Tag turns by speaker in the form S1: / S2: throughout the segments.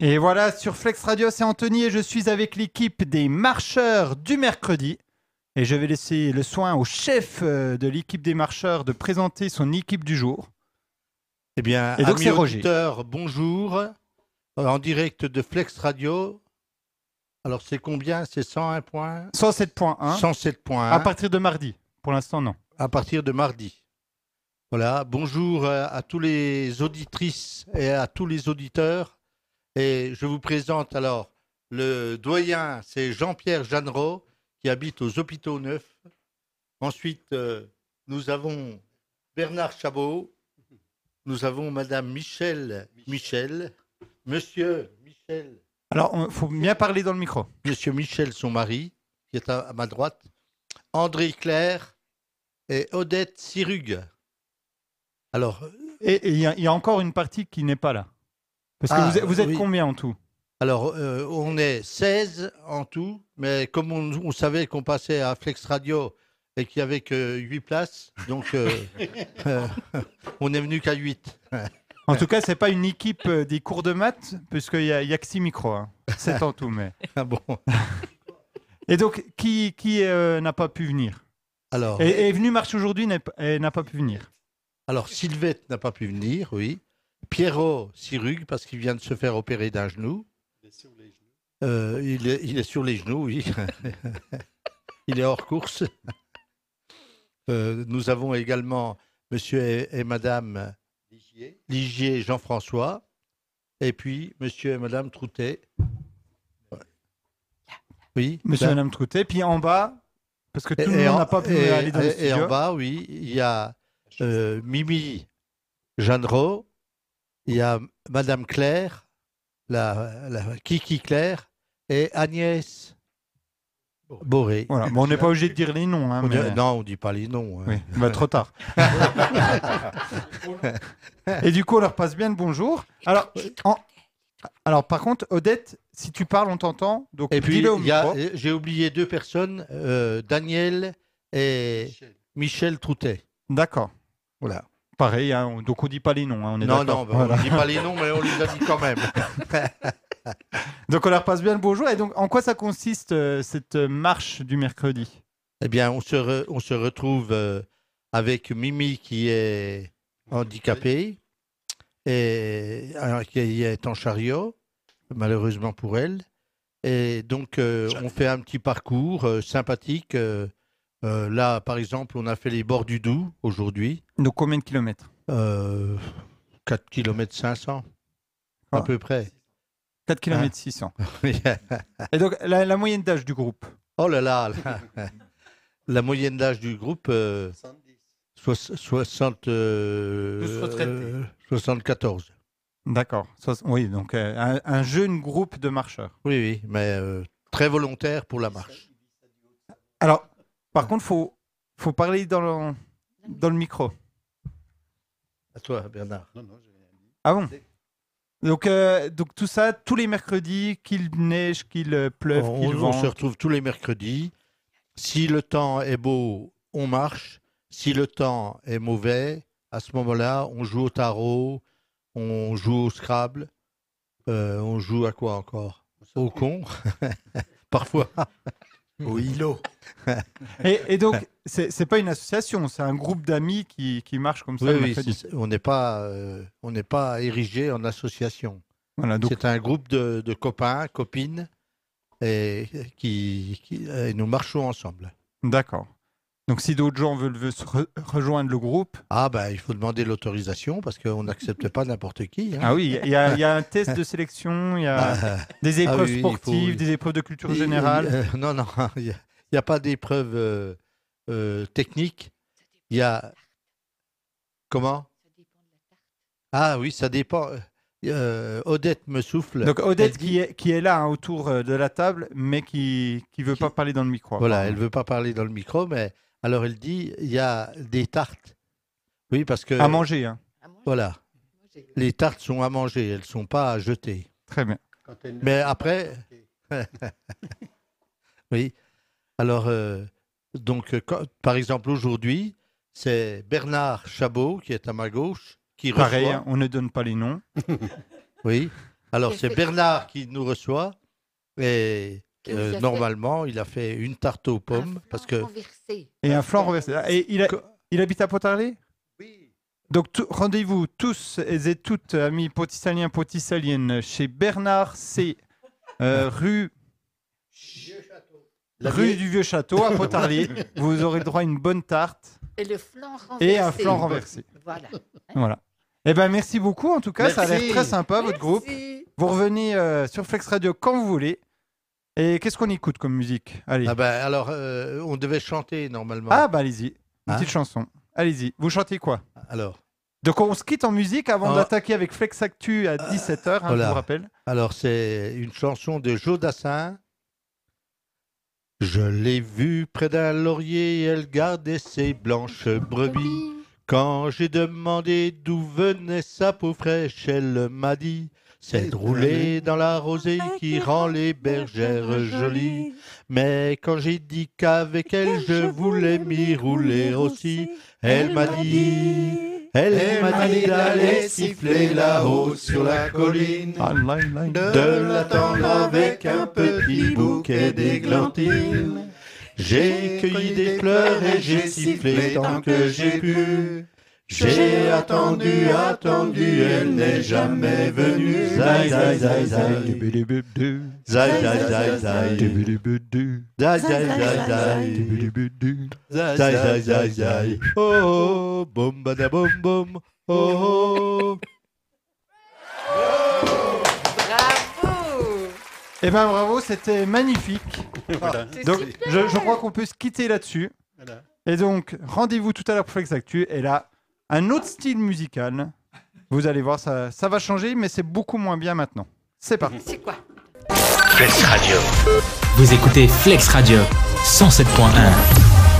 S1: Et voilà, sur Flex Radio, c'est Anthony et je suis avec l'équipe des marcheurs du mercredi. Et je vais laisser le soin au chef euh, de l'équipe des marcheurs de présenter son équipe du jour.
S2: Eh bien,
S1: Et donc,
S2: amis
S1: c'est Roger.
S2: auditeurs, bonjour. Euh, En direct de Flex Radio. Alors, c'est combien C'est 101 points
S1: 107.1
S2: 107 points
S1: à partir de mardi. Pour l'instant, non.
S2: à partir de mardi. Voilà, bonjour euh, à tous les auditrices et à tous les auditeurs. Et je vous présente alors le doyen, c'est Jean-Pierre Jeannereau, qui habite aux Hôpitaux Neufs. Ensuite, euh, nous avons Bernard Chabot. Nous avons Madame Michel Michel. Monsieur Michel.
S1: Alors, il faut bien parler dans le micro.
S2: Monsieur Michel, son mari, qui est à, à ma droite, André Claire et Odette Sirugue. Alors,
S1: Et et il y, a- il y a encore une partie qui n'est pas là. Parce que
S2: Ah,
S1: vous êtes, vous êtes
S2: oui.
S1: combien en tout
S2: alors euh, on est 16 en tout, mais comme on, on savait qu'on passait à Flex Radio et qu'il n'y avait que 8 places, donc euh, euh, on est venu qu'à 8.
S1: En tout cas, c'est pas une équipe euh, des cours de maths, puisqu'il n'y a, il y a que 6 micros. hein. C'est en tout, mais.
S2: Ah bon
S1: Et donc, qui, qui euh, n'a pas pu venir
S2: Alors,
S1: et, est venu marche aujourd'hui n'est pas- et n'a pas pu venir.
S2: alors Sylvette n'a pas pu venir, oui. Pierrot Sirugue, parce qu'il vient de se faire opérer d'un genou. Euh, il, est, il est sur les genoux, oui. il est hors course. Euh, nous avons également monsieur et, et madame Ligier, Jean-François, et puis monsieur et madame Troutet. Ouais. Oui,
S1: Monsieur et
S2: madame-
S1: Madame Troutet. Puis en bas, parce que tout le
S2: Eh ben. et
S1: monde
S2: en-
S1: n'a pas pu
S2: et-
S1: aller dans le
S2: et-
S1: studio.
S2: Et en bas, oui, il y a euh, Mimi Jeannereau, il y a Madame Claire, la, la Kiki Claire, et Agnès Boré.
S1: Voilà. Bon, on n'est pas obligé de dire les noms. hein,
S2: On dit-
S1: mais-
S2: Non, on dit pas les noms. hein.
S1: Oui, bah, trop tard. et du coup, on leur passe bien le bonjour. Alors, en- alors par contre, Odette, si tu parles, on t'entend. Donc,
S2: Et puis,
S1: dis-le au
S2: il y a-
S1: micro.
S2: euh, j'ai oublié deux personnes, euh, Daniel et Michel, Troutet.
S1: D'accord.
S2: Voilà.
S1: Pareil, hein, on- donc on dit pas les noms. hein, on est
S2: Non, non,
S1: d'accord.
S2: bah,
S1: Voilà.
S2: on dit pas les noms, mais on les a dit quand même.
S1: Donc, on leur passe bien le bonjour. Et donc, en quoi ça consiste euh, cette euh, marche du mercredi
S2: Eh bien, on se, re- on se retrouve euh, avec Mimi qui est handicapée et alors, qui est en chariot, malheureusement pour elle. Et donc, euh, on fait un petit parcours euh, sympathique. euh, euh, là, par exemple, on a fait les bords du Doubs aujourd'hui,
S1: Donc, combien de kilomètres
S2: euh, 4 km 500 à
S1: Ah.
S2: peu près.
S1: 4 km 600. Et donc, la, la moyenne d'âge du groupe
S2: Oh là là, la, la moyenne d'âge du groupe, euh, soix- 60, euh,
S1: Tous retraités.
S2: euh, 74.
S1: D'accord. Soix- Oui, donc euh, un, un jeune groupe de marcheurs.
S2: Oui, oui, mais euh, très volontaire pour la marche.
S1: Alors, par contre, faut faut parler dans le, dans le micro.
S2: À toi, Bernard.
S1: Ah bon donc, euh, donc tout ça, tous les mercredis, qu'il neige, qu'il euh, pleuve,
S2: on,
S1: qu'il
S2: on se
S1: vente.
S2: retrouve tous les mercredis. Si le temps est beau, on marche. Si le temps est mauvais, à ce moment-là, on joue au tarot, on joue au Scrabble, euh, on joue à quoi encore Au con, parfois.
S3: Au îlot.
S1: Et, et donc, c'est c'est pas une association, c'est un groupe d'amis qui, qui marche comme ça.
S2: Oui,
S1: le
S2: oui,
S1: mercredi.
S2: c'est- on n'est pas, euh, on n'est pas érigé en association.
S1: Voilà, donc,
S2: C'est un groupe de, de copains, copines, et qui, qui- et nous marchons ensemble.
S1: d'accord. Donc, si d'autres gens veulent, veulent se re- rejoindre le groupe,
S2: Ah ben, il faut demander l'autorisation parce qu'on n'accepte pas n'importe qui. hein.
S1: ah oui, il y, a- il y a un test de sélection, il y a
S2: Ah,
S1: des épreuves
S2: oui, il faut-
S1: sportives, des épreuves de culture
S2: il-
S1: générale.
S2: il- euh, non, non, il n'y a, il y a pas d'épreuve euh, euh, technique. Il y a comment Ah oui, ça dépend. Euh, Odette me souffle.
S1: Donc Odette
S2: Elle dit-
S1: qui est, qui est là hein, autour euh, de la table, mais qui qui veut
S2: Qui-
S1: pas parler dans le micro.
S2: Voilà, elle
S1: apparemment.
S2: veut pas parler dans le micro, mais alors elle dit il y a des tartes. Oui, parce que
S1: À manger, hein.
S4: Ah,
S2: voilà, les tartes sont à manger, elles sont pas à jeter.
S1: très bien.
S2: Mais après, oui. Alors euh, donc, euh, quand- par exemple aujourd'hui, c'est Bernard Chabot qui est à ma gauche qui
S1: Pareil,
S2: reçoit.
S1: hein, on ne donne pas les noms.
S2: Oui. Alors,
S4: Qui a
S2: c'est
S4: fait-
S2: Bernard qui nous reçoit. Et
S4: Qu'est-ce qu'il
S2: euh,
S4: a fait Ah,
S2: normalement, il a fait une tarte aux pommes parce que.
S4: Renversé.
S1: Et un flanc renversé. Ah, Et il, a-
S2: Euh, Co-
S1: il habite à Pontarlier Donc tout- rendez-vous tous et et toutes, amis potissaliens, potissaliennes, chez Bernard C. euh, rue
S2: La
S1: rue
S2: vieille-
S1: du Vieux Château à Potarlier. Vous aurez le droit à une bonne tarte
S4: Et le flanc renversé.
S1: et un flan renversé.
S4: Voilà.
S1: Voilà. Eh ben merci beaucoup en tout cas, ça a l'air
S2: Merci.
S1: très sympa votre groupe.
S4: Merci.
S1: Vous revenez euh, sur Flex Radio quand vous voulez. Et qu'est-ce qu'on écoute comme musique Allez.
S2: Ah ben alors, euh, on devait chanter normalement.
S1: Ah bah allez-y, une
S2: Hein
S1: petite chanson. Allez-y. Vous chantez quoi
S2: Alors,
S1: Donc on se quitte en musique avant
S2: Ah. Euh,
S1: d'attaquer avec Flex Actu à 17h, hein, je
S2: voilà. Ah,
S1: vous rappelle.
S2: alors c'est une chanson de Joe Dassin. Je l'ai vue près d'un laurier, elle gardait ses blanches brebis. Quand j'ai demandé d'où venait sa peau fraîche, elle m'a dit C'est roulée dans la rosée qui rend les bergères jolies. Mais quand j'ai dit qu'avec elle je voulais m'y rouler aussi, elle m'a dit Elle m'a dit d'aller siffler là-haut sur la colline. Ah,
S1: Ah,
S2: De l'attendre avec un petit bouquet d'églantines. J'ai cueilli des fleurs et j'ai sifflé tant que j'ai pu. J'ai attendu, attendu, elle n'est jamais venue. Zaï, zaï, zaï, zaï. Zaï, zaï, zaï, zaï. Zaï, zaï, zaï, zaï. Zaï, zaï, zaï, zaï. Oh, oh, boum, bada, boum, boum. Oh, oh.
S4: Bravo.
S1: Eh ben bravo, c'était magnifique.
S4: C'est
S1: Donc
S4: super.
S1: je, je crois qu'on peut se quitter là-dessus. Et donc rendez-vous tout à l'heure pour Flex Actu. Et là, un autre style musical. Vous allez voir, ça, ça va changer, mais c'est beaucoup moins bien maintenant. C'est parti.
S4: C'est quoi
S5: Vous écoutez Flex Radio 107.1.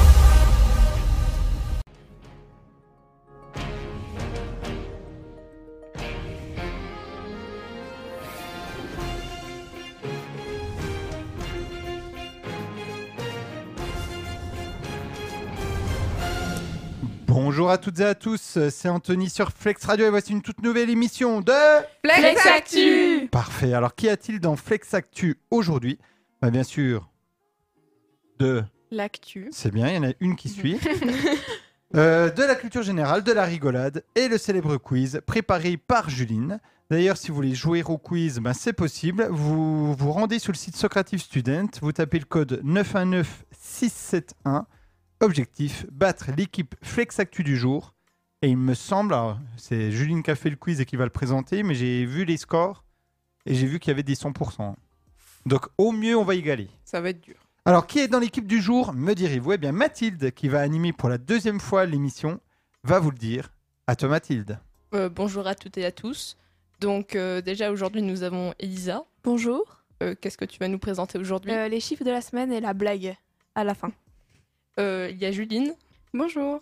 S1: Bonjour à toutes et à tous, c'est Anthony sur Flex Radio et voici une toute nouvelle émission de...
S6: Flex Actu
S1: Parfait, alors qu'y a-t-il dans Flex Actu aujourd'hui bah, Bien sûr, de...
S6: L'actu.
S1: C'est bien, il y en a une qui suit. Euh, de la culture générale, de la rigolade et le célèbre quiz préparé par Juline. D'ailleurs, si vous voulez jouer au quiz, ben c'est possible. Vous vous rendez sur le site Socrative Student, vous tapez le code 919671. Objectif battre l'équipe Flex Actu du jour. Et il me semble, alors, c'est Juline qui a fait le quiz et qui va le présenter, mais j'ai vu les scores et j'ai vu qu'il y avait des 100%. Donc au mieux, on va y galer.
S6: Ça va être dur.
S1: Alors, qui est dans l'équipe du jour Me direz-vous Eh bien, Mathilde, qui va animer pour la deuxième fois l'émission, va vous le dire. À toi, Mathilde.
S6: Euh, bonjour à toutes et à tous. Donc euh, déjà aujourd'hui nous avons Elisa.
S7: Bonjour.
S6: Euh, Qu'est-ce que tu vas nous présenter aujourd'hui
S7: Euh, les chiffres de la semaine et la blague à la fin.
S6: Euh, Il y a Juline.
S7: Bonjour.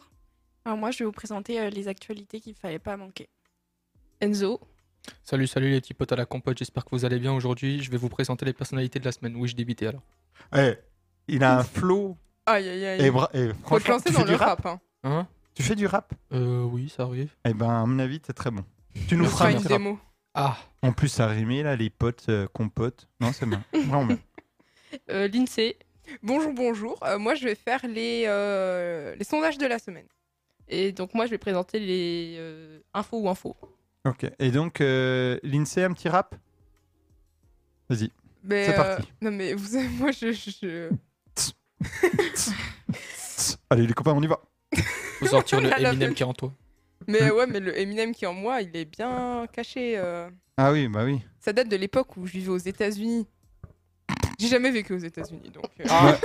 S7: Alors moi, je vais vous présenter euh, les actualités qu'il fallait pas manquer.
S6: Enzo,
S8: Salut, salut les petits potes à la compote, j'espère que vous allez bien aujourd'hui. Je vais vous présenter les personnalités de la semaine. Oui, je débitais alors.
S1: Eh, il a un flow.
S6: aïe aïe aïe.
S1: Et, bra- et
S6: Faut te
S1: franchement,
S6: lancer
S1: tu
S6: dans
S1: fais
S6: le
S1: du rap.
S6: rap. hein.
S8: Hein
S1: Tu fais du rap
S8: Euh, oui, ça arrive.
S1: Eh ben, à mon avis, t'es très bon. Tu nous
S6: On
S1: feras
S6: fera
S1: un
S6: une
S1: petit rap.
S6: démo.
S8: Ah,
S1: En plus, ça rimé, là, les potes, euh, compotes. Non, c'est bien. Vraiment bien.
S6: Euh, Lindsay
S9: Bonjour, bonjour. Euh, moi, je vais faire les, euh, les sondages de la semaine.
S6: et donc moi je vais présenter les euh, infos ou infos.
S1: Ok. Et donc, euh, l'INSEE, un petit rap Vas-y.
S9: Mais, euh,
S1: C'est parti.
S9: Non, mais vous savez, moi, je. je-
S1: Allez, les copains, on y va.
S8: faut sortir le
S9: La- la
S8: Eminem
S9: flemme.
S8: qui est en toi.
S9: Mais ouais, mais le Eminem qui est en moi, il est bien caché. euh.
S1: Ah oui, bah oui.
S9: Ça date de l'époque où je vivais aux États-Unis. J'ai jamais vécu aux États-Unis, donc. euh,
S8: Ah,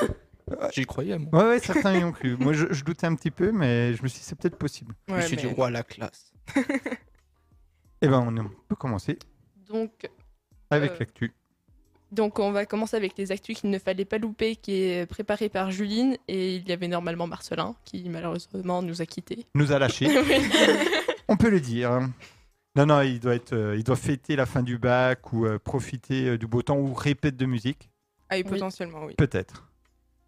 S8: j'y croyais, moi.
S1: Ouais, ouais, certains y ont cru. Moi, je, je doutais un petit peu, mais je me suis dit, c'est peut-être possible.
S8: je
S9: ouais,
S8: me suis dit,
S9: mais-
S8: roi la classe.
S1: Eh ben, on peut commencer
S6: Donc
S1: avec
S6: Euh,
S1: l'actu.
S6: donc on va commencer avec les actus qu'il ne fallait pas louper qui est préparé par Juline et il y avait normalement Marcelin qui malheureusement nous a quittés.
S1: Nous a lâchés. On peut le dire. Non, non, il doit, être, euh, il doit fêter la fin du bac ou euh, profiter euh, du beau temps ou répète de musique,
S9: Ah, oui,
S6: Oui.
S9: potentiellement, oui.
S1: peut-être.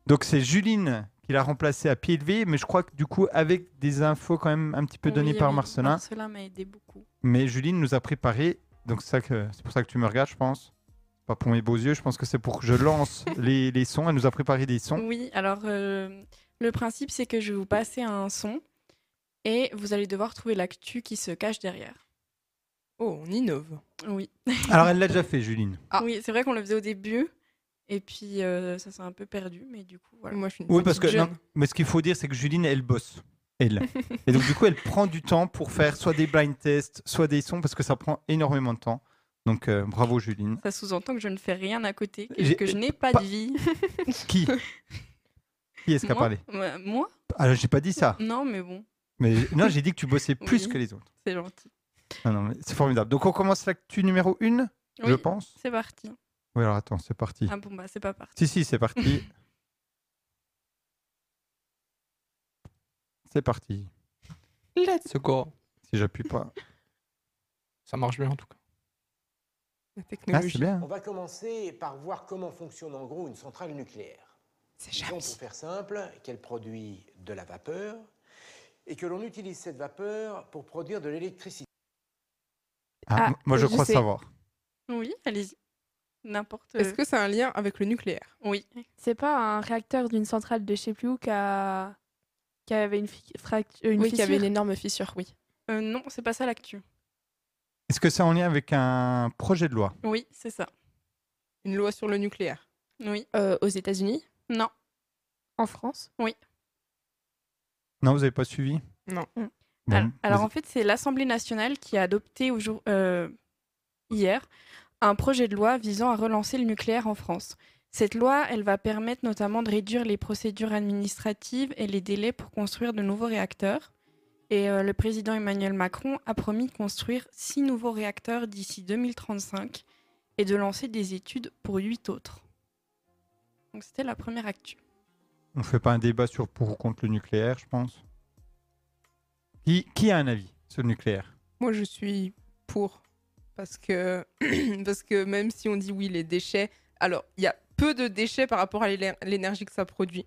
S1: Donc c'est Juline qui l'a remplacé à pied levé, mais je crois que du coup avec des infos quand même un petit peu données par Marcelin.
S7: Marcelin m'a aidé beaucoup.
S1: Mais Juline nous a préparé Donc c'est ça que- c'est pour ça que tu me regardes, je pense. Pas pour mes beaux yeux, je pense que c'est pour que je lance les, les sons. Elle nous a préparé des sons.
S7: Oui, alors euh, le principe c'est que je vais vous passer un son et vous allez devoir trouver l'actu qui se cache derrière.
S9: Oh, on innove.
S7: Oui,
S1: Alors elle l'a déjà fait, Juline.
S9: Ah.
S7: oui c'est vrai qu'on le faisait au début et puis euh, ça s'est un peu perdu, mais du coup voilà.
S9: Moi, je suis une
S1: Oui, parce que
S9: petite
S1: non,
S9: jeune.
S1: mais ce qu'il faut dire, c'est que Juline, elle bosse. Elle. Et donc, du coup, elle prend du temps pour faire soit des blind tests, soit des sons, parce que ça prend énormément de temps. Donc, euh, bravo, Juline.
S7: Ça sous-entend que je ne fais rien à côté, que,
S1: J'ai-
S7: que je n'ai pas
S1: pas-
S7: de vie.
S1: Qui Qui est-ce qui a
S7: Moi,
S1: parlé
S7: Ouais, Moi
S1: Alors, j'ai pas dit ça.
S7: Non, mais bon,
S1: Mais non, j'ai dit que tu bossais plus
S7: Oui.
S1: que les autres.
S7: c'est gentil.
S1: Non, non, mais c'est formidable. Donc, on commence l'actu numéro 1, je
S7: Oui,
S1: pense.
S7: C'est parti.
S1: Oui, alors attends, c'est parti.
S7: Ah bon, bah c'est pas
S1: Si,
S7: parti.
S1: si, c'est parti. c'est parti.
S8: Secours.
S1: Si j'appuie pas.
S8: Ça marche bien en tout cas.
S9: La
S1: Ah, c'est
S9: technologie.
S1: bien.
S10: On va commencer par voir comment fonctionne en gros une centrale nucléaire.
S9: C'est
S10: Disons, pour
S9: Jamy.
S10: faire simple, qu'elle produit de la vapeur et que l'on utilise cette vapeur pour produire de l'électricité.
S1: Ah,
S7: Ah,
S1: m- moi, je
S9: je
S1: crois
S9: sais.
S1: savoir.
S7: Oui, allez-y. N'importe.
S9: Est-ce que ça a un lien avec le nucléaire
S7: Oui.
S4: C'est pas un réacteur d'une centrale de je sais plus où qui, a- qui avait une, fi- fract- euh, une
S6: Oui, qui avait une
S4: fissure
S6: énorme fissure, oui.
S7: Euh, non, c'est pas ça l'actu.
S1: Est-ce que c'est en lien avec un projet de loi
S7: Oui, c'est ça.
S9: Une loi sur le nucléaire
S7: Oui.
S6: Euh, aux États-Unis
S7: Non.
S4: en France.
S1: Non, vous n'avez pas suivi
S9: Non.
S1: Bon,
S7: Alors, alors,
S1: vas-y.
S7: en fait, c'est l'Assemblée nationale qui a adopté au jour- euh, hier un projet de loi visant à relancer le nucléaire en France. Cette loi, elle va permettre notamment de réduire les procédures administratives et les délais pour construire de nouveaux réacteurs. Et euh, le président Emmanuel Macron a promis de construire six nouveaux réacteurs d'ici 2035 et de lancer des études pour huit autres. Donc c'était la première actu.
S1: on ne fait pas un débat sur pour ou contre le nucléaire, je pense. Qui, qui a un avis sur le nucléaire
S9: Moi, je suis pour. Parce que, parce que même si on dit oui, les déchets. Alors, il y a peu de déchets par rapport à l'éle- l'énergie que ça produit.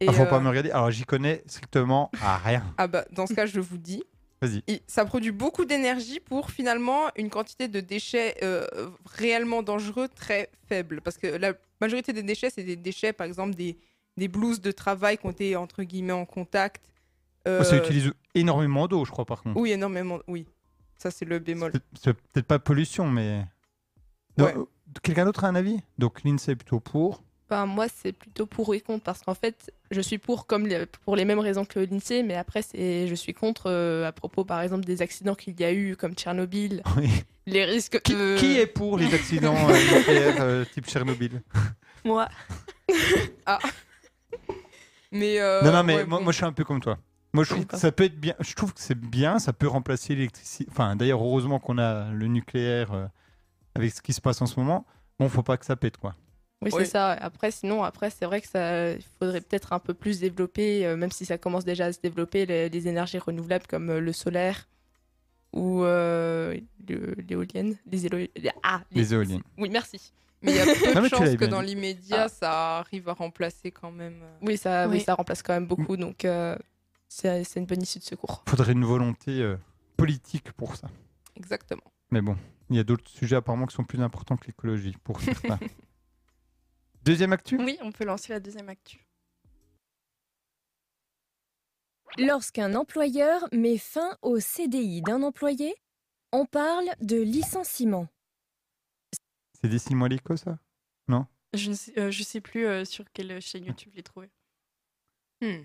S9: Et,
S1: Il Ah, faut
S9: euh,
S1: pas me regarder. Alors, j'y connais strictement à rien.
S9: Ah bah, dans ce cas, je vous dis.
S1: Vas-y.
S9: il- ça produit beaucoup d'énergie pour finalement une quantité de déchets euh, réellement dangereux très faible. Parce que la majorité des déchets, c'est des déchets, par exemple, des, des blouses de travail qu'on était entre guillemets en contact. Euh,
S1: Ça utilise énormément d'eau, je crois, par contre.
S9: Oui, énormément. Oui, ça c'est le bémol.
S1: C'est- C'est peut-être pas pollution, mais. Non,
S9: Ouais.
S1: euh, Quelqu'un d'autre a un avis Donc, l'INSEE est plutôt pour.
S6: Enfin, moi, c'est plutôt pour et contre, parce qu'en fait, je suis pour comme les- pour les mêmes raisons que l'INSEE, mais après, c'est, je suis contre euh, à propos, par exemple, des accidents qu'il y a eu, comme Tchernobyl,
S9: Euh.
S1: Oui.
S6: les risques
S1: Qui,
S6: de-
S1: qui est pour les accidents euh, nucléaires euh, type Tchernobyl
S6: Moi.
S9: Mais euh,
S1: Non, non, mais
S9: ouais,
S1: moi,
S9: bon.
S1: moi, je suis un peu comme toi. Moi, je trouve que ça peut être bien. Je trouve que c'est bien, ça peut remplacer l'électricité. Enfin, d'ailleurs, heureusement qu'on a le nucléaire euh, avec ce qui se passe en ce moment. Bon, faut pas que ça pète, quoi.
S6: Oui,
S9: Oui.
S6: c'est ça. Après, sinon, après, c'est vrai que ça, il faudrait peut-être un peu plus développer, euh, même si ça commence déjà à se développer, les, les énergies renouvelables comme euh, le solaire ou euh, le- l'éolienne, les, élo- les- ah, les-
S1: Les éoliennes.
S6: Oui, merci.
S9: Mais il y a peu
S1: Non,
S9: de
S1: mais tu l'avais
S9: chances que
S1: bien
S9: dans
S1: dit.
S9: l'immédiat,
S6: Ah.
S9: ça arrive à remplacer quand même. euh,
S6: Oui, ça, oui.
S7: Oui.
S6: ça remplace quand même beaucoup, donc euh, c'est c'est une bonne issue de secours.
S1: Faudrait une volonté euh, politique pour ça.
S9: Exactement.
S1: Mais bon, il y a d'autres sujets apparemment qui sont plus importants que l'écologie pour certains. Deuxième actu
S7: Oui, on peut lancer la deuxième actu.
S11: Lorsqu'un employeur met fin au CDI d'un employé, on parle de licenciement.
S1: C'est des six mois l'éco, ça
S7: Je ne sais, euh, je sais plus euh, sur quelle chaîne
S1: Ah.
S7: YouTube l'ai trouvé.
S9: Hmm,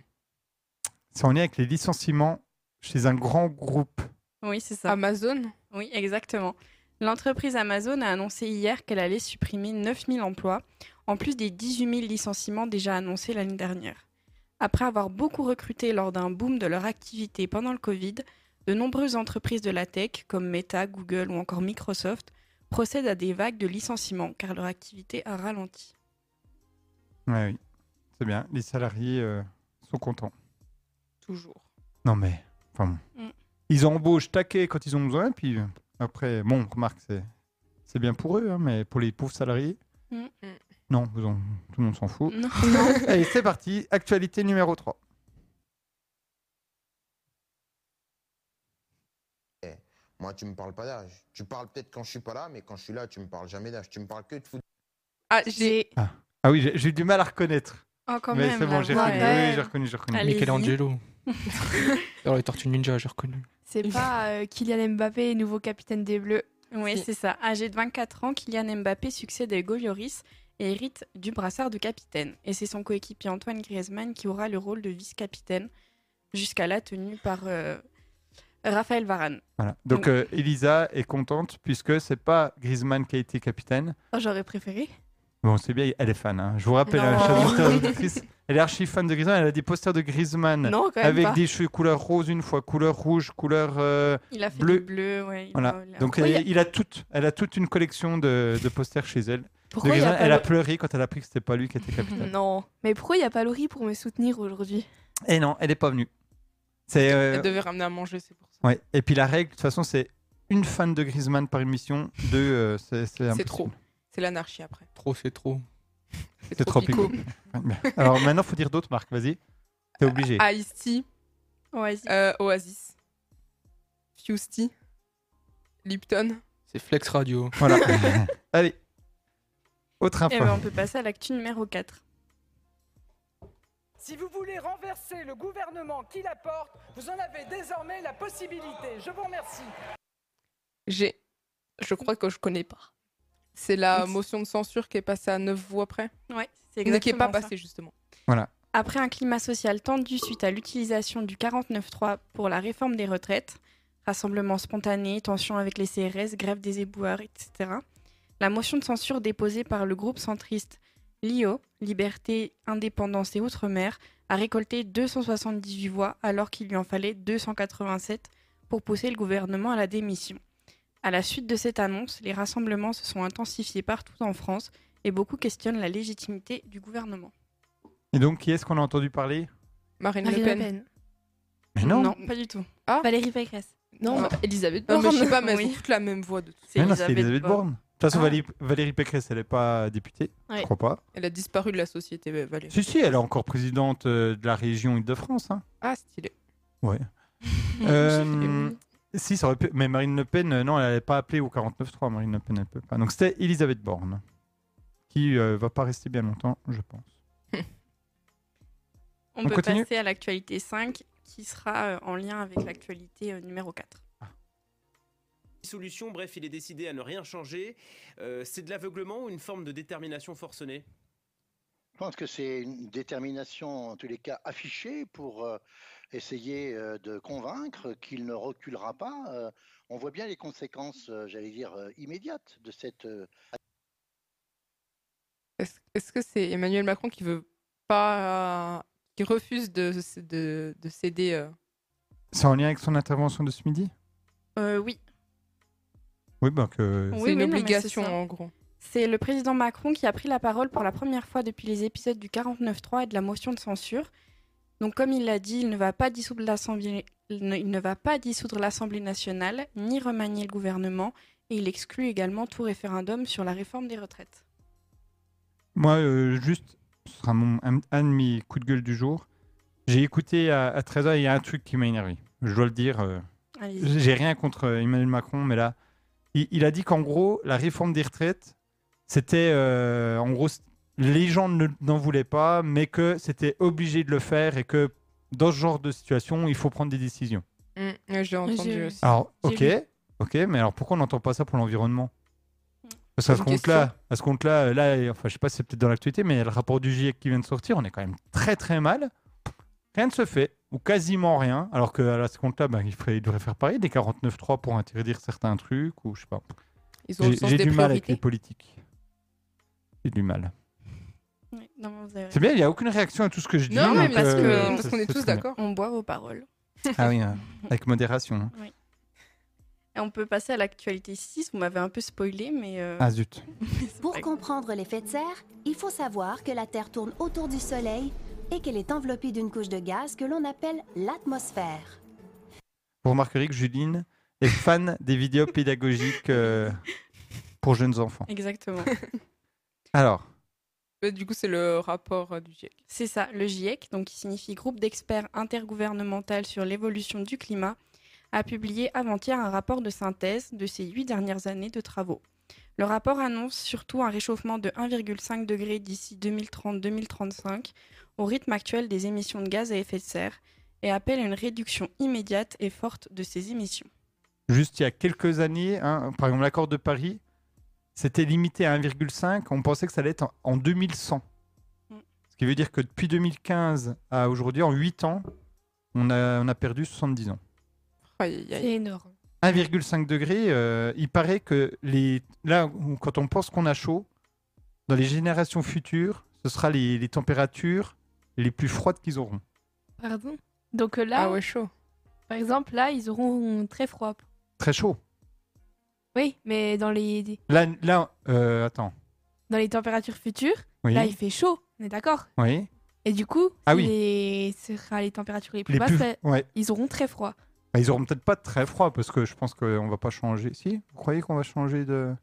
S1: C'est en lien avec les licenciements chez un grand groupe.
S7: Oui, c'est ça.
S9: Amazon
S7: Oui, exactement. L'entreprise Amazon a annoncé hier qu'elle allait supprimer 9000 emplois, en plus des 18 000 licenciements déjà annoncés l'année dernière. Après avoir beaucoup recruté lors d'un boom de leur activité pendant le Covid, de nombreuses entreprises de la tech, comme Meta, Google ou encore Microsoft, procèdent à des vagues de licenciements car leur activité a ralenti.
S1: Ouais, oui, c'est bien. Les salariés euh, sont contents.
S9: toujours.
S1: Non mais, enfin bon.
S7: Mm.
S1: Ils embauchent taquet quand ils ont besoin, puis euh, après, bon, remarque, c'est, c'est bien pour eux, hein, mais pour les pauvres salariés,
S7: Mm.
S9: Mm.
S1: non, vous en- tout le monde s'en fout.
S7: Non.
S1: Allez, c'est parti, actualité numéro 3.
S12: Moi, tu me parles pas d'âge. Tu parles peut-être quand je suis pas là, mais quand je suis là, tu me parles jamais d'âge. Tu me parles que de foot.
S7: Ah, j'ai.
S1: Ah oui, j'ai- j'ai eu du mal à reconnaître.
S7: Oh, quand
S1: Mais
S7: même,
S1: c'est
S7: la
S1: bon, j'ai
S7: voix,
S1: reconnu.
S7: quand
S1: Oui,
S7: même.
S1: j'ai reconnu, j'ai reconnu.
S7: Allez-y.
S8: Michelangelo. Dans les Tortues Ninja, j'ai reconnu.
S4: C'est pas euh, Kylian Mbappé, nouveau capitaine des Bleus.
S7: Oui,
S4: Si.
S7: c'est ça. Âgé de 24 ans, Kylian Mbappé succède à Hugo Lloris et hérite du brassard de capitaine. Et c'est son coéquipier Antoine Griezmann qui aura le rôle de vice-capitaine, jusqu'à là tenu par euh, Raphaël Varane.
S1: Voilà. Donc euh, Elisa est contente puisque c'est pas Griezmann qui a été capitaine.
S4: Oh, J'aurais préféré.
S1: Bon, c'est bien, elle est fan. hein. Je vous rappelle, hein,
S4: Non.
S1: chers auditeurs et auditrices, elle est archi fan de Griezmann. Elle a des posters de Griezmann
S7: Non, quand même
S1: avec
S7: pas.
S1: des cheveux couleur rose une fois, couleur rouge, couleur euh,
S7: Il a fait
S1: bleue.
S7: du bleu, ouais, il
S1: Voilà.
S7: a- il a-
S1: Donc elle,
S7: Pourquoi il y a-
S1: il a toute, elle a toute une collection de, de posters chez elle. de
S4: Pourquoi il y a
S1: euh, Griezmann.
S4: pas
S1: elle a
S4: le-
S1: pleuré quand elle a appris que c'était pas lui qui était capitaine.
S7: Mm.
S4: non. Mais pourquoi il n'y a pas Laurie pour me soutenir aujourd'hui
S1: Et non, elle est pas venue. C'est euh,
S9: Elle devait ramener à manger, c'est pour ça.
S1: ouais. Et puis la règle, de toute façon, c'est une fan de Griezmann par émission. Deux, euh, c'est c'est
S9: C'est
S1: impossible.
S9: trop. C'est l'anarchie après.
S8: Trop, c'est trop.
S1: C'est trop pico. Alors maintenant, faut dire d'autres marques. Vas-y, t'es obligé.
S9: Ah. Ice-T.
S7: Oasis.
S1: Ah,
S9: euh, Oasis. Fusty. Lipton.
S8: C'est Flex Radio.
S1: Voilà. Allez. Autre
S7: Eh ben, on peut passer à l'actu numéro 4.
S13: Si vous voulez renverser le gouvernement qui la porte, vous en avez désormais la possibilité. Je vous remercie.
S9: J'ai. Je crois que je connais pas. C'est la motion de censure qui est passée à 9 voix près.
S7: Ouais, c'est
S9: Mais Qui est pas
S7: exactement ça.
S9: passée justement.
S1: Voilà.
S7: Après un climat social tendu suite à l'utilisation du 49.3 pour la réforme des retraites, rassemblements spontanés, tensions avec les CRS, grève des éboueurs, etc., la motion de censure déposée par le groupe centriste LIO, Liberté, Indépendance et Outre-mer, a récolté 278 voix alors qu'il lui en fallait 287 pour pousser le gouvernement à la démission. À la suite de cette annonce, les rassemblements se sont intensifiés partout en France et beaucoup questionnent la légitimité du gouvernement.
S1: Et donc, qui est-ce qu'on a entendu parler
S9: Marine,
S7: Marine
S9: Le Pen.
S7: Le Pen.
S1: Mais non.
S7: pas du tout.
S4: Valérie Pécresse.
S6: Non,
S9: Non.
S7: Ah.
S6: bah, Elisabeth
S9: Ah. Non,
S6: Borne.
S9: mais je sais pas, mais elles
S6: Oui.
S9: ont toutes la même voix de tout.
S1: Mais non, c'est Elisabeth Borne. De toute façon, Valérie- Valérie Pécresse, elle n'est pas députée.
S9: Ouais.
S1: Je crois pas.
S9: Elle a disparu de la société, bah, Valérie.
S1: Si, si, elle est encore présidente euh, de la région Île-de-France. hein.
S9: Ah, stylé.
S1: Ouais. Euh, si, ça aurait pu. Mais Marine Le Pen, euh, non, elle n'avait pas appelé au 49-3. Marine Le Pen, elle peut pas. Donc, c'était Elisabeth Borne, qui euh, va pas rester bien longtemps, je pense.
S7: On,
S1: On
S7: peut
S1: continue
S7: passer à l'actualité 5 qui sera euh, en lien avec l'actualité euh, numéro 4.
S14: Solution, bref, il est décidé à ne rien changer. Euh, c'est de l'aveuglement ou une forme de détermination forcenée
S15: Je pense que c'est une détermination, en tous les cas, affichée pour euh, essayer euh, de convaincre qu'il ne reculera pas. Euh, on voit bien les conséquences, euh, j'allais dire, euh, immédiates de cette... euh,
S9: Est-ce est-ce que c'est Emmanuel Macron qui veut pas. qui refuse de, de, de céder. euh,
S1: C'est en lien avec son intervention de ce midi
S7: Euh, oui,
S1: Oui, ben que.
S7: Oui,
S9: C'est une
S7: oui, non, mais
S9: obligation
S7: c'est ça.
S9: en gros.
S7: C'est le président Macron qui a pris la parole pour la première fois depuis les épisodes du 49.3 et de la motion de censure. Donc, comme il l'a dit, il ne va pas dissoudre l'Assemblée, il ne- il ne va pas dissoudre l'Assemblée nationale, ni remanier le gouvernement, et il exclut également tout référendum sur la réforme des retraites.
S1: Moi, euh, juste, ce sera mon, un, un de mes coups de gueule du jour. J'ai écouté à, à 13h, il y a un truc qui m'a énervé. Je dois le dire. euh,
S7: Allez-y.
S1: j'ai rien contre euh, Emmanuel Macron, mais là, il, il a dit qu'en gros, la réforme des retraites, c'était. euh, en gros, c- les gens ne- n'en voulaient pas, mais que c'était obligé de le faire et que dans ce genre de situation, il faut prendre des décisions.
S9: Mm, ouais, J'ai entendu aussi.
S1: Alors, ok, ok, mais alors pourquoi on n'entend pas ça pour l'environnement Parce qu'à ce
S9: Bonne question.
S1: compte-là, à ce compte-là, euh, là, et- enfin, je sais pas si c'est peut-être dans l'actualité, mais il y a le rapport du GIEC qui vient de sortir, on est quand même très très mal. Rien ne se fait, ou quasiment rien, alors que à ce compte-là, ben, il, ferait- il devrait faire pareil, des 49.3 pour interdire certains trucs, ou je sais pas.
S9: Ils ont le
S1: J'ai
S9: sens
S1: j'ai
S9: des
S1: du mal avec
S9: priorités.
S1: les politiques. J'ai du mal.
S7: Ouais, non, mais vous avez
S1: C'est bien, il n'y a aucune réaction à tout ce que je dis.
S7: Non, mais
S1: donc,
S7: parce
S1: euh,
S7: que-
S1: c'est-
S7: parce qu'on est
S1: c'est
S7: tous
S1: très bien.
S7: d'accord. On boit vos paroles.
S1: Ah oui, euh, avec modération. hein.
S7: Oui. Et on peut passer à l'actualité 6. Vous m'avez un peu spoilé, mais. euh,
S1: Ah zut.
S16: Pour comprendre l'effet de serre, il faut savoir que la Terre tourne autour du Soleil et qu'elle est enveloppée d'une couche de gaz que l'on appelle l'atmosphère.
S1: Vous remarquerez que Juline est fan des vidéos pédagogiques euh, pour jeunes enfants.
S7: Exactement.
S1: Alors,
S9: Ouais, Du coup, c'est le rapport euh, du GIEC.
S7: C'est E ça, le GIEC, donc qui signifie Groupe d'experts intergouvernemental sur l'évolution du climat, a publié avant-hier un rapport de synthèse de ses huit dernières années de travaux. Le rapport annonce surtout un réchauffement de 1,5 degré d'ici 2030-2035 au rythme actuel des émissions de gaz à effet de serre et appelle à une réduction immédiate et forte de ces émissions.
S1: Juste il y a quelques années, hein, par exemple l'accord de Paris, c'était limité à 1,5. On pensait que ça allait être en- en 2100. Ce qui veut dire que depuis 2015 à aujourd'hui, en 8 ans, on a, on a perdu 70 ans.
S6: C'est énorme.
S1: 1,5 degré, euh, il paraît que les... là, on- quand on pense qu'on a chaud, dans les générations futures, ce sera les, les températures les plus froides qu'ils auront.
S4: Pardon Donc euh, là,
S6: Ah ouais, chaud.
S4: par exemple, là, ils auront très froid.
S1: Très chaud.
S4: Oui, mais dans les,
S1: Là, là euh, attends.
S4: dans les températures futures,
S1: Oui.
S4: là, il fait chaud, on est d'accord
S1: Oui.
S4: Et du coup,
S1: Ah oui.
S4: les... ce sera les températures les plus
S1: Les
S4: basses,
S1: plus-
S4: là,
S1: ouais.
S4: ils auront très froid.
S1: Bah, ils auront peut-être pas très froid parce que je pense qu'on va pas changer. Si, vous croyez qu'on va changer de.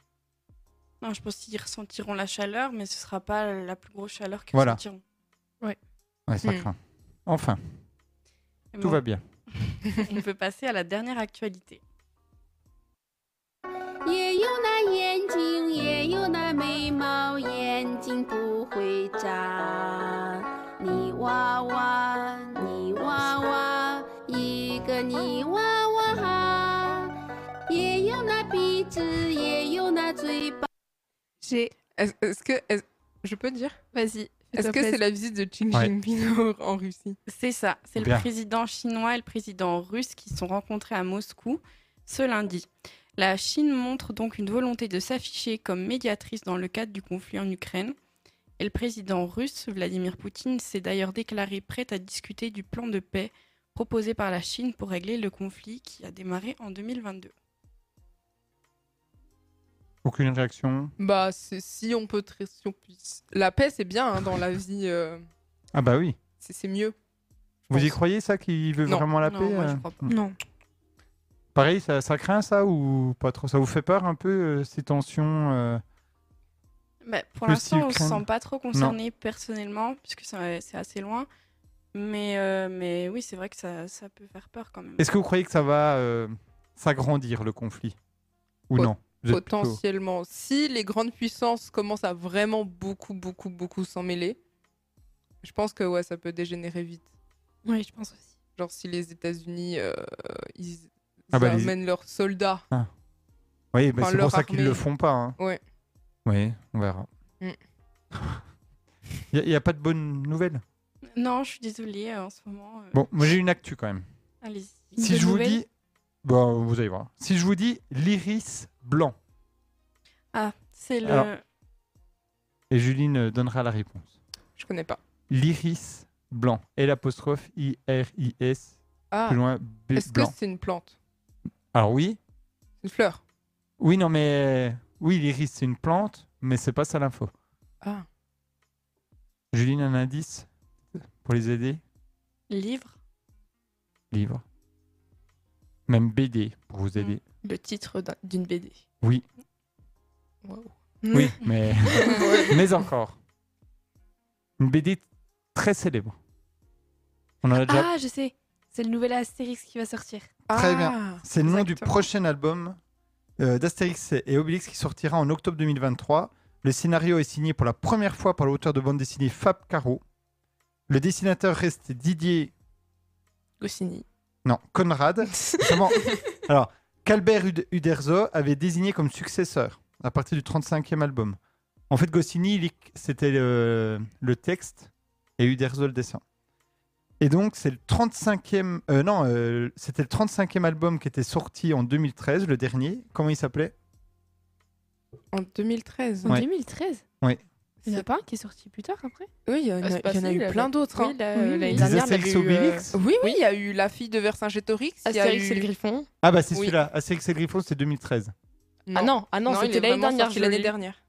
S7: Non, je pense qu'ils ressentiront la chaleur, mais ce ne sera pas la plus grosse chaleur qu'ils
S1: Voilà.
S7: ressentiront. Ouais.
S1: Ouais, ça
S9: Hmm.
S1: craint. Enfin, tout va bien.
S7: On peut passer à la dernière actualité.
S17: 也有那眼睛，也有那眉毛，眼睛不会眨。泥娃娃，泥娃娃，一个泥娃娃。也有那鼻子，也有那嘴巴。
S9: J'ai. Est-ce est-ce que. est-ce- Je peux dire
S4: Vas-y.
S9: Est-ce que c'est la visite de Xi
S2: Ouais.
S9: Jinping en- en Russie
S7: C'est ça, c'est le
S2: Bien.
S7: président chinois et le président russe qui se sont rencontrés à Moscou ce lundi. La Chine montre donc une volonté de s'afficher comme médiatrice dans le cadre du conflit en Ukraine. Et le président russe, Vladimir Poutine, s'est d'ailleurs déclaré prêt à discuter du plan de paix proposé par la Chine pour régler le conflit qui a démarré en 2022.
S1: Aucune réaction.
S9: Bah, c'est- si on peut. tra- si on puisse- La paix, c'est bien hein, dans la vie. euh,
S1: Ah bah oui.
S9: c'est c'est mieux.
S1: Vous y croyez ça qu'il veut
S9: Non.
S1: vraiment la
S9: Non,
S1: paix
S9: moi, je
S1: euh
S9: crois pas.
S1: Mm. Pareil, ça, ça craint ça ou pas trop Ça vous fait peur un peu euh, ces tensions euh,
S7: Bah, pour
S1: Le
S7: l'instant, on ne se
S1: Ukraine.
S7: sent pas trop
S1: Non.
S7: concerné personnellement, puisque ça- c'est assez loin. Mais, euh, mais oui, c'est vrai que ça, ça peut faire peur quand même.
S1: Est-ce que vous croyez que ça va euh, s'agrandir le conflit ou
S9: Pot-
S1: non Vous êtes plutôt-
S9: Potentiellement. Si les grandes puissances commencent à vraiment beaucoup, beaucoup, beaucoup s'en mêler, je pense que ouais, ça peut dégénérer vite.
S4: Oui, je pense aussi.
S9: Genre si les États-Unis, euh, ils
S1: Ah bah, les-
S9: amènent leurs soldats.
S1: Ah. Oui, bah,
S9: Enfin,
S1: c'est
S9: leur
S1: pour ça qu'ils
S9: armée.
S1: le font pas. hein.
S9: Ouais.
S1: Oui, on verra.
S9: Mm.
S1: Il n'y a, pas de bonnes nouvelles
S7: Non, je suis désolée euh, en ce moment. euh,
S1: Bon, moi j'ai une actu quand même.
S7: Allez-y.
S1: Si je vous dis. Bon, vous allez voir. Si je vous dis l'iris blanc,
S7: Ah, c'est le.
S1: Alors. et Juline euh, donnera la réponse.
S9: Je connais pas.
S1: l'iris blanc. L apostrophe I-R-I-S.
S9: Ah.
S1: Plus loin, B
S9: Est-ce que
S1: blanc.
S9: c'est une plante
S1: Alors oui.
S9: Une fleur
S1: Oui, non, mais... Oui, l'iris, c'est une plante, mais c'est pas ça l'info.
S9: Ah.
S1: Juline, un indice pour les aider
S7: Livre,
S1: Livre. Même BD pour vous aider.
S6: Le titre d'un- d'une BD.
S1: Oui.
S6: Waouh.
S9: Mm.
S1: Oui, mais... mais encore. Une BD très célèbre. On en a déjà
S4: Ah, je sais. C'est le nouvel Astérix qui va sortir.
S1: Très bien. C'est le nom du prochain album euh, d'Astérix et Obélix qui sortira en octobre 2023. Le scénario est signé pour la première fois par l'auteur de bande dessinée Fab Caro. Le dessinateur reste Didier.
S6: Goscinny.
S1: Non, Conrad. Justement, alors, qu'Albert Ud- Uderzo avait désigné comme successeur à partir du 35e album. En fait, Goscinny, il- c'était le, le texte et Uderzo le dessin. Et donc, c'est le 35e. euh, non, euh, c'était le 35e album qui était sorti en 2013, le dernier. Comment il s'appelait
S9: En 2013.
S1: Ouais.
S4: 2013
S1: Oui.
S4: Il n'y en a pas un qui est sorti plus tard après
S9: Oui, il y en a,
S4: Ah, c'est pas
S9: il y en a
S4: facile,
S9: eu plein
S4: avec-
S9: d'autres.
S4: oui,
S9: hein.
S4: la-
S9: Oui,
S4: l'année
S1: Des
S9: oui.
S1: dernière, il y avait Astérix eu, et Obélix euh,
S9: Oui, oui, il y a eu la fille de Vercingétorix. il y a
S6: Astérix et le
S9: eu-
S6: Griffon.
S1: Ah, bah, c'est
S9: Oui.
S1: celui-là. Astérix et le Griffon, c'est 2013.
S6: Ah non, ah non,
S9: il
S6: c'était
S9: est
S6: l'année
S9: vraiment
S6: dernière,
S9: sorti
S6: je
S9: L'année
S6: l'ai.
S9: dernière.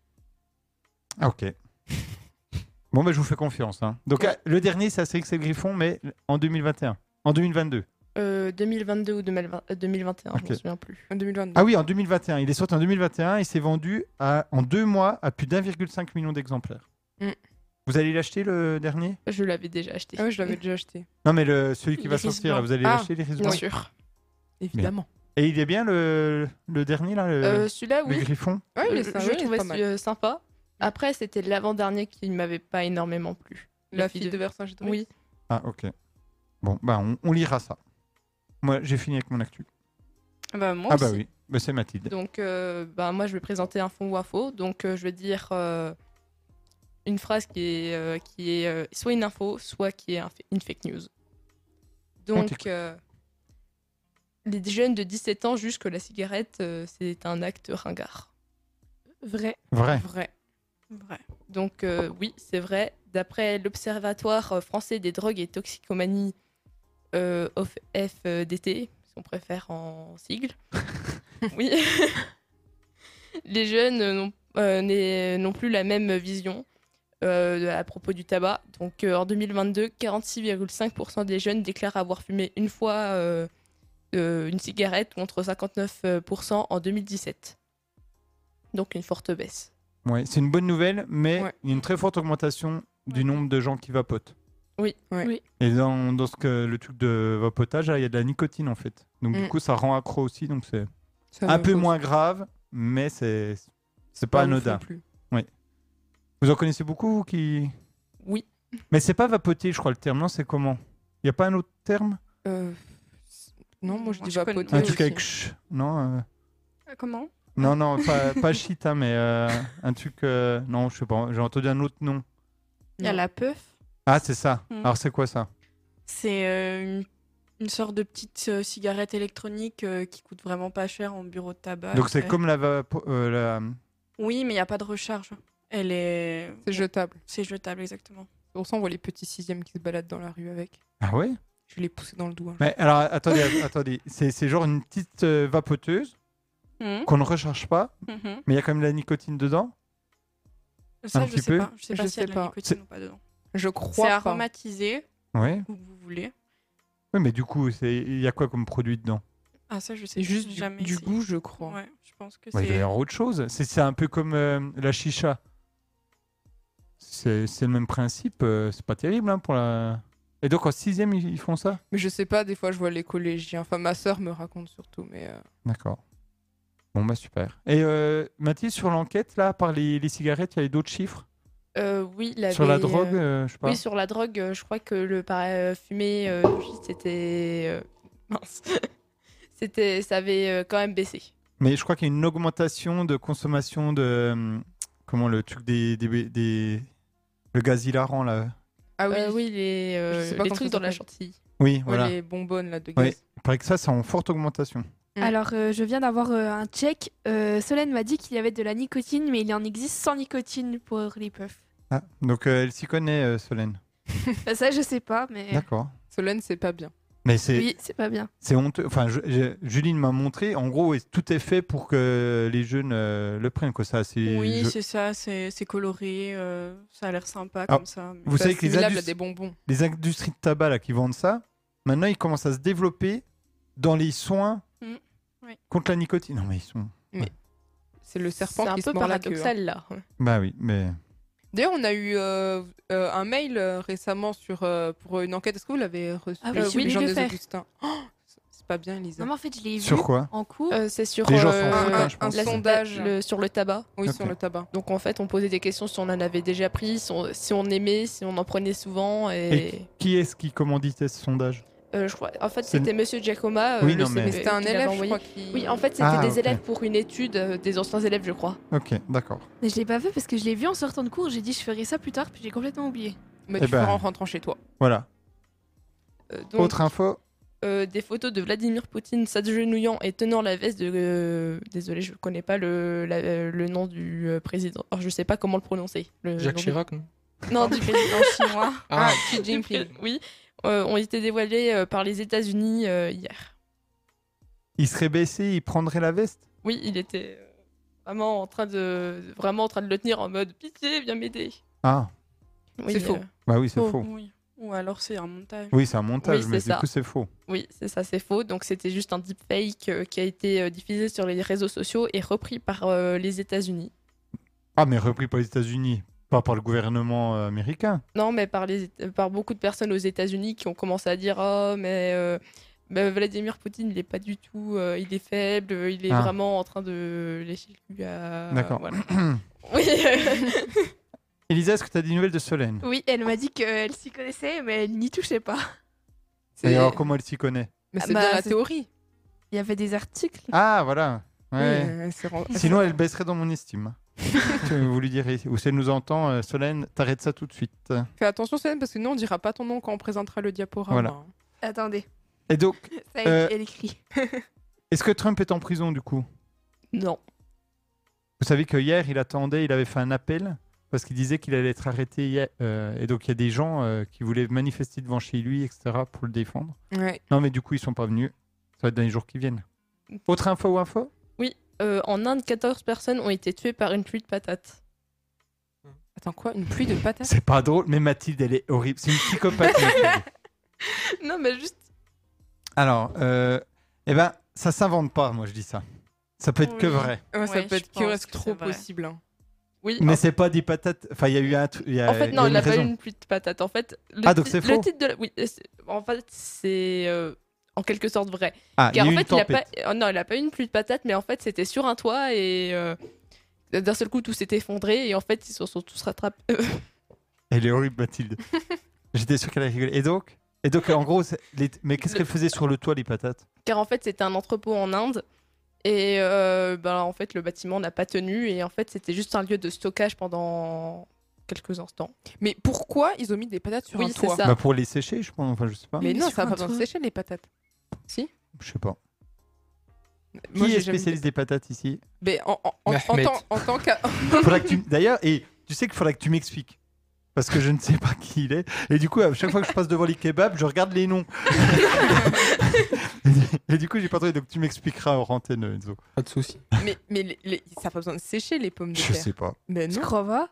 S1: Ah, ok. bon, bah, je vous fais confiance. hein. Donc, ah, le dernier, c'est Astérix et le Griffon, mais en 2021. En 2022.
S6: Euh, 2022 ou 2020 euh, 2021, je
S1: Ok.
S6: m'en souviens plus.
S9: 2022.
S1: Ah oui, en 2021. Il est sorti en 2021. Il s'est vendu à- en deux mois à plus d'1,5 million d'exemplaires.
S9: Mm.
S1: Vous allez l'acheter le dernier
S6: Je l'avais déjà acheté.
S9: Ah oui, je l'avais déjà acheté.
S1: Non, mais le, celui qui va
S6: L'iris
S1: sortir, là,
S6: blanc.
S1: vous allez
S6: Ah,
S1: l'acheter, l'iris
S6: bien
S1: blanc
S6: sûr.
S9: évidemment.
S1: Et il est bien le, le dernier, là le,
S9: Euh, Celui-là,
S1: le
S9: oui.
S1: griffon
S9: Ouais, il est
S18: Le-
S9: sympa.
S18: le
S9: Je
S18: jeu
S9: le
S18: est
S9: trouvais
S18: pas mal.
S9: euh, sympa. Après, c'était l'avant-dernier qui ne m'avait pas énormément plu.
S18: La fille de Vercingétorix
S9: Oui.
S1: Ah, ok. Bon, bah, on, on lira ça. Moi, j'ai fini avec mon actu.
S9: Bah, moi
S1: ah, bah
S9: aussi.
S1: oui, bah, c'est Mathilde.
S9: Donc, euh, bah, moi, je vais présenter un fond ou un faux. Donc, euh, je vais dire euh, une phrase qui est, euh, qui est euh, soit une info, soit qui est un fa- une fake news. Donc, euh, les jeunes de 17 ans jugent que la cigarette, euh, c'est un acte ringard. Vrai.
S1: Vrai.
S9: Vrai. Donc, euh, oui, c'est vrai. D'après l'Observatoire euh, français des drogues et toxicomanie, euh, of- FDT, si on préfère en sigle, oui, les jeunes euh, n'ont euh, n'aient- n'ont plus la même vision euh, à propos du tabac. Donc euh, en 2022, 46,5% des jeunes déclarent avoir fumé une fois euh, euh, une cigarette contre 59% en 2017. Donc une forte baisse.
S1: Ouais, c'est une bonne nouvelle, mais il y a une très forte augmentation du nombre de gens qui vapotent.
S9: Oui, oui.
S1: Et dans, dans ce que, le truc de vapotage, là, il y a de la nicotine en fait. Donc
S9: Mm.
S1: du coup, ça rend accro aussi. Donc c'est
S9: C'est la
S1: un
S9: même
S1: peu
S9: chose.
S1: moins grave, mais c'est c'est pas,
S9: pas ouf
S1: anodin.
S9: non plus.
S1: Ouais. Vous en connaissez beaucoup vous qui
S9: Oui.
S1: Mais c'est pas vapoter, je crois le terme. Non, c'est comment Il y a pas un autre terme
S18: Euh, non, moi je dis vapoter.
S1: Un truc
S18: aussi.
S1: avec ch Non. euh,
S7: Comment
S1: Non, non, pas, pas shit, hein, mais euh, un truc. euh, Non, je sais pas. J'ai entendu un autre nom.
S7: Il y a la puff.
S1: Ah, c'est ça.
S7: Mm.
S1: Alors c'est quoi ça
S7: C'est euh, une, une sorte de petite euh, cigarette électronique euh, qui coûte vraiment pas cher en bureau de tabac.
S1: Donc c'est
S7: Ouais.
S1: comme la, vapo- euh, la-
S7: Oui, mais il n'y a pas de recharge. Elle est.
S18: C'est jetable.
S7: C'est jetable, exactement.
S18: Pour ça, on voit les petits sixièmes qui se baladent dans la rue avec.
S1: Ah ouais
S18: Je l'ai poussé dans le doigt.
S1: Mais alors attendez, att- attendez. C'est c'est genre une petite euh, vapoteuse
S9: Mmh,
S7: Mhm.
S1: qu'on ne recharge pas,
S7: Mhm.
S1: mais il y a quand même de la nicotine dedans.
S7: Ça,
S1: un
S7: je
S1: petit
S7: sais
S1: peu.
S7: pas. Je sais pas
S18: Je
S7: s'il y
S18: sais
S7: a de la
S18: pas.
S7: nicotine ou pas dedans.
S18: Je
S7: C'est
S18: crois pas.
S7: aromatisé,
S1: Ouais.
S7: où vous voulez.
S1: Oui, mais du coup, c'est- il y a quoi comme produit dedans
S7: Ah, ça, je sais
S18: C'est juste du-
S7: jamais.
S18: du
S7: essayé.
S18: goût, je crois.
S7: Ouais, je pense que
S1: Bah, Il doit y
S7: c'est.
S1: avoir autre chose. C'est c'est un peu comme euh, la chicha. C'est c'est le même principe. euh, c'est pas terrible hein, pour la. Et donc en sixième, ils ils font ça
S18: Mais je sais pas, des fois je vois les collégiens. Enfin, ma sœur me raconte surtout, mais. euh,
S1: D'accord. Bon, bah super. Et euh, Mathilde, sur l'enquête, là, par les, les cigarettes, il y avait d'autres chiffres
S9: Euh, oui, il
S1: Sur la
S9: avait,
S1: drogue, euh, je sais pas.
S9: Oui, sur la drogue, euh, je crois que le par- euh, fumé euh, juste, c'était euh, mince. c'était, ça avait euh, quand même baissé.
S1: Mais je crois qu'il y a une augmentation de consommation de. euh, Comment le truc des. des, des- le gaz hilarant, là.
S18: Ah
S9: oui, oui les, euh,
S18: Je sais pas
S9: les
S18: comment
S9: trucs
S18: ça
S9: dans la
S18: s'appelle.
S9: chantilly.
S1: Oui,
S18: Ouais,
S1: voilà.
S18: Les bonbonnes là de gaz.
S1: Oui, il paraît que ça, c'est en forte augmentation.
S19: Alors, euh, je viens d'avoir euh, un check. Euh, Solène m'a dit qu'il y avait de la nicotine, mais il en existe sans nicotine pour les puffs.
S1: Ah, donc euh, elle s'y connaît, euh, Solène.
S19: Bah, ça, je sais pas, mais.
S1: D'accord.
S18: Solène, c'est pas bien.
S1: Mais c'est.
S19: Oui, c'est pas bien.
S1: C'est honteux. Enfin, je- je- Juline m'a montré. En gros, et tout est fait pour que les jeunes euh, le prennent. Quoi. Ça, c'est-
S7: Oui,
S1: je-
S7: c'est ça, c'est c'est coloré, euh, ça a l'air sympa
S1: Ah,
S7: comme ça. mais-
S1: Vous savez que les,
S18: assimilable à
S1: indust-
S18: des bonbons.
S1: les industries de tabac là, qui vendent ça, maintenant ils commencent à se développer dans les soins
S7: Mm, oui.
S1: contre la nicotine. Non mais ils sont.
S18: C'est le serpent
S9: C'est un
S18: qui
S9: peu
S18: se mord la queue, hein.
S9: paradoxal là.
S1: Bah oui, mais
S18: D'ailleurs, on a eu euh, euh, un mail euh, récemment sur, euh, pour une enquête. Est-ce que vous l'avez reçu Euh,
S9: Ah oui, j'ai oublié
S18: Jean
S9: de le
S18: des
S9: faire.
S18: Augustins. Oh, c'est pas bien, Elisa.
S19: Non, mais en fait, je l'ai vu
S1: Sur quoi
S19: en cours.
S9: Euh, c'est sur
S1: Les gens s'en
S9: euh,
S1: foutent, hein, je
S9: un
S1: pense.
S9: la-
S18: sondage.
S9: le- sur le tabac.
S18: Oui, sur
S1: Ok.
S18: le tabac.
S9: Donc en fait, on posait des questions si on en avait déjà pris, si on, si on aimait, si on en prenait souvent.
S1: Et
S9: Et,
S1: qui- qui est-ce qui commanditait ce sondage
S9: euh, je crois, en fait,
S1: C'est-
S9: c'était Monsieur Giacoma. euh,
S1: Oui,
S9: le
S1: non, mais-
S9: CVP,
S18: C'était un
S9: qui l'avait
S18: élève, je
S9: envoyé.
S18: crois, qui-
S9: Oui, en fait, c'était
S1: Ah,
S9: des
S1: ok.
S9: élèves pour une étude, euh, des anciens élèves, je crois.
S1: Ok, d'accord.
S19: Mais je l'ai pas fait parce que je l'ai vu en sortant de cours. J'ai dit, je ferai ça plus tard, puis j'ai complètement oublié.
S18: Mais
S1: Eh
S18: tu feras
S1: ben.
S18: en rentrant chez toi.
S1: Voilà.
S9: Euh, donc,
S1: Autre info.
S9: euh, des photos de Vladimir Poutine s'agenouillant et tenant la veste de. euh, désolé, je connais pas le, la- euh, le nom du euh, président. Or, je sais pas comment le prononcer. le
S8: Jacques
S9: nom du-
S8: Chirac, non
S9: Non, du président chinois.
S8: Ah.
S9: Xi Jinping. Oui, euh, ont été dévoilés euh, par les États-Unis euh, hier.
S1: Il serait baissé, il prendrait la veste
S9: Oui, il était euh, vraiment en train de vraiment en train de le tenir en mode pitié, viens m'aider.
S1: Ah,
S9: Oui, euh,
S18: C'est faux.
S1: bah oui, c'est
S7: Oh,
S1: faux.
S7: oui. Ou alors c'est un montage.
S1: Oui, c'est un montage,
S9: Oui,
S1: mais
S9: c'est
S1: du
S9: ça.
S1: coup, c'est faux.
S9: Oui, c'est ça, c'est faux. Donc c'était juste un deepfake euh, qui a été euh, diffusé sur les réseaux sociaux et repris par euh, les États-Unis.
S1: Ah, mais repris par les États-Unis, pas par le gouvernement euh, américain.
S9: Non, mais par les par beaucoup de personnes aux États-Unis qui ont commencé à dire oh mais euh, Bah, Vladimir Poutine, il est pas du tout. euh, il est faible, euh, il est
S1: Ah.
S9: vraiment en train de lécher le cul à.
S1: D'accord.
S9: voilà. oui.
S1: Elisa, est-ce que tu as des nouvelles de Solène
S20: Oui, elle m'a dit qu'elle s'y connaissait, mais elle n'y touchait pas.
S1: Et alors, comment elle s'y connaît
S20: Ah bah, c'est- Il y avait des articles.
S1: Ah, voilà. Ouais.
S9: euh,
S20: Oui, elle s'est ren- elle
S1: Sinon,
S20: s'est-
S1: elle baisserait dans mon estime. vous lui direz, ou si elle nous entend, euh, Solène, t'arrêtes ça tout de suite.
S21: Fais attention, Solène, parce que nous, on dira pas ton nom quand on présentera le diaporama.
S1: Voilà.
S20: Attendez.
S1: Et donc,
S20: Ça,
S1: euh,
S20: elle écrit.
S1: est-ce que Trump est en prison du coup
S9: non.
S1: Vous savez que hier, il attendait, il avait fait un appel parce qu'il disait qu'il allait être arrêté hier. euh, et donc, il y a des gens euh, qui voulaient manifester devant chez lui, etc., pour le défendre.
S9: Ouais.
S1: Non, mais du coup, ils sont pas venus. Ça va être dans les jours qui viennent. Autre info ou info
S9: Oui, euh, en Inde, 14 personnes ont été tuées par une pluie de patates. Mmh.
S21: Attends, quoi Une pluie de patates
S1: C'est pas drôle, mais Mathilde, elle est horrible. C'est une psychopathe. Mathilde.
S9: Non, mais juste.
S1: Alors, euh, eh ben, ça s'invente pas, moi, je dis ça. Ça peut être que vrai.
S21: Ouais, ça
S9: Ouais,
S21: peut
S9: je
S21: être que
S9: pense que
S21: trop
S9: c'est vrai.
S21: possible. hein.
S9: Oui.
S1: Mais
S9: en-
S1: c'est pas des patates. Enfin, il y a eu un truc. il y a-
S9: En fait,
S1: il y a
S9: non, il
S1: une
S9: n'a pas eu
S1: raison.
S9: une pluie de patates. En fait, le,
S1: Ah, donc
S9: ti-
S1: c'est
S9: le
S1: faux.
S9: titre de la... Oui, euh, c'est- en fait, c'est euh, en quelque sorte vrai.
S1: Ah, il y a
S9: Car en
S1: eu
S9: fait,
S1: une
S9: il a pas...
S1: tempête.
S9: euh, non, il n'a pas eu une pluie de patates, mais en fait, c'était sur un toit et euh, d'un seul coup, tout s'est effondré et en fait, ils se sont tous rattrapés. euh,
S1: Elle est horrible, Mathilde. J'étais sûr qu'elle allait rigoler. Et donc Et donc, en gros, c'est les- mais qu'est-ce qu'elle faisait sur le toit, les patates
S9: Car en fait, c'était un entrepôt en Inde. Et euh, ben, en fait, le bâtiment n'a pas tenu. Et en fait, c'était juste un lieu de stockage pendant quelques instants.
S21: Mais pourquoi ils ont mis des patates sur
S9: Oui,
S21: un
S9: c'est
S21: toit
S9: ça.
S1: Bah, pour les sécher, je pense. Enfin, je sais pas.
S21: Ah. Mais non, ça
S9: un
S21: va pas besoin de
S9: toit.
S21: sécher les patates. Si
S1: Je sais pas.
S21: Moi,
S1: Qui
S21: j'ai
S1: est
S21: jamais
S1: spécialiste des patates ici
S21: Mais en, en- en- en
S1: Mehmet.
S21: tant- en tant qu'à-
S1: Faudra que tu- D'ailleurs, et tu sais qu'il faudra que tu m'expliques. Parce que je ne sais pas qui il est. Et du coup, à chaque fois que je passe devant les kebabs, je regarde les noms. et du coup, j'ai pas trouvé. Donc, tu m'expliqueras hors antenne, Enzo.
S8: Pas de souci.
S21: mais, mais les- les- ça n'a pas besoin de sécher les pommes de
S1: Je
S21: terre.
S1: sais pas.
S21: Mais non.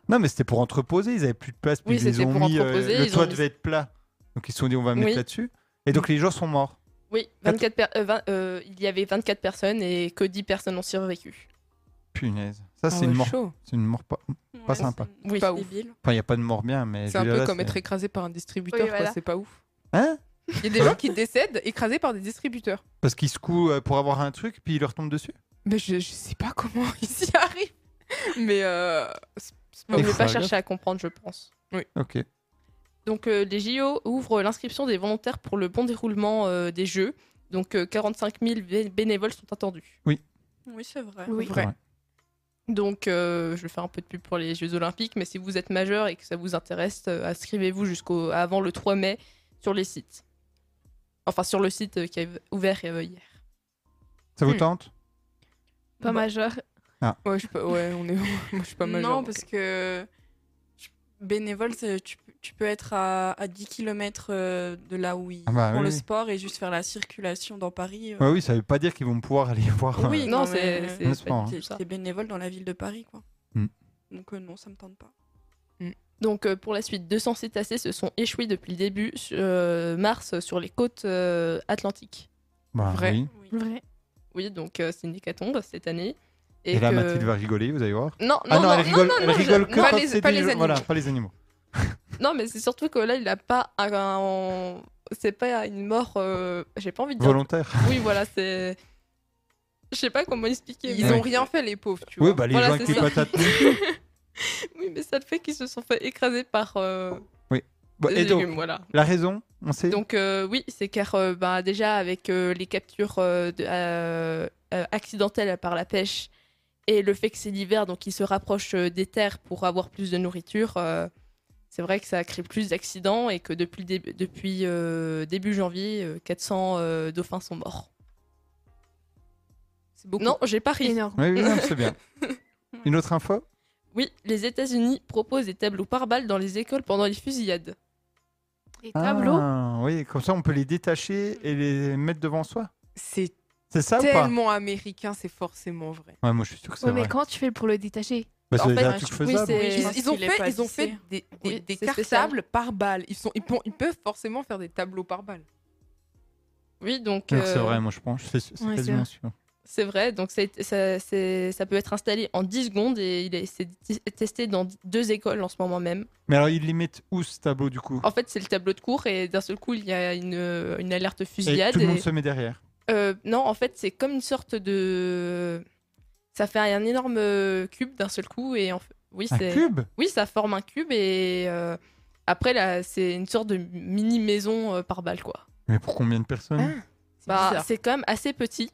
S1: Non, mais c'était pour entreposer. Ils avaient plus de place. Puis
S21: Oui,
S1: ils les
S21: c'était
S1: ont
S21: pour
S1: mis. euh,
S9: entreposer,
S1: le
S9: ils
S1: toit
S9: ont mis-
S1: devait être plat. Donc, ils se sont dit, on va mettre
S9: Oui.
S1: là-dessus. Et donc, les gens sont morts.
S9: Oui, 24 per- euh, vingt- euh, il y avait 24 personnes et que 10 personnes ont survécu.
S1: Punaise. Ça,
S9: Ah
S1: c'est
S9: ouais,
S1: une mort.
S9: chaud.
S1: C'est une mort pas, pas sympa.
S9: Oui,
S21: Pas
S9: c'est
S21: ouf.
S9: débile.
S1: Enfin, il n'y a pas de mort bien, mais.
S21: C'est un peu comme être écrasé par un distributeur,
S9: Oui,
S21: quoi,
S9: voilà.
S21: c'est pas ouf.
S1: Hein
S21: Il y a des gens qui décèdent écrasés par des distributeurs.
S1: Parce qu'ils se couent euh, pour avoir un truc, puis ils leur tombent dessus.
S21: Mais je, je sais pas comment ils s'y arrivent. Mais euh, c'est- c'est
S9: Vaut
S1: Et
S9: mieux
S1: faut
S9: pas
S1: faire
S9: chercher à comprendre, je pense.
S21: Oui.
S1: Ok.
S9: Donc euh, les JO ouvrent l'inscription des volontaires pour le bon déroulement euh, des Jeux. Donc euh, 45 000 bé- bénévoles sont attendus.
S1: Oui.
S7: Oui, c'est vrai.
S9: Oui.
S1: Vrai.
S9: Donc euh, je vais faire un peu de pub pour les Jeux Olympiques, mais si vous êtes majeur et que ça vous intéresse, euh, inscrivez-vous jusqu'au avant le 3 mai sur les sites. Enfin sur le site euh, qui a ouvert euh, hier.
S1: Ça vous
S9: Hmm.
S1: tente
S20: Pas majeur.
S1: Ah.
S21: Bah. Ouais, je suis pas, ouais, on est. Moi, je suis pas majeur.
S7: Non,
S21: donc.
S7: parce que tu- bénévole, c'est- tu, peux- tu peux être à, à 10 km de là où ils
S1: Ah bah
S7: font
S1: oui,
S7: le
S1: oui.
S7: sport et juste faire la circulation dans Paris. euh.
S1: Ouais, Bah Oui, ça veut pas dire qu'ils vont pouvoir aller voir.
S7: Oui,
S1: euh,
S7: non,
S9: Non,
S7: mais
S9: c'est-
S1: c'est Honnêtement, pas du
S7: t'es- t'es bénévole dans la ville de Paris, quoi.
S1: Hmm.
S7: Donc euh, non, ça me tente pas.
S9: Donc euh, pour la suite, 200 cétacés se sont échoués depuis le début euh, mars sur les côtes euh, atlantiques.
S1: Bah
S9: Vrai.
S1: oui.
S20: Vrai.
S9: Oui, donc euh, c'est une hécatombe cette année.
S1: Et,
S9: Et,
S1: là,
S9: que-
S1: Mathilde va rigoler, vous allez voir.
S9: Non,
S1: ah
S9: non,
S1: non, elle
S9: non,
S1: rigole,
S9: non,
S1: elle
S9: non,
S1: rigole
S9: je-
S1: que
S9: pas
S1: quand
S9: les-
S1: c'est
S9: pas
S1: des-
S9: les animaux.
S1: Voilà, pas les animaux.
S9: Non, mais c'est surtout que là, il a pas un... C'est pas une mort... euh, J'ai pas envie de dire...
S1: Volontaire.
S9: Oui, voilà, c'est... Je sais pas comment expliquer.
S21: Ils
S9: mais-
S21: ont rien fait, les pauvres, tu
S1: Oui,
S21: vois.
S1: bah, les
S9: Voilà,
S1: gens avec
S9: c'est
S1: les
S9: ça.
S1: patates.
S9: Oui, mais ça le fait qu'ils se sont fait écraser par... euh,
S1: oui. Bon,
S9: Des
S1: Bah, et donc,
S9: légumes, voilà.
S1: la raison, on sait.
S9: Donc euh, oui, c'est car euh, bah, déjà avec euh, les captures euh, de- euh, euh, accidentelles par la pêche et le fait que c'est l'hiver, donc ils se rapprochent euh, des terres pour avoir plus de nourriture, euh, c'est vrai que ça crée plus d'accidents et que depuis, le dé- depuis euh, début janvier, euh, 400 euh, dauphins sont morts. C'est beaucoup. Non, j'ai pas ri.
S1: Oui, oui, non, c'est bien. Une autre info
S9: Oui, les États-Unis proposent des tableaux par balles dans les écoles pendant les fusillades. Les
S1: Ah, Oui, comme ça, on peut les détacher et les mettre devant soi.
S21: C'est
S1: C'est ça Ah, ou
S21: Tellement américain, c'est forcément vrai.
S1: pas Ouais, moi je suis sûr que c'est
S20: Ouais,
S1: vrai.
S20: mais comment tu fais pour le détacher
S1: Bah,
S20: En
S1: c'est
S20: fait,
S1: un truc
S20: oui,
S1: faisable.
S20: c'est-
S21: Ils, ils ont
S20: qu'il est pas
S21: fait, ils ont
S20: lycée.
S21: fait des, des,
S9: Oui,
S21: des
S9: c'est
S21: cartables par balle. Ils, sont, ils, pon- ils peuvent forcément faire des tableaux par balle.
S9: Oui, donc...
S1: Donc, C'est
S9: euh,
S6: bah,
S1: vrai, moi je pense. C'est c'est
S9: Ouais, c'est
S1: quasiment
S9: vrai.
S1: sûr.
S6: C'est vrai, donc c'est- ça, c'est- ça peut être installé en 10 secondes et il est, c'est t- testé dans deux écoles en ce moment même.
S1: Mais alors, ils les mettent où ce tableau du coup
S6: En fait, c'est le tableau de cours et d'un seul coup, il y a une, une alerte
S1: Et
S6: fusillade.
S1: tout le monde
S6: et-
S1: se met derrière.
S6: Euh, non, en fait, c'est comme une sorte de. Ça fait un énorme euh, cube d'un seul coup et en fait- oui,
S1: Un
S6: c'est.
S1: cube
S6: Oui, ça forme un cube et euh, après là, c'est une sorte de mini maison euh, par balle quoi.
S1: Mais pour combien de
S20: Ah,
S1: personnes
S6: Bah,
S1: bizarre.
S6: c'est quand même assez petit,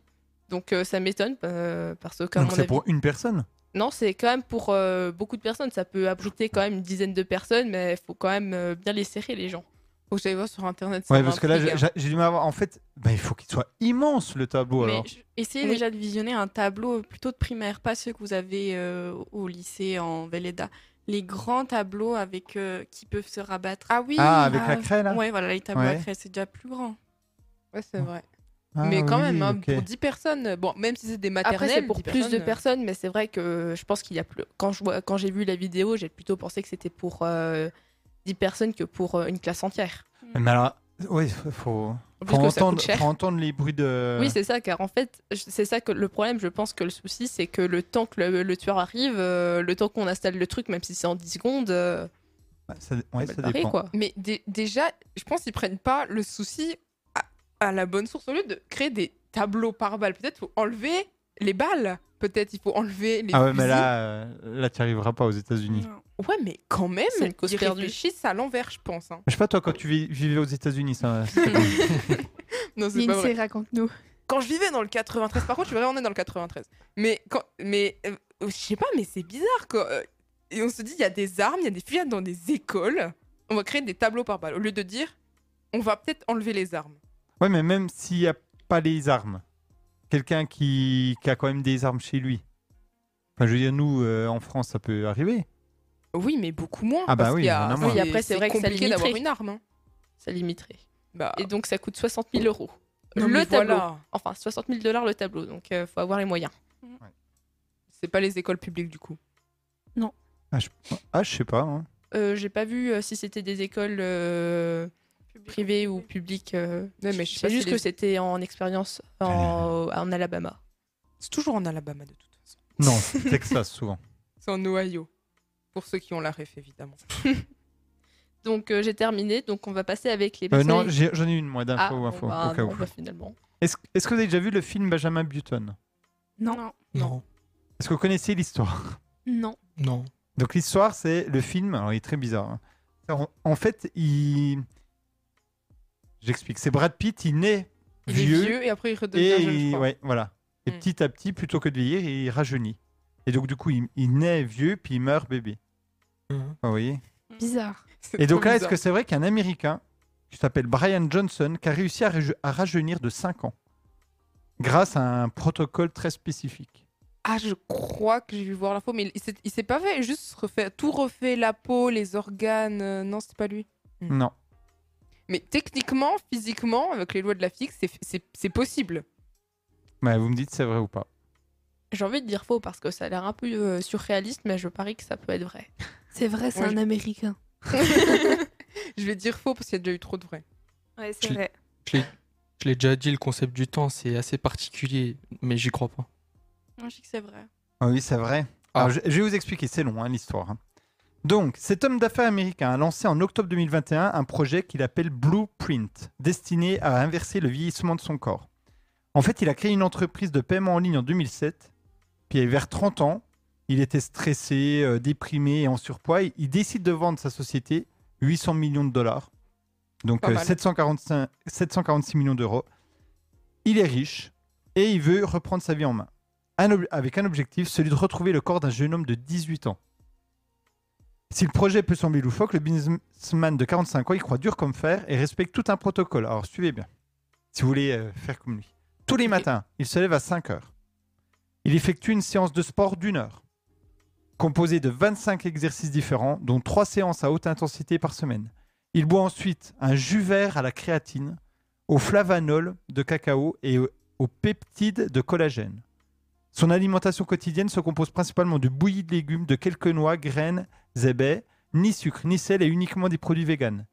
S6: donc euh, ça m'étonne euh, parce que comme
S1: Donc,
S6: on
S1: c'est pour une personne
S6: non, c'est quand même pour euh, beaucoup de personnes. Ça peut abriter quand même une dizaine de personnes, mais il faut quand même euh, bien les serrer, les gens. Faut que j'aille voir sur internet.
S1: Ouais, parce que là, j'ai- j'ai j'ai du mal à voir. En fait, bah, il faut qu'il soit immense le tableau
S7: Mais
S1: alors.
S7: je- essayez
S6: Oui.
S7: déjà de visionner un tableau plutôt de primaire, pas ceux que vous avez euh, au lycée en Velleda. Les grands tableaux avec euh, qui peuvent se rabattre. Ah oui.
S1: Ah, avec la craie, là
S7: Ouais, voilà les tableaux à
S1: Ouais.
S7: craie, c'est déjà plus grand.
S6: hein.
S9: Ouais, c'est vrai.
S1: Ah,
S9: Mm. mais quand
S1: oui,
S9: même, hein,
S1: ok.
S9: pour 10 personnes, bon, même si c'est des
S6: Après,
S9: maternelles, euh,
S6: c'est pour
S9: 10
S6: plus de personnes, mais c'est vrai que je pense qu'il y a plus. Quand je vois, quand j'ai vu la vidéo, j'ai plutôt pensé que c'était pour euh, 10 personnes que pour euh, une classe entière.
S1: Mais alors, ouais, faut, faut,
S6: En plus
S1: faut
S6: que ça coûte
S1: entendre, euh,
S6: cher.
S1: faut entendre les bruits de.
S6: Oui, c'est ça, car en fait, je- c'est ça que le problème. Je pense que le souci, c'est que le temps que le, le tueur arrive, euh, le temps qu'on installe le truc, même si c'est en 10 secondes. euh,
S1: ça, ouais, ça
S6: Paris,
S1: dépend.
S6: quoi.
S9: Bah, Mais dé- déjà, je pense qu'ils prennent pas le souci à, à la bonne source. Au lieu de créer des tableaux par balles, peut-être faut enlever les balles. Peut-être il faut enlever les
S1: Ah ouais, mais
S9: fusils.
S1: là, euh, là, tu arriveras pas aux États-Unis.
S9: Ouais, mais quand même,
S6: C'est une cause
S9: ils
S6: perdue.
S9: réfléchissent à l'envers, je pense. hein.
S1: Je sais pas toi quand tu vis- vivais aux États-Unis, ça.
S9: Non, c'est pas vrai.
S4: Lindsay, raconte-nous.
S9: Quand je vivais dans le 93, par contre, je verrais on est dans le 93. Mais quand, mais euh, je sais pas, mais c'est bizarre quoi. Euh, Et on se dit, il y a des armes, il y a des fusillades dans des écoles. On va créer des tableaux par balles au lieu de dire, on va peut-être enlever les armes.
S1: ouais, mais même s'il y a pas les armes, quelqu'un qui... qui a quand même des armes chez lui. Enfin, je veux dire, nous, euh, en France, ça peut arriver.
S9: Oui, mais beaucoup moins.
S1: Ah bah
S9: parce
S1: oui,
S9: qu'il y a-
S1: il y en a moins.
S6: Oui, après, c'est vrai que ça
S9: compliqué d'avoir
S6: limiterait.
S9: une arme. hein.
S6: ça limiterait.
S9: Bah,
S6: Et donc ça coûte 60 000 euros.
S9: Non,
S6: le
S9: mais
S6: tableau.
S9: voilà.
S6: Enfin, 60 000 dollars le tableau, donc il faut avoir les moyens.
S9: c'est pas les écoles publiques du coup.
S1: Ah, je, ah, je sais pas. hein.
S6: Euh, J'ai pas vu euh, si c'était des écoles euh, privées ou publiques. euh,
S9: Ouais, mais je sais
S6: je
S9: pas
S6: sais juste
S9: si
S6: que
S9: les-
S6: c'était en expérience en, en Alabama.
S9: C'est toujours en Alabama de toute façon.
S1: Non, c'est Texas souvent.
S9: C'est en Ohio. Pour ceux qui ont la ref, évidemment.
S6: Donc euh, j'ai terminé, donc on va passer avec les
S1: Euh, non,
S6: personnages-
S1: j'ai- j'en ai une moi
S6: Ah,
S1: d'info.
S6: bon,
S1: info,
S6: bah,
S1: au cas
S6: non,
S1: où.
S6: bah, finalement.
S1: Est-ce est-ce que vous avez déjà vu le film Benjamin Button
S7: Non.
S1: Non. Est-ce que vous connaissez l'histoire
S7: Non.
S1: Non. Donc l'histoire, c'est le film. Alors il est très bizarre. hein. Alors, en fait, il. J'explique. C'est Brad Pitt. Il naît
S9: Il est
S1: vieux.
S9: vieux et après, il redevient
S1: et
S9: jeune, je
S1: il-
S9: crois.
S1: ouais, voilà. Et
S9: Hmm.
S1: petit à petit, plutôt que de vieillir, il rajeunit. Et donc du coup, il, il naît vieux puis il meurt bébé.
S8: Hein
S1: Ah, vous voyez.
S4: Bizarre.
S1: Et donc là, est-ce que c'est vrai qu'un Américain qui s'appelle Brian Johnson, qui a réussi à, raju- à rajeunir de 5 ans grâce à un protocole très spécifique
S9: Ah, je crois que j'ai vu voir l'info, mais il- il s'est- il s'est pas fait juste refait, tout refait la peau, les organes. euh, non, c'était pas lui.
S1: Non.
S9: Mais techniquement, physiquement, avec les lois de la physique, c'est- c'est c'est possible.
S1: Mais vous me dites c'est vrai ou pas
S6: J'ai envie de dire faux parce que ça a l'air un peu euh, surréaliste, mais je parie que ça peut être vrai.
S4: C'est vrai, c'est
S9: Moi,
S4: un
S9: je-
S4: américain.
S9: Je vais dire faux parce qu'il y a déjà eu trop de vrai.
S4: Ouais,
S8: Je- Je l'ai- je l'ai déjà dit, le concept du temps, c'est assez particulier, mais j'y crois pas.
S7: Moi, je dis que c'est vrai.
S1: Ah oui, c'est vrai. Alors, je, je vais vous expliquer, c'est long hein, l'histoire. hein. Donc, cet homme d'affaires américain a lancé en octobre 2021 un projet qu'il appelle Blueprint, destiné à inverser le vieillissement de son corps. En fait, il a créé une entreprise de paiement en ligne en 2007, puis vers 30 ans, il était stressé, euh, déprimé et en surpoids. Il, il décide de vendre sa société 800 millions de dollars, donc
S22: Pas
S1: euh,
S22: mal.
S1: 745 746 millions d'euros. Il est riche et il veut reprendre sa vie en main. Un ob- avec un objectif, celui de retrouver le corps d'un jeune homme de 18 ans. Si le projet peut sembler loufoque, le businessman de 45 ans y croit dur comme fer et respecte tout un protocole. Alors suivez bien, si vous voulez euh, faire comme lui. Tous les matins, il se lève à 5 heures. Il effectue une séance de sport d'une heure, composée de 25 exercices différents, dont 3 séances à haute intensité par semaine. Il boit ensuite un jus vert à la créatine, au flavanol de cacao et au- aux peptides de collagène. Son alimentation quotidienne se compose principalement de bouillie de légumes, de quelques noix, graines, zébets, ni sucre, ni sel et uniquement des produits véganes.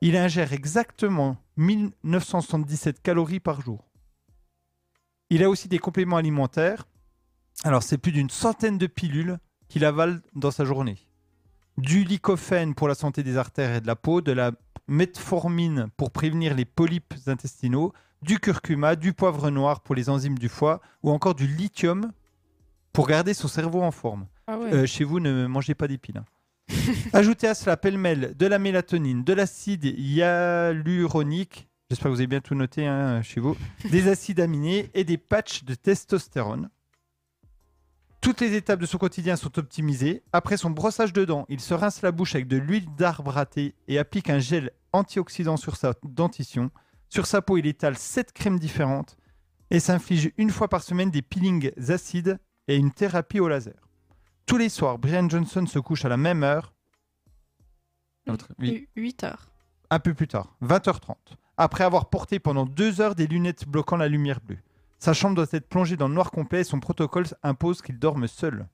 S1: Il ingère exactement 1977 calories par jour. Il a aussi des compléments alimentaires. Alors, c'est plus d'une centaine de pilules qu'il avale dans sa journée. Du lycophène pour la santé des artères et de la peau, de la metformine pour prévenir les polypes intestinaux, du curcuma, du poivre noir pour les enzymes du foie, ou encore du lithium pour garder son cerveau en forme.
S22: Ah ouais.
S1: Euh, chez vous, ne mangez pas d'épines. hein. Ajoutez à cela pêle-mêle de la mélatonine, de l'acide hyaluronique, j'espère que vous avez bien tout noté hein, chez vous, des acides aminés et des patchs de testostérone. Toutes les étapes de son quotidien sont optimisées. Après son brossage de dents, il se rince la bouche avec de l'huile d'arbre à thé et applique un gel antioxydant sur sa dentition. Sur sa peau, il étale 7 crèmes différentes et s'inflige une fois par semaine des peelings acides et une thérapie au laser. Tous les soirs, Brian Johnson se couche à la même heure. À votre avis
S7: 8 heures.
S1: un peu plus tard, 20h30, après avoir porté pendant deux heures des lunettes bloquant la lumière bleue. Sa chambre doit être plongée dans le noir complet et son protocole impose qu'il dorme seul.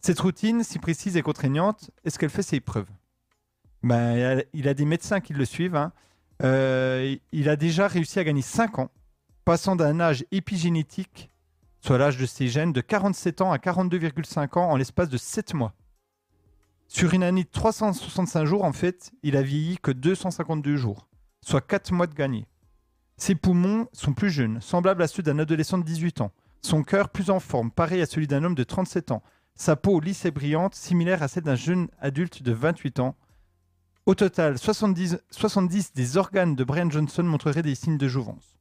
S1: Cette routine, si précise et contraignante, est-ce qu'elle fait ses preuves Ben, elle- Il a des médecins qui le suivent. hein. Euh, il a déjà réussi à gagner 5 ans, passant d'un âge épigénétique, soit l'âge de ses gènes, de 47 ans à 42,5 ans en l'espace de 7 mois. Sur une année de 365 jours, en fait, il a vieilli que 252 jours, soit 4 mois de gagné. Ses poumons sont plus jeunes, semblables à ceux d'un adolescent de 18 ans. Son cœur plus en forme, pareil à celui d'un homme de 37 ans. Sa peau lisse et brillante, similaire à celle d'un jeune adulte de 28 ans. Au total, 70, 70 des organes de Brian Johnson montreraient des signes de jouvence.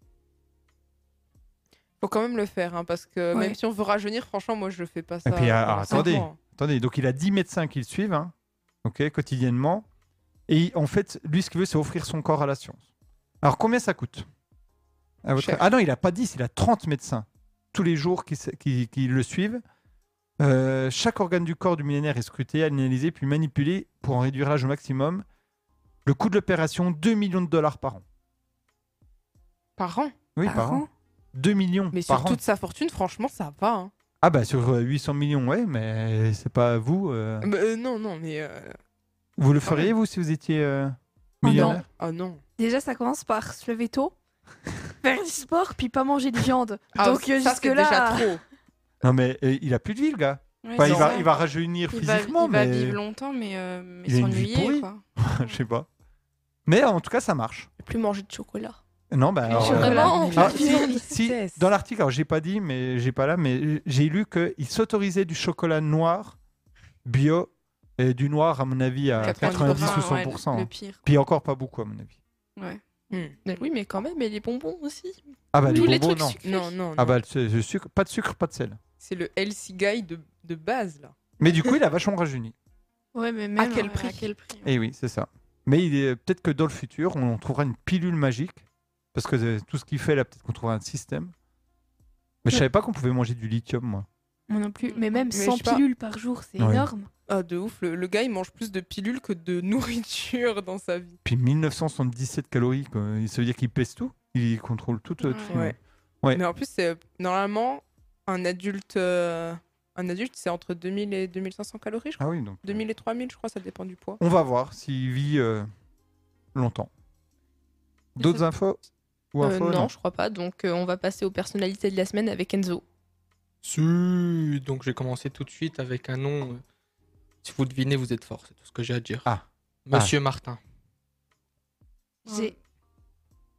S9: Faut quand même le faire, hein, parce que
S7: Ouais.
S9: même si on veut rajeunir, franchement, moi, je le fais pas ça.
S1: et puis, ah,
S9: pendant cinq
S1: attendez,
S9: ans.
S1: attendez, donc il a 10 médecins qui le suivent, hein, ok, quotidiennement. Et en fait, lui, ce qu'il veut, c'est offrir son corps à la science. Alors, combien ça coûte À votre- Ah non, il n'a pas 10, il a 30 médecins tous les jours qui, se- qui- qui le suivent. Euh, chaque organe du corps du millénaire est scruté, analysé, puis manipulé pour en réduire l'âge au maximum. Le coût de l'opération, 2 millions de dollars par an.
S9: Par an
S1: Oui, par, an. 2 millions
S9: Mais
S1: par
S9: sur
S1: an.
S9: toute sa fortune, franchement, ça va. hein.
S1: Ah bah sur euh, 800 millions, ouais, mais c'est pas vous. euh,
S9: Bah, euh, non, non, mais. euh,
S1: Vous le feriez, vous, si vous étiez euh, millionnaire
S9: Ah Oh non.
S4: Déjà, ça commence par se lever tôt, faire du sport, puis pas manger de viande.
S9: Ah,
S4: Donc, euh,
S7: euh,
S9: ça, c'est
S4: jusque-là.
S9: déjà trop.
S1: Non, mais euh, il a plus de vie, le gars.
S7: Ouais,
S1: Enfin,
S7: c'est
S1: il, va,
S7: ça.
S1: il va rajeunir
S7: Il va-
S1: physiquement,
S7: il
S1: mais.
S7: va vivre longtemps, mais, euh, mais
S1: il a une vie
S7: s'ennuyer,
S1: pourrie.
S7: quoi.
S1: Je sais pas. Mais en tout cas, ça marche.
S6: Plus manger de chocolat.
S1: Non, bah. alors,
S6: chocolat,
S1: euh,
S6: mais
S1: ah,
S6: la
S1: si,
S6: vitesse.
S1: si, dans l'article, alors j'ai pas dit, mais j'ai pas là, mais j'ai lu qu'il s'autorisait du chocolat noir bio et du noir, à mon avis, à 90,
S6: 90,
S1: ou
S6: ouais,
S1: 100%.
S6: le
S1: hein.
S6: pire.
S1: Puis encore pas beaucoup, à mon avis.
S6: Ouais.
S9: Hmm.
S6: Mais oui, mais quand même, et les bonbons aussi.
S1: Ah bah,
S6: Tous
S1: les
S6: les
S1: bonbons,
S6: trucs
S1: non.
S6: sucrés. Non, non,
S1: Ah
S6: non.
S1: bah, le- le sucre, pas de sucre, pas de sel.
S9: C'est le healthy guy de, de base, là.
S1: Mais du coup, il a vachement rajeuni.
S7: Ouais, mais euh,
S9: même, à quel prix,
S1: Et Eh oui, c'est ça. Mais il est peut-être que dans le futur, on trouvera une pilule magique. Parce que euh, tout ce qu'il fait, là, peut-être qu'on trouvera un système. Mais je savais pas qu'on pouvait manger du lithium, moi.
S4: Moi non plus. Mais même
S9: Mais je
S4: 100
S9: sais pas.
S4: pilules par jour, c'est
S1: Ouais.
S4: énorme.
S9: Ah, de ouf, le, le gars, il mange plus de pilules que de nourriture dans sa vie.
S1: Puis 1977 calories, quoi. ça veut dire qu'il pèse tout. Il contrôle tout. euh, tout.
S9: Ouais.
S1: Ouais.
S9: Mais en plus, c'est normalement un adulte. euh, Un adulte, c'est entre 2000 et 2500 calories, je
S1: Ah
S9: crois.
S1: oui, donc.
S9: 2000 et 3000, je crois, ça dépend du poids.
S1: On va voir s'il vit euh, longtemps. D'autres infos Ou
S6: Euh,
S1: infos,
S6: non, je crois pas. Donc, euh, on va passer aux personnalités de la semaine avec Enzo.
S8: Si, donc j'ai commencé tout de suite avec un nom. euh, Si vous devinez, vous êtes fort, c'est tout ce que j'ai à dire.
S1: Ah.
S8: Monsieur Martin.
S7: J'ai-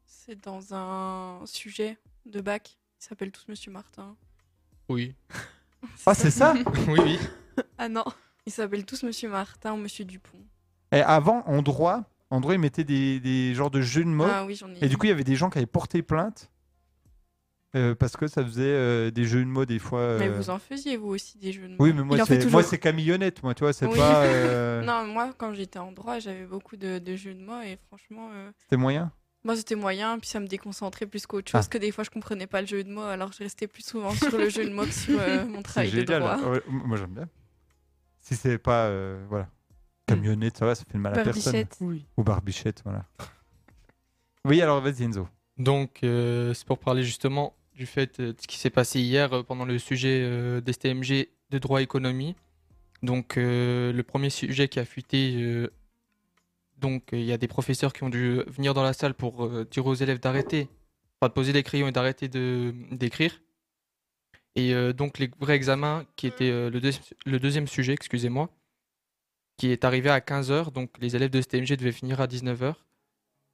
S7: C'est dans un sujet de bac. Ils s'appellent tous Monsieur Martin.
S8: Oui.
S1: Ah, c'est ça
S8: Oui, oui.
S7: Ah non, ils s'appellent tous Monsieur Martin ou Monsieur Dupont.
S1: Et Eh, avant, en droit, en droit, ils mettaient des, des genres de jeux de mots.
S7: Ah oui, j'en ai
S1: Et du coup, il y avait des gens qui avaient porté plainte euh, parce que ça faisait euh, des jeux de mots des fois.
S7: Mais
S1: euh,
S7: vous en faisiez vous aussi des jeux de
S1: Oui,
S7: mots.
S1: mais moi,
S7: Il en fait
S1: c'est moi,
S7: toujours.
S1: c'est camillonnette, moi, tu vois, c'est
S7: Oui.
S1: pas. euh,
S7: Non, moi quand j'étais en droit, j'avais beaucoup de, de jeux de mots et franchement, euh,
S1: C'était moyen.
S7: moi c'était moyen, puis ça me déconcentrait plus qu'autre chose,
S1: Ah.
S7: que des fois je comprenais pas le jeu de mots, alors je restais plus souvent sur le jeu de mots que sur euh, mon
S1: C'est
S7: travail de
S1: génial.
S7: droit.
S1: hein. Ouais, m- moi, j'aime bien. Si c'est pas. euh, voilà. Camionnette, ça va, ça fait le mal à personne.
S7: Barbichette. Oui.
S1: Ou barbichette, voilà. Oui, alors vas-y, Enzo.
S8: Donc, euh, c'est pour parler justement du fait euh, de ce qui s'est passé hier euh, pendant le sujet euh, des STMG de droit économie. Donc, euh, le premier sujet qui a fuité, euh, donc euh, il y a des professeurs qui ont dû venir dans la salle pour euh, dire aux euh, élèves d'arrêter enfin, de poser les crayons et d'arrêter de- d'écrire. Et euh, donc les vrais examens, qui était euh, le, deuxi- le deuxième sujet, excusez-moi, qui est arrivé à 15h, donc les élèves de STMG devaient finir à 19h.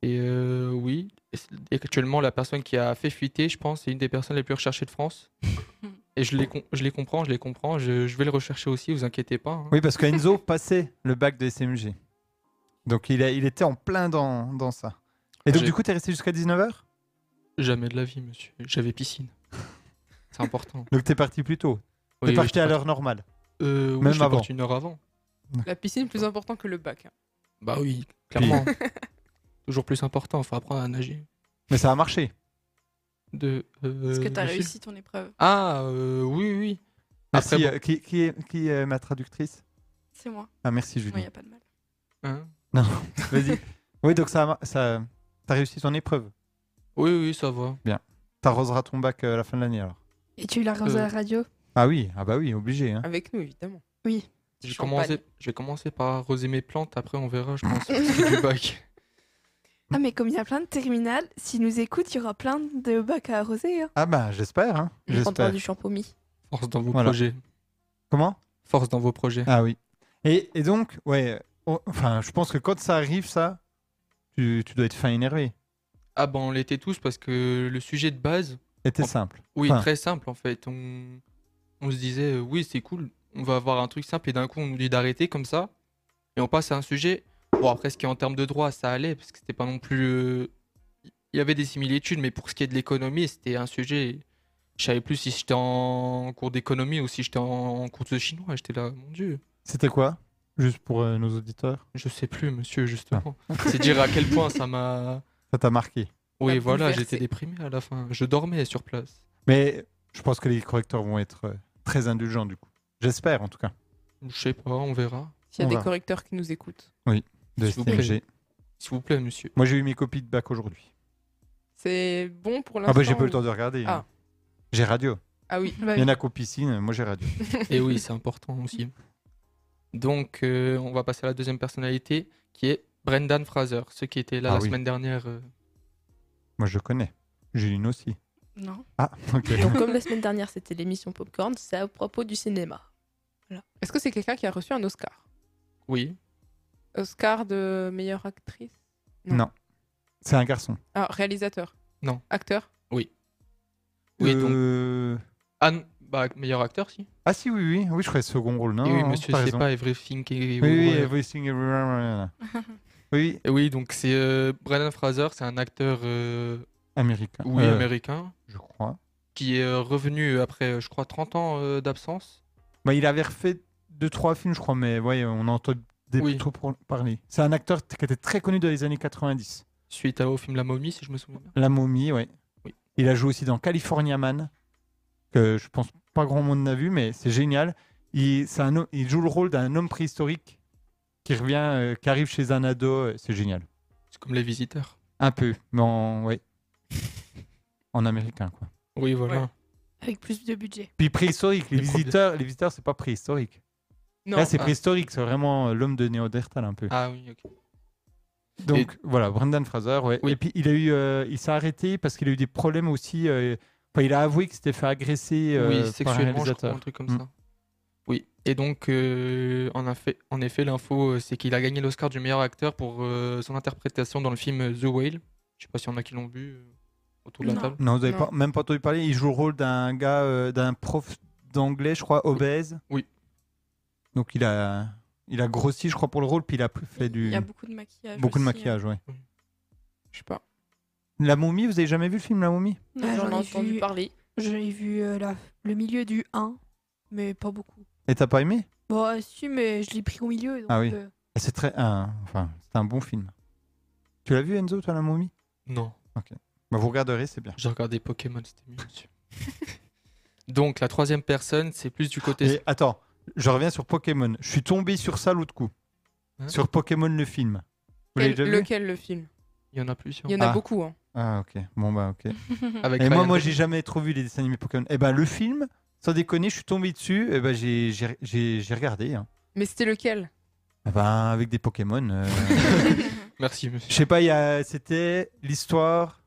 S8: Et euh, oui, et c- et actuellement, la personne qui a fait fuiter, je pense, c'est une des personnes les plus recherchées de France. Et je les, com- je les comprends, je les comprends, je, je vais le rechercher aussi, vous inquiétez pas. hein.
S1: Oui, parce qu'Enzo passait le bac de SMG. Donc il, a- il était en plein dans, dans ça. Et donc
S8: J'ai-
S1: du coup, t'es resté jusqu'à 19h
S8: Jamais de la vie, monsieur. J'avais piscine. C'est important.
S1: Donc t'es parti plus tôt. T'es
S8: Oui, oui,
S1: parti
S8: je
S1: à
S8: suis
S1: l'heure
S8: parti.
S1: normale.
S8: Euh, oui,
S1: Même
S8: je suis
S1: avant.
S8: parti une heure avant.
S9: La piscine plus importante que le bac. hein.
S8: Bah oui, clairement. Toujours plus important, faut apprendre à nager.
S1: Mais ça a marché.
S8: De,
S7: Est-ce
S1: Euh,
S7: que t'as
S8: Lucille
S7: réussi ton épreuve
S8: Ah, euh, oui, oui.
S1: Merci.
S8: Après, bon.
S1: euh, qui, qui est, qui est euh, ma traductrice
S7: C'est moi.
S1: Ah, merci
S7: Non,
S1: Julie.
S7: y a pas de mal.
S1: euh,
S8: Hein
S1: Non, vas-y. oui, donc ça, a mar- ça, t'as réussi ton épreuve.
S8: Oui, oui, ça va.
S1: Bien. T'arroseras ton bac euh, à la fin de l'année alors.
S7: Et tu l'as rasé à la radio
S1: Ah oui, ah bah oui, obligé. Hein.
S9: Avec nous, évidemment.
S7: Oui.
S8: Je vais,
S9: Champagne.
S8: commencer, je vais commencer par arroser mes plantes, après on verra, je pense, pour ce qui est du bac.
S7: Ah, mais comme il y a plein de terminales, s'ils nous écoutent, il y aura plein de bacs à arroser. hein.
S1: Ah bah j'espère. Hein. J'espère.
S7: du champomis.
S8: Force dans vos
S1: Voilà.
S8: projets.
S1: Comment
S8: Force dans vos projets.
S1: Ah oui. Et, et donc, ouais, on- enfin, je pense que quand ça arrive, ça, tu, tu dois être fin énervé.
S8: Ah ben, on l'était tous parce que le sujet de base...
S1: Était
S8: en-
S1: simple.
S8: Oui,
S1: Enfin-
S8: très simple en fait. On, on se disait, euh, oui, c'est cool, on va avoir un truc simple et d'un coup on nous dit d'arrêter comme ça. Et on passe à un sujet... Bon, après, ce qui est en termes de droit, ça allait parce que c'était pas non plus... euh, Il y avait des similitudes, mais pour ce qui est de l'économie, c'était un sujet... Je savais plus si j'étais en cours d'économie ou si j'étais en cours de chinois. J'étais là, mon dieu.
S1: C'était quoi Juste pour euh, nos auditeurs.
S8: Je sais plus, monsieur, justement.
S1: Ah.
S8: C'est dire à quel point ça m'a.
S1: Ça t'a marqué.
S8: Oui,
S1: M'a
S8: voilà,
S1: bouleversé.
S8: j'étais déprimé à la fin. Je dormais sur place.
S1: Mais je pense que les correcteurs vont être euh, très indulgents du coup. J'espère en tout cas.
S8: Je sais pas, on verra.
S9: S'il y a
S1: On
S9: des
S1: verra.
S9: correcteurs qui nous écoutent.
S1: Oui, de
S8: S'il vous plaît.
S1: STMG.
S8: S'il vous plaît, monsieur.
S1: Moi j'ai eu mes copies de bac aujourd'hui.
S9: C'est bon pour l'instant.
S1: Ah bah j'ai pas eu
S9: ou-
S1: le temps de regarder.
S9: Ah,
S1: J'ai radio.
S9: Ah oui.
S6: Bah
S1: Il y en a qu'aux piscines, moi j'ai radio.
S8: Et oui, c'est important aussi. Donc, euh, on va passer à la deuxième personnalité qui est Brendan Fraser, ceux qui étaient là
S1: Ah
S8: la
S1: oui.
S8: semaine dernière. euh,
S1: Moi je connais. Juline aussi.
S6: Non.
S1: Ah, ok.
S6: Donc, comme la semaine dernière, c'était l'émission Popcorn, c'est à propos du cinéma.
S9: Est-ce que c'est quelqu'un qui a reçu un Oscar
S8: Oui.
S9: Oscar de meilleure actrice
S1: Non. C'est un garçon.
S9: Ah, réalisateur
S8: Non.
S9: Acteur
S8: Oui. Oui, donc.
S1: Euh,
S8: Ah, n- bah, meilleur acteur, si.
S1: Ah si, oui, oui, oui, je ferais second rôle. Non,
S8: Et oui,
S1: non,
S8: monsieur,
S1: t'as
S8: c'est
S1: raison.
S8: pas Everything
S1: Oui,
S8: Everywhere.
S1: oui, everything, everywhere. Oui.
S8: Et oui, donc c'est euh, Brendan Fraser, c'est un acteur euh,
S1: Américain.
S8: Oui,
S1: Euh,
S8: américain,
S1: je crois.
S8: qui est euh, revenu après, euh, je crois, 30 ans euh, d'absence.
S1: Bah, il avait refait deux, trois films, je crois, mais ouais, on entend des trop pro- parler. C'est un acteur t- qui était très connu dans les années 90.
S8: Suite à- au film La Momie, si je me souviens bien.
S1: La momie, ouais. Il a joué aussi dans California Man, que je pense pas grand monde n'a vu, mais c'est génial. Il, c'est un, ho- il joue le rôle d'un homme préhistorique qui revient, euh, qui arrive chez un ado, euh, c'est génial.
S8: C'est comme Les Visiteurs.
S1: Un peu, mais en, ouais. en américain, quoi.
S8: Oui, voilà.
S7: Avec plus de budget.
S1: Puis préhistorique, les,
S8: Les problèmes.
S1: visiteurs, les visiteurs, c'est pas préhistorique.
S7: Non.
S1: Là, c'est
S8: Ah.
S1: préhistorique, c'est vraiment euh, l'homme de Néandertal un peu.
S8: Ah oui, ok.
S1: Donc voilà, Brendan Fraser, ouais. Et puis il a eu, euh, il s'est arrêté parce qu'il a eu des problèmes aussi. euh, enfin, il a avoué qu'il s'était fait agresser euh,
S8: oui,
S1: par un
S8: sexuellement, je crois,
S1: réalisateur.
S8: un truc comme
S1: Mm.
S8: ça. Oui, et donc, euh, en, affa- en effet, l'info, euh, c'est qu'il a gagné l'Oscar du meilleur acteur pour euh, son interprétation dans le film euh, The Whale. Je sais pas s'il y en a qui l'ont vu euh, autour de la table.
S1: Non, vous avez pas, même pas entendu parler. Il joue le rôle d'un gars, euh, d'un prof d'anglais, je crois, obèse.
S8: Oui.
S1: Donc il a, il a grossi, je crois, pour le rôle, puis il a plus fait du.
S7: Il y a beaucoup de maquillage.
S1: Beaucoup de
S7: aussi,
S1: maquillage,
S7: hein.
S1: ouais.
S9: Je sais pas.
S1: La momie, vous avez jamais vu le film La momie
S6: J'en
S7: Non,
S6: ai
S7: Ah, j'en ai
S6: entendu
S7: vu-
S6: parler.
S7: J'en ai vu euh, la- le milieu du 1, mais pas beaucoup.
S1: Et t'as pas aimé
S7: Bon, euh, si, mais je l'ai pris au milieu. donc,
S1: Ah oui.
S7: euh,
S1: Et C'est très, un- enfin, c'est un bon film. Tu l'as vu Enzo, toi, la momie
S8: Non.
S1: Ok. Bah, vous regarderez, c'est bien.
S8: J'ai regardé Pokémon, c'était mieux, monsieur. donc, la troisième personne, c'est plus du côté.
S1: Et attends, je reviens sur Pokémon. Je suis tombé sur ça l'autre coup.
S8: Hein
S1: sur Pokémon le film. Vous l'avez
S9: Quel-
S1: déjà vu
S9: lequel le film
S8: Il y en a plusieurs.
S9: Il y en a
S1: Ah.
S9: beaucoup. hein.
S1: Ah ok, bon bah ok.
S8: Avec
S1: et moi,
S8: Ryan
S1: moi
S8: Reynolds.
S1: j'ai jamais trop vu les dessins animés Pokémon. Et ben le film, sans déconner, je suis tombé dessus. Et ben j'ai j'ai- j'ai j'ai regardé. Hein.
S9: Mais c'était lequel
S1: Eh ben avec des Pokémon. euh,
S8: Merci, monsieur.
S1: Je sais pas, il y a- c'était l'histoire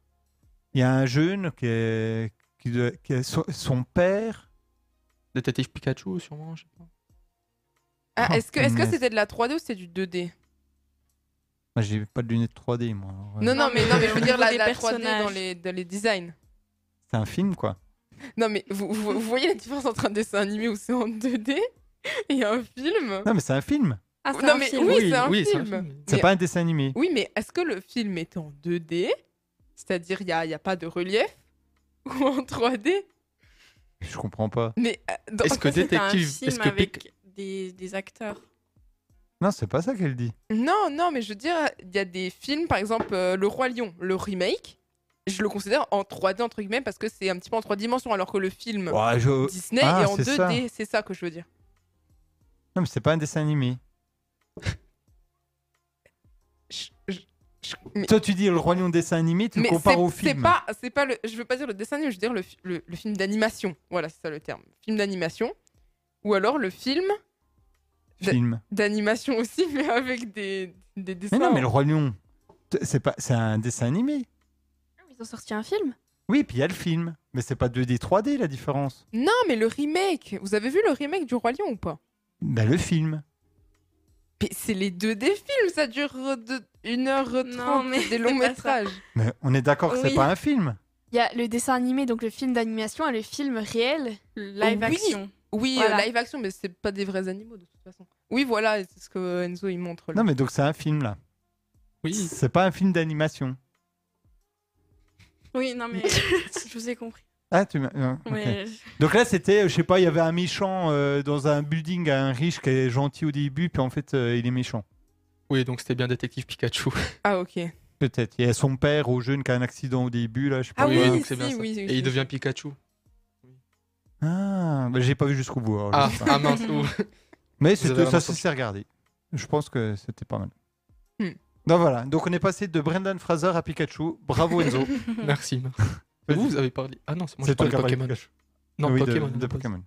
S1: Il y a un jeune qui est, qui doit- qui est son- son père.
S8: Détective Pikachu, sûrement, je sais pas.
S9: Ah, est-ce que est-ce que
S1: Oh, punaise.
S9: c'était de la 3D ou c'était du 2D
S1: Moi, J'ai pas de lunettes 3D, moi. alors, euh,
S9: Non, non, mais, non, mais je
S6: Au
S9: veux dire
S6: niveau
S9: la,
S6: des
S9: la 3D dans
S6: personnages.
S9: les, dans les designs.
S1: C'est un film, quoi.
S9: Non, mais vous, vous- vous voyez la différence entre un dessin animé où c'est en 2D et un film
S1: Non, mais c'est un film.
S9: Ah,
S1: c'est
S9: non,
S1: un
S9: mais
S1: film.
S9: oui,
S1: Oui,
S9: c'est un,
S1: oui, c'est un
S9: film.
S1: film. C'est pas un dessin animé.
S9: Oui, mais est-ce que le film est en 2D C'est-à-dire, il n'y a, il y a pas de relief Ou en 3D
S1: Je comprends pas.
S9: Mais euh, dans-
S8: Est-ce que
S9: c'est un
S8: détective-
S9: film
S8: est-ce que
S9: avec-
S8: Pic-
S9: des, des acteurs
S1: Non, c'est pas ça qu'elle dit.
S9: Non, non, mais je veux dire, il y a des films, par exemple, euh, Le Roi Lion, le remake. Je le considère en 3D, entre guillemets, parce que c'est un petit peu en 3 dimensions, alors que le film
S1: Ouais, je-
S9: Disney
S1: Ah,
S9: est en
S1: c'est ça.
S9: 2D. C'est ça que je veux dire.
S1: Non, mais c'est pas un dessin animé. Toi, tu dis le Roi Lion dessin animé, tu le
S9: mais
S1: compares
S9: c'est-
S1: au
S9: C'est
S1: film.
S9: pas, c'est pas le, je veux pas dire le dessin animé, je veux dire le, fi- le- le film d'animation. Voilà, c'est ça le terme. Film d'animation. Ou alors le film. d'a-
S1: Film.
S9: D'animation aussi, mais avec des, des dessins.
S1: Mais non, mais le Roi Lion, t- c'est pas, c'est un dessin animé.
S7: Ah,
S4: Ils ont sorti un film
S1: Oui, puis il y a le film, mais c'est pas 2D, 3D la différence.
S9: Non, mais le remake. Vous avez vu le remake du Roi Lion ou pas
S1: Ben le film.
S9: Mais C'est les 2D films, ça dure 1h30
S4: mais
S9: des longs
S4: c'est pas ça.
S9: métrages.
S1: Mais on est d'accord que c'est
S4: Oui.
S1: pas un film.
S4: Il y a le dessin animé, donc le film d'animation, et le film réel,
S7: Oh
S4: live
S9: Oui,
S4: action.
S9: Oui,
S4: Voilà.
S9: euh, live action, mais c'est pas des vrais animaux de toute façon. Oui, voilà, c'est ce que Enzo il montre. là.
S1: Non, mais donc c'est un film là.
S8: Oui.
S1: C'est pas un film d'animation.
S7: Oui, non, mais je vous ai compris.
S1: Ah, tu m'as- non, ok.
S7: Ouais.
S1: Donc là, c'était, euh, je sais pas, il y avait un méchant euh, dans un building, un riche qui est gentil au début, puis en fait, euh, il est méchant.
S8: Oui, donc c'était bien Détective Pikachu.
S9: Ah, ok.
S1: Peut-être. Il y a son père au jeune qui a un accident au début, là, je sais
S9: Ah
S1: pas.
S8: ouais,
S1: où-
S8: donc c'est bien ça. Et il devient Pikachu.
S1: Ah, bah, j'ai pas vu jusqu'au bout. alors, je
S8: Ah,
S1: sais pas.
S8: ah mince. ouh.
S1: Mais
S8: Vous
S1: c'était-
S8: avez vraiment
S1: ça
S8: sorti.
S1: s'est regardé. Je pense que c'était pas mal.
S9: Hmm.
S1: Donc voilà, donc on est passé de Brendan Fraser à Pikachu. Bravo Enzo.
S8: Merci. Vous, vous avez parlé. Ah non, c'est moi
S1: C'est
S8: qui parle
S1: toi qui as parlé de
S8: Pokémon.
S1: Pikachu.
S8: Non,
S1: Oui, de-
S8: Pokémon.
S1: de
S8: non,
S1: Pokémon.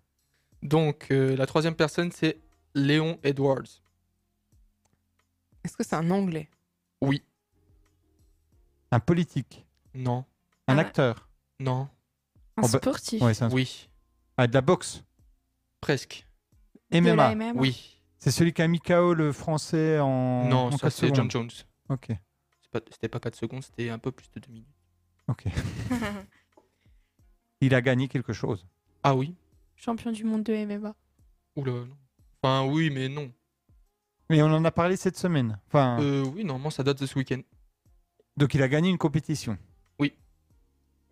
S8: Donc, euh, la troisième personne, c'est Léon Edwards.
S9: Est-ce que c'est un anglais
S8: Oui.
S1: Un politique.
S8: Non.
S9: Ah.
S1: Un acteur.
S8: Non.
S1: Oh, bah- ouais, c'est un-
S8: Oui.
S1: Ah, de la boxe.
S8: Presque.
S1: MMA.
S8: la
S7: Ah
S8: MMA. Oui.
S1: C'est celui qui a mis KO le français en.
S8: Non,
S1: en
S8: ça
S1: quatre
S8: c'est
S1: secondes.
S8: John Jones.
S1: Ok,
S8: C'est pas- C'était pas 4 secondes, c'était un peu plus de 2 minutes.
S1: ok. Il a gagné quelque chose.
S8: Ah oui
S4: Champion du monde de MMA.
S8: Oula, non. Enfin, oui, mais non.
S1: Mais on en a parlé cette semaine. Enfin,
S8: Euh, oui, normalement, ça date de ce week-end.
S1: donc il a gagné une compétition.
S8: Oui.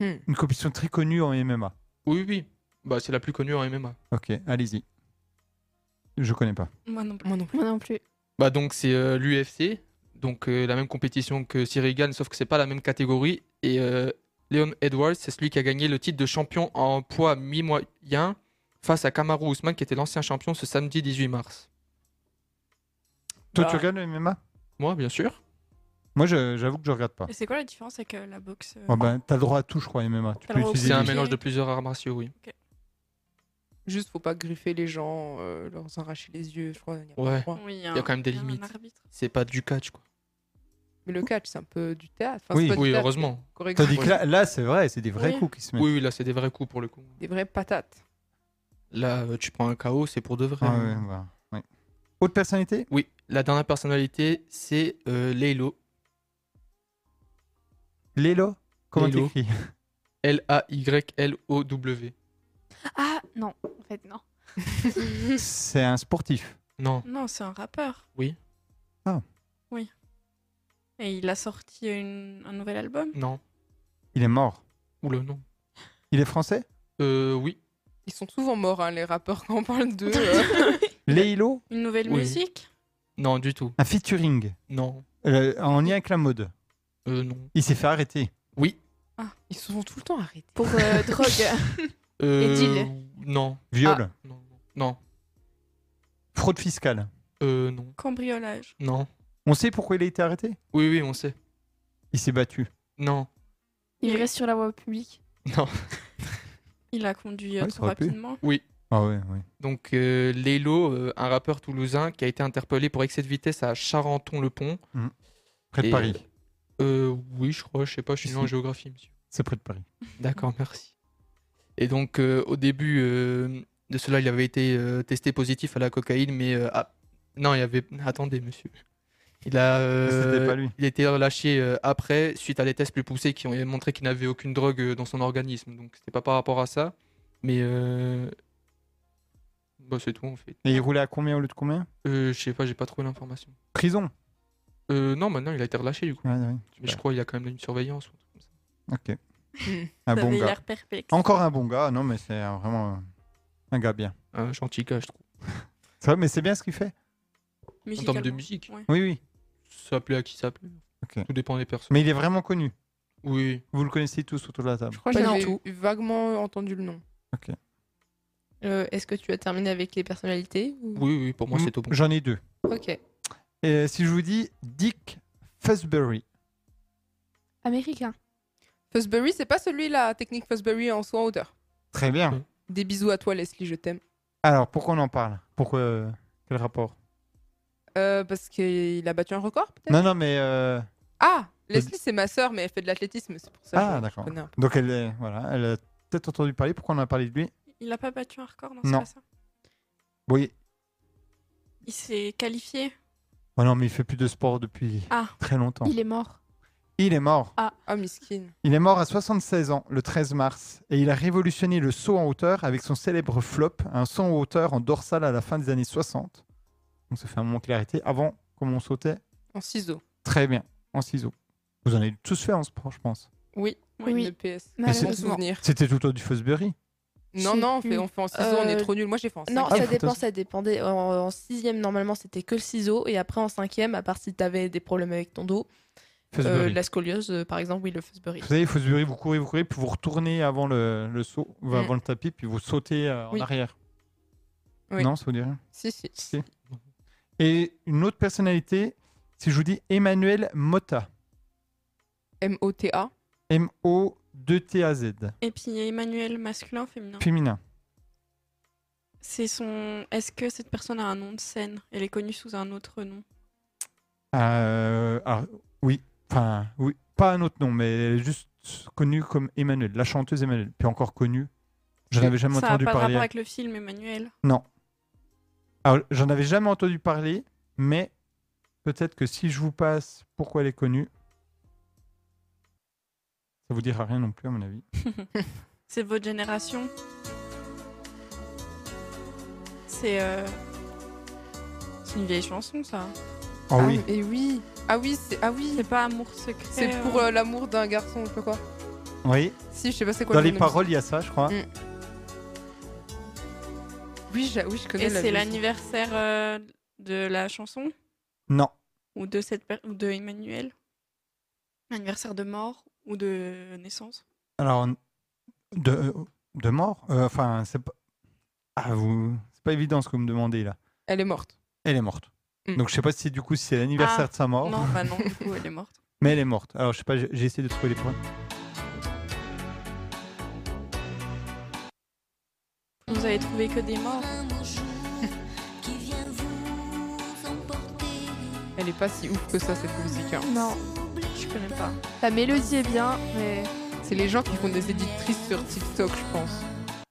S9: Hmm.
S1: Une compétition très connue en MMA.
S8: Oui, oui, oui. Bah, c'est la plus connue en MMA.
S1: Ok, allez-y. Je connais pas.
S7: Moi non plus.
S9: Moi non plus.
S8: Bah, donc, c'est l'UFC. Donc, euh, la même compétition que Sirigan, sauf que c'est pas la même catégorie. Et euh, Leon Edwards, c'est celui qui a gagné le titre de champion en poids mi-moyen face à Kamaru Usman, qui était l'ancien champion ce samedi 18 mars.
S1: Toi,
S8: Bah.
S1: tu regardes le MMA
S8: Moi, bien sûr.
S1: Moi, je- j'avoue que je regarde pas.
S7: Et c'est quoi la différence avec euh, la boxe euh,
S8: bah,
S1: Oh ben, t'as le droit à tout, je crois, MMA. Tu
S7: T'as
S1: peux
S7: le droit au
S1: utiliser
S8: C'est un
S1: les-
S8: mélange de plusieurs arts martiaux, oui.
S9: Juste, faut pas griffer les gens, euh, leur arracher les yeux, je crois. y a pas le
S8: Ouais.
S9: droit.
S8: Il y a quand même des limites.
S7: arbitre.
S8: C'est pas du catch, quoi.
S9: Mais le catch, c'est un peu du théâtre. Enfin, c'est
S1: Oui,
S9: pas du théâtre, c'est chorégraphe.
S1: Tandis que là, là, c'est vrai, c'est des vrais
S9: Oui.
S1: coups qui se mettent.
S8: Oui, oui, là, c'est des vrais coups pour le coup.
S9: Des vraies patates.
S8: Là, euh, tu prends un KO, c'est pour de vrai.
S1: Ah ouais, voilà, ouais. Autre personnalité
S8: Oui, la dernière personnalité, c'est euh, Laylo.
S1: Lélo Comment
S8: Lélo.
S1: t'écris
S8: L-A-Y-L-O-W.
S4: Ah non, en fait non.
S1: C'est un sportif.
S8: Non.
S7: Non, c'est un rappeur.
S8: Oui. Ah.
S7: Oui. Et il a sorti une- un nouvel album.
S8: Non.
S1: Il est mort.
S8: Oula, non.
S1: Il est français
S8: Euh, oui.
S9: Ils sont souvent morts, hein, les rappeurs, quand on parle d'eux. euh.
S1: Lélo
S7: Une nouvelle
S8: Oui.
S7: musique.
S8: Non, du tout.
S1: Un featuring.
S8: Non.
S1: Euh, en lien avec la mode.
S8: Euh, non.
S1: Il s'est fait arrêter.
S8: Oui.
S9: Ah, ils se sont tout le temps arrêtés.
S4: Pour euh, drogue.
S8: Euh,
S4: deal.
S8: Non.
S1: Viol.
S8: Ah, non, non.
S1: Fraude fiscale.
S8: Euh, non.
S7: Cambriolage.
S8: Non.
S1: On sait pourquoi il a été arrêté
S8: Oui, oui, on sait.
S1: Il s'est battu.
S8: Non.
S4: Il reste sur la voie publique.
S8: Non.
S7: Il a conduit euh,
S1: Ouais, ça
S7: trop
S1: aurait pu.
S7: rapidement.
S8: Oui.
S1: Ah ouais, ouais.
S8: Donc, euh, Laylo, euh, un rappeur toulousain qui a été interpellé pour excès de vitesse à Charenton-le-Pont.
S1: Mhm. Près de
S8: Et,
S1: Paris.
S8: Euh, oui, je crois, je sais pas, je suis
S1: Ici.
S8: nul en géographie, monsieur.
S1: C'est près de Paris.
S8: D'accord, merci. Et donc, euh, au début euh, de cela, il avait été euh, testé positif à la cocaïne, mais. euh, ah, non, il avait. Attendez, monsieur. Il a, euh,
S1: C'était pas lui.
S8: il a été relâché euh, après, suite à des tests plus poussés qui ont montré qu'il n'avait aucune drogue euh, dans son organisme. Donc, c'était pas par rapport à ça. Mais. euh, Bah, c'est tout, en fait.
S1: Et il roulait à combien au lieu de combien
S8: Euh, je sais pas, j'ai pas trouvé l'information.
S1: Prison.
S8: Euh, non, maintenant, il a été relâché, du coup.
S1: Ouais, ouais,
S8: mais je crois qu'il y a quand même une surveillance.
S1: Ok.
S8: Ça
S1: un Ah, bon
S8: avait
S1: gars.
S8: l'air perplexe.
S1: Encore un bon gars. Non, mais c'est euh, vraiment euh, un gars bien.
S8: Un gentil gars, je trouve.
S1: c'est vrai, mais c'est bien ce qu'il fait.
S8: En termes de musique.
S1: Oui, oui.
S8: Ça plaît à qui ça plaît. Tout dépend des personnes.
S1: Mais il est vraiment connu.
S8: Oui.
S1: Vous le connaissez tous autour de la table. Je
S6: crois que j'avais tout.
S9: Vaguement entendu le nom.
S1: Ok.
S6: Euh, Est-ce que tu as terminé avec les personnalités ou-
S8: Oui, oui,
S1: Mm.
S8: pour moi, c'est tout bon.
S1: J'en ai deux.
S6: Ok.
S1: Et si je vous dis Dick Fusbury.
S4: Américain.
S9: Fusbury, c'est pas celui-là, technique Fusbury en saut en hauteur.
S1: Très bien.
S9: Des bisous à toi, Leslie, je t'aime.
S1: Alors, pourquoi on en parle Pourquoi euh, Quel rapport
S9: Euh, parce qu'il a battu un record peut-être
S1: Non, non, mais. euh,
S9: Ah Leslie, c'est ma sœur, mais elle fait de l'athlétisme, c'est pour ça. que
S1: Ah,
S9: je
S1: d'accord.
S9: connais un peu.
S1: Donc, elle, est- voilà, elle a peut-être entendu parler. Pourquoi on a parlé de lui
S7: Il n'a pas battu un record, non, c'est
S1: Non.
S7: pas ça.
S1: Oui.
S7: Il s'est qualifié.
S1: Oh non, mais il fait plus de sport depuis
S7: Ah.
S1: très longtemps.
S7: Il est mort.
S1: Il est mort.
S9: Ah, ah miskin.
S1: Il est mort à 76 ans le 13 mars et il a révolutionné le saut en hauteur avec son célèbre flop, un saut en hauteur en dorsale à la fin des années 60. Donc ça fait un moment qu'il a arrêté. Avant, comment on sautait
S9: En ciseaux.
S1: Très bien, en ciseaux. Vous en avez tous fait en sport, je pense.
S9: Oui, oui. une E EPS.
S1: Mais c'est-
S9: Mon souvenir.
S1: C'était tout le temps du Fosbury.
S9: Non,
S6: Si.
S9: non, on fait, on fait en ciseaux, on est
S6: Euh,
S9: trop nuls. Moi, j'ai fait en
S6: Non,
S9: cinq.
S1: Ah,
S6: ça dépend, ça dépendait. En, en sixième, normalement, c'était que le ciseau. Et après, en cinquième, à part si t'avais des problèmes avec ton dos, euh,
S1: Fusbury.
S6: la scoliose, euh, par exemple, oui, le Fusbury.
S1: Vous savez, Fosbury, vous courez, vous courez, puis vous retournez avant le, le saut, ou avant
S6: Mm.
S1: le tapis, puis vous sautez euh, en
S6: Oui.
S1: arrière.
S9: Oui.
S1: Non, ça vous dit rien
S9: Si, si.
S1: Si. Et une autre personnalité, si je vous dis Emmanuel Motta.
S9: M-O-T-A.
S1: M-O-2-T-A-Z.
S7: Et puis Emmanuel, masculin, féminin.
S1: Féminin.
S7: C'est son. Est-ce que cette personne a un nom de scène Elle est connue sous un autre nom.
S1: Euh, alors, oui. Enfin, oui. Pas un autre nom, mais elle est juste connue comme Emmanuel, la chanteuse Emmanuel. Puis encore connue. Je n'avais jamais
S7: ça a
S1: entendu
S7: pas de
S1: parler.
S7: rapport avec le film Emmanuel.
S1: Non. Alors, j'en avais jamais entendu parler, mais peut-être que si je vous passe pourquoi elle est connue, ça vous dira rien non plus, à mon avis.
S7: C'est votre génération. C'est. euh, C'est une vieille chanson, ça.
S1: Ah oui.
S9: Et oui. Ah oui, c'est ah oui.
S7: C'est pas amour secret.
S9: C'est pour euh, l'amour d'un garçon, je sais pas quoi.
S1: Oui.
S9: Si, je sais pas c'est quoi
S1: Dans
S9: le
S1: les
S9: nom de-
S1: paroles, il y a ça, je crois.
S9: Mm. Oui, j'a- oui, je connais
S7: Et
S9: la
S7: c'est
S9: musique.
S7: l'anniversaire euh, de la chanson
S1: Non.
S7: ou de cette per- ou de Emmanuel. Anniversaire de mort ou de naissance.
S1: Alors, de, de mort Euh, Enfin, c'est pas. Ah, vous. C'est pas évident ce que vous me demandez là.
S9: Elle est morte.
S1: Elle est morte.
S9: Mm.
S1: Donc, je sais pas si du coup, si c'est l'anniversaire
S7: Ah,
S1: de sa mort.
S7: Non, bah non, du coup, elle est morte.
S1: Mais elle est morte. Alors, je sais pas, j'ai j'ai essayé de trouver les points.
S7: Vous avez trouvé que des morts.
S9: Elle est pas si ouf que ça cette musique. hein.
S4: Non, je connais pas.
S9: La mélodie est bien, mais c'est les gens qui font des éditrices sur TikTok, je pense.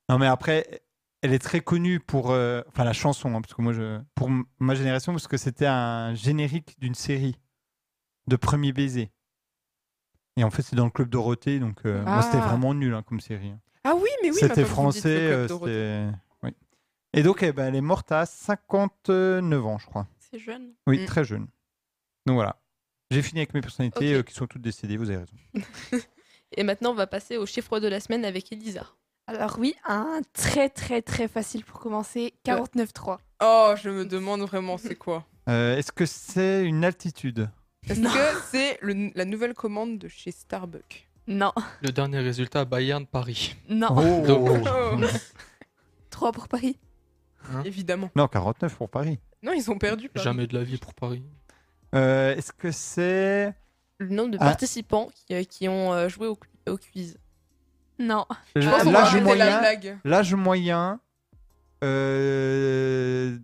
S1: Non, mais après, elle est très connue pour. euh, Enfin, la chanson, hein, parce que moi, je. Pour m- ma génération, parce que c'était un générique d'une série de Premier Baiser. Et en fait, c'est dans le Club Dorothée, donc euh, moi, c'était
S9: Ah.
S1: vraiment nul hein, comme série. hein.
S9: Ah oui, mais oui,
S1: C'était
S9: maintenant que vous dites le
S1: français.
S9: Club
S1: euh,
S9: Dorothée.
S1: c'était- oui. Et donc, eh ben, elle est morte à 59 ans, je crois.
S7: C'est jeune.
S1: Oui,
S7: Mm.
S1: très jeune. Donc voilà. J'ai fini avec mes personnalités euh, qui sont toutes décédées, vous avez raison.
S6: Et maintenant, on va passer au chiffre de la semaine avec Elisa.
S4: Alors oui, un très très très facile pour commencer. 49,3.
S9: Euh. Oh, je me demande vraiment c'est quoi.
S1: Euh, Est-ce que c'est une altitude
S9: Est-ce que c'est le- la nouvelle commande de chez Starbucks
S4: Non,
S8: Le dernier résultat, Bayern Paris.
S4: non.
S1: Oh.
S8: Dommage.
S4: 3 pour Paris.
S9: Évidemment.
S1: Non, 49 pour Paris.
S9: Non, ils ont perdu. Paris.
S8: Jamais de la vie pour Paris.
S1: Euh, Est-ce que c'est.
S6: Le nombre de
S1: Ah.
S6: participants qui, euh, qui ont euh, joué au, au quiz.
S4: Non.
S1: l-
S6: Ah,
S1: Euh, L'âge
S6: c'était la
S1: moyen.
S6: blague.
S1: L'âge moyen. euh,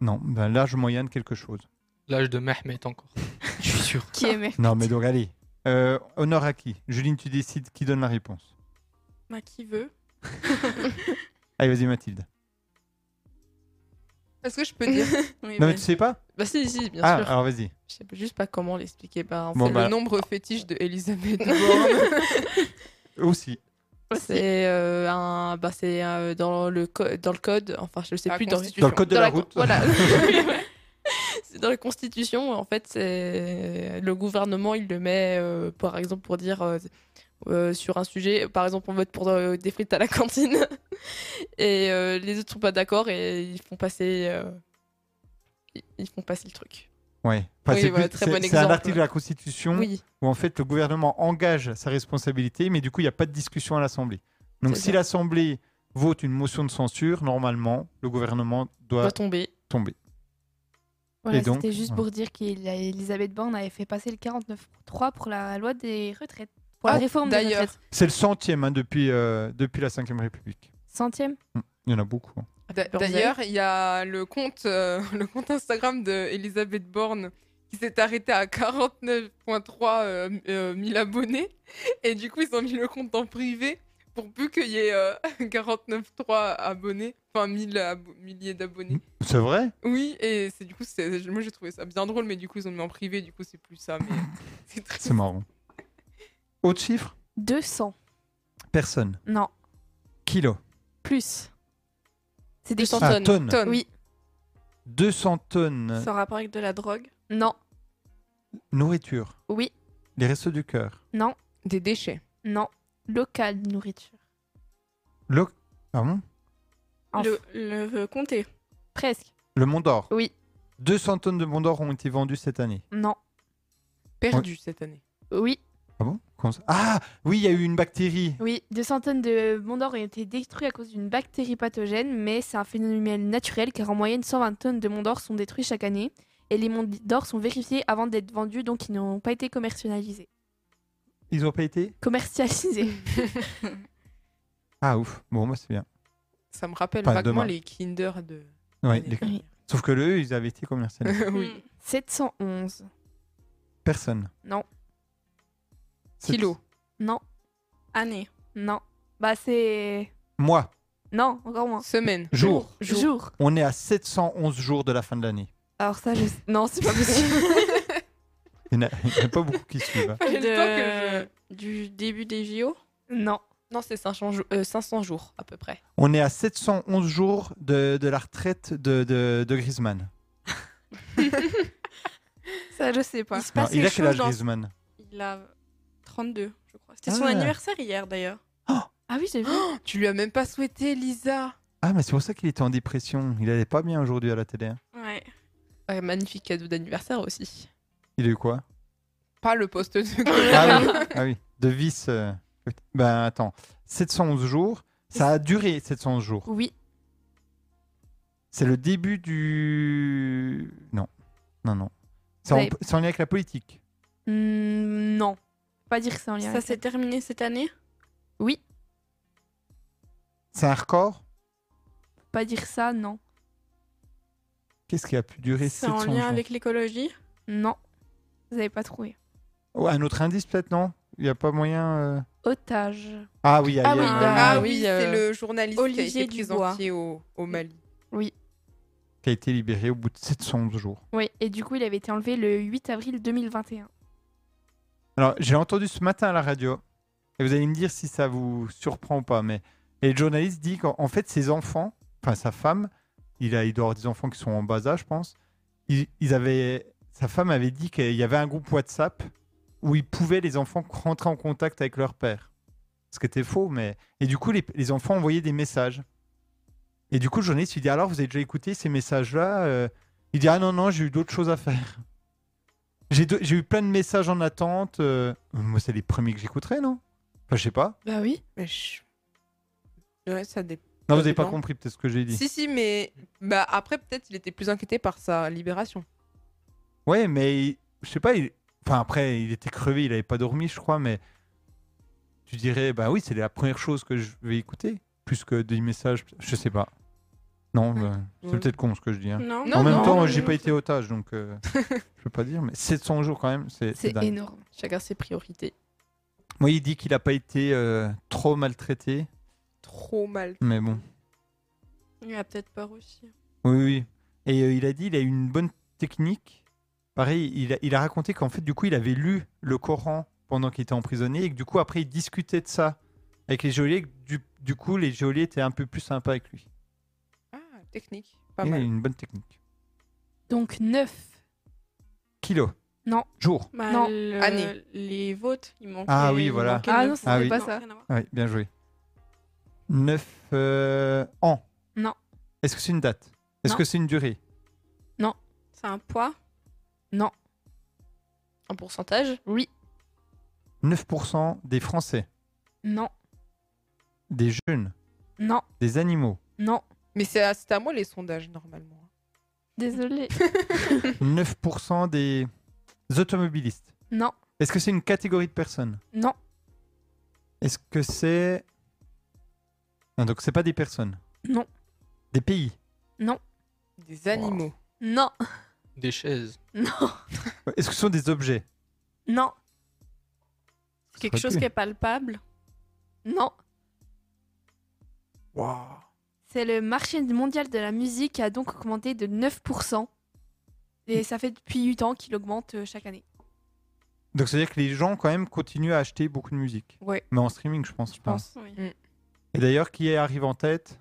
S1: Non, ben, l'âge moyen de quelque chose.
S8: L'âge de Mehmet encore. Je suis sûr.
S4: Qui est Mehmet
S1: Non, mais donc allez. Euh, honneur à qui Juline, tu décides qui donne la réponse.
S7: Bah, qui veut
S1: Allez, vas-y, Mathilde.
S9: Est-ce que je peux dire
S1: non, mais tu sais pas
S6: Bah si, si, bien
S1: Ah,
S6: sûr.
S1: alors vas-y.
S6: Je sais juste pas comment l'expliquer. Bah, en
S1: Bon,
S6: fait,
S1: bah-
S6: le nombre
S9: Nombre fétiche de Elisabeth Borne.
S1: Aussi.
S6: C'est euh, un, bah, c'est euh, dans le co- dans le code. Enfin, je sais
S9: La
S6: plus dans,
S9: Constitution. Dans le code de la
S6: co-
S9: route.
S6: Voilà. c'est dans la Constitution. En fait, c'est le gouvernement. Il le met, euh, par exemple, pour dire euh, euh, sur un sujet. Par exemple, on vote pour euh, des frites à la cantine, et euh, les autres sont pas d'accord et ils font passer. euh, ils- ils font passer le truc.
S1: Ouais.
S6: Oui,
S1: c'est
S6: voilà,
S1: plus-
S6: très
S1: c'est-
S6: bon
S1: c'est un
S6: exemple.
S1: article de la Constitution
S6: Oui.
S1: où en fait le gouvernement engage sa responsabilité, mais du coup il n'y a pas de discussion à l'Assemblée. Donc
S6: C'est
S1: si
S6: ça.
S1: l'Assemblée vote une motion de censure, normalement le gouvernement doit
S6: Doit tomber.
S1: tomber.
S4: Voilà,
S1: Et donc,
S4: c'était juste
S1: voilà.
S4: pour dire qu'Elisabeth Borne avait fait passer le 49.3 pour la loi des retraites. Pour la
S9: Ah,
S4: réforme des
S9: d'ailleurs.
S4: retraites.
S1: C'est le centième hein, depuis, euh, depuis la Ve République.
S4: Centième
S1: Hmm, Il y en a beaucoup. hein.
S9: D'a- D'ailleurs, il y a le compte, euh, le compte Instagram de Elisabeth Borne qui s'est arrêté à 49.3 euh, euh, 1000 abonnés. Et du coup, ils ont mis le compte en privé pour plus qu'il y ait euh, 49.3 abonnés, enfin 1000 abo- milliers d'abonnés.
S1: C'est vrai
S9: Oui, et c'est du coup, c'est- moi j'ai trouvé ça bien drôle, mais du coup, ils ont mis en privé, du coup, c'est plus ça. Mais c'est très...
S1: C'est marrant. Autre chiffre
S4: 200.
S1: Personne.
S4: Non,
S1: Kilo.
S4: plus. C'est
S1: des 200 tonnes. Ah, tonnes. Tonnes.
S4: Oui.
S1: 200 tonnes.
S7: Sans rapport avec de la drogue
S4: Non.
S1: Nourriture.
S4: Oui.
S1: Les restos du cœur.
S4: Non.
S9: Des déchets
S4: Non. Local de nourriture.
S1: Lo- Ah bon
S4: Le,
S7: euh, comté.
S4: Presque.
S1: Le Mont d'Or.
S4: Oui.
S1: 200 tonnes de Mont d'Or ont été vendues cette année.
S4: Non.
S1: Perdu
S9: cette année.
S4: Oui.
S1: Ah bon Comment ça Ah oui, il y a eu une bactérie.
S4: Oui, deux centaines de mondes d'or ont été détruits à cause d'une bactérie pathogène, mais c'est un phénomène naturel car en moyenne 120 tonnes de monts d'or sont détruits chaque année et les monts d'or sont vérifiés avant d'être vendus donc ils n'ont pas été commercialisés.
S1: Ils ont pas été
S4: Commercialisés.
S1: Ah ouf. Bon, bah c'est bien.
S9: Ça me rappelle
S1: Pas
S9: vaguement
S1: demain.
S9: les Kinder de.
S1: Ouais, les- Sauf que eux, ils avaient été commercialisés.
S7: Hmm.
S9: oui.
S4: 711.
S1: Personne.
S4: Non.
S1: C'est-
S4: Non.
S7: Année.
S4: Non. Bah c'est
S1: Moi,
S4: non, encore moins.
S9: Semaine.
S1: jour.
S4: Jour.
S1: On est à 711 jours de la fin de l'année.
S4: Alors ça je non, c'est pas possible.
S1: Il n'y en, a- il y en a pas beaucoup qui suivent. hein.
S9: Fallait le
S6: De-
S9: temps
S6: Du début des JO
S4: Non.
S6: Non, c'est 500, jou- euh, 500 jours à peu près.
S1: On est à 711 jours de, de la retraite de, de, de Griezmann.
S7: Ah,
S4: Ça je sais pas.
S7: Il se
S1: Non,
S7: passe
S1: il
S7: quelque
S1: a quel âge
S7: chose dans-
S1: Griezmann
S7: Il a 32, je crois. C'était son
S1: Ah.
S7: anniversaire hier d'ailleurs.
S4: Ah oui, j'ai vu.
S9: tu lui as même pas souhaité, Lisa.
S1: Ah, mais c'est pour ça qu'il était en dépression. Il allait pas bien aujourd'hui à la télé. hein.
S7: Ouais.
S6: magnifique cadeau d'anniversaire aussi.
S1: Il a eu quoi
S9: Pas le poste de
S1: ah, oui. ah oui, de vice. euh, Ben attends, 711 jours. Ça a duré 711 jours.
S4: Oui.
S1: C'est le début du. Non, non, non. C'est en,
S4: Ouais.
S1: c'est en lien avec la politique.
S4: Hmm, non. Faut Pas dire que c'est en lien.
S7: Ça
S4: avec
S7: s'est terminé cette année
S4: Oui,
S1: C'est un record
S4: faut pas dire ça, non.
S1: Qu'est-ce qui a pu durer
S7: C'est en
S1: 711
S7: lien
S1: jours
S7: avec l'écologie
S4: Non. Vous avez pas trouvé.
S1: Ouais, Un autre indice peut-être, non Il n'y a pas moyen. euh,
S4: Otage.
S1: Ah oui, il y a-
S9: Ah
S1: il y
S9: oui,
S1: a un-
S9: ah
S6: oui,
S9: oui,
S6: euh,
S9: c'est le journaliste qui a
S4: Olivier
S9: été pris
S4: Dubois.
S9: en pied au, au Mali.
S4: Oui,
S1: qui a été libéré au bout de 711 jours.
S4: oui. Et du coup, il avait été enlevé le 8 avril 2021.
S1: Alors, j'ai entendu ce matin à la radio, et vous allez me dire si ça vous surprend ou pas, mais et le journaliste dit qu'en en fait, ses enfants, enfin sa femme, il, a, il doit avoir des enfants qui sont en bas âge, je pense, ils, ils avaient, sa femme avait dit qu'il y avait un groupe WhatsApp où ils pouvaient, les enfants, rentrer en contact avec leur père. Ce qui était faux, mais... Et du coup, les, les enfants envoyaient des messages. Et du coup, le journaliste lui dit, alors, vous avez déjà écouté ces messages-là Euh, Il dit, ah non, non, j'ai eu d'autres choses à faire. J'ai de- j'ai eu plein de messages en attente. euh, Moi, c'est les premiers que j'écouterai, non Enfin, je sais pas.
S7: Bah oui.
S9: Mais je- Ouais, ça dépend.
S1: Non, vous n'avez pas compris peut-être ce que j'ai dit.
S9: Si, si, mais bah, après, peut-être il était plus inquiété par sa libération.
S1: Ouais, mais il- je sais pas. il- Enfin, après, il était crevé, il avait pas dormi, je crois, mais tu dirais, bah oui, c'est la première chose que je vais écouter, plus que des messages, je sais pas. Non, bah, c'est peut-être con ce que je dis. hein.
S7: Non.
S1: en
S7: Non,
S1: même
S7: non,
S1: temps,
S7: non,
S1: j'ai
S7: non,
S1: pas été otage, donc euh, je peux pas dire, mais 700 jours quand même, c'est
S6: C'est
S1: dingue.
S6: énorme. Chacun ses priorités.
S1: Moi, il dit qu'il a pas été euh, trop maltraité,
S9: Trop mal.
S1: mais bon.
S7: Il a peut-être peur aussi.
S1: Oui, oui, oui. Et euh, il a dit il a une bonne technique. Pareil, il a, il a raconté qu'en fait, du coup, il avait lu le Coran pendant qu'il était emprisonné et que du coup, après, il discutait de ça avec les geôliers. et que Du, du coup, les geôliers étaient un peu plus sympas avec lui.
S9: Ah, technique. Pas
S1: il a
S9: mal.
S1: une bonne technique.
S4: Donc 9.
S1: Kilo.
S4: Non.
S1: Jour.
S7: Bah,
S4: Non.
S7: le-
S4: Année.
S7: Les votes, ils manquaient.
S1: Ah
S7: il
S1: oui, voilà.
S7: manquait le-
S1: Ah
S7: c'était
S1: oui.
S7: pas ça.
S1: Oui, bien joué. 9 ans.
S7: Non.
S1: Est-ce que c'est une date Est-ce
S7: Non.
S1: que c'est une durée
S4: Non.
S7: C'est un poids
S4: Non.
S6: Un pourcentage
S4: Oui.
S1: 9% des Français,
S4: Non.
S1: des jeunes,
S4: Non.
S1: des animaux.
S4: Non.
S9: Mais c'est à, c'est à moi les sondages, normalement.
S4: Désolé.
S1: 9% des automobilistes.
S4: non.
S1: Est-ce que c'est une catégorie de personnes
S4: Non.
S1: Est-ce que c'est. Non, donc c'est pas des personnes.
S4: Non.
S1: Des pays.
S4: Non.
S9: Des animaux.
S4: Non.
S8: Des chaises.
S4: Non.
S1: Est-ce que ce sont des objets
S4: Non.
S7: C'est quelque
S1: Ça aurait
S7: chose
S1: pu.
S7: qui est palpable.
S4: Non. C'est le marché mondial de la musique qui a donc augmenté de 9%. Et ça fait depuis 8 ans qu'il augmente euh, chaque année.
S1: Donc c'est-à-dire que les gens, quand même, continuent à acheter beaucoup de musique.
S4: Ouais.
S1: Mais en streaming, je pense. Je
S4: Mm.
S1: Et d'ailleurs, qui arrive en tête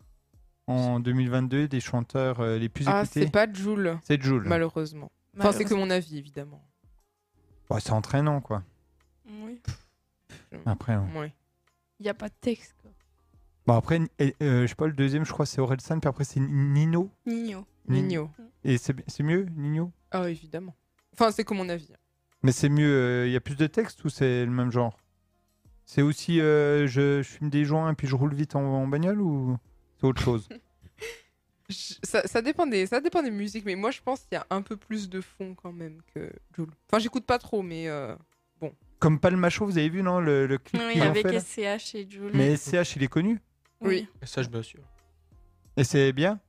S1: en 2022 des chanteurs euh, les plus
S9: Ah,
S1: écoutés
S9: c'est pas Joule.
S1: C'est Jul.
S9: Malheureusement. Enfin, c'est que mon avis, évidemment.
S1: Ouais, Bah, c'est entraînant, quoi.
S7: Oui.
S1: Après, on-
S4: Il n'y a pas de texte. quoi.
S1: Bon, après, et, euh, je sais pas, le deuxième, je crois, c'est Orelsan, puis après, c'est Nino.
S9: Nino.
S1: Ni-
S9: Nino.
S1: Et c'est c'est mieux, Nino
S9: Ah, évidemment. Enfin, c'est que mon avis.
S1: Mais c'est mieux, euh, il y a plus de texte ou c'est le même genre C'est aussi euh, je, je fume des joints et puis je roule vite en, en bagnole ou c'est autre chose
S9: Je- Ça, ça dépend des, ça dépend des musiques, mais moi je pense qu'il y a un peu plus de fond quand même que Joule. Enfin, j'écoute pas trop, mais euh, bon.
S1: Comme Palmacho, vous avez vu, non Le, le clip
S7: Oui,
S1: qu'ils ont
S7: avec
S1: fait, là
S7: SCH et Jules.
S1: Mais SCH, il est connu
S7: Oui.
S8: Ça, je m'assure.
S1: Et c'est bien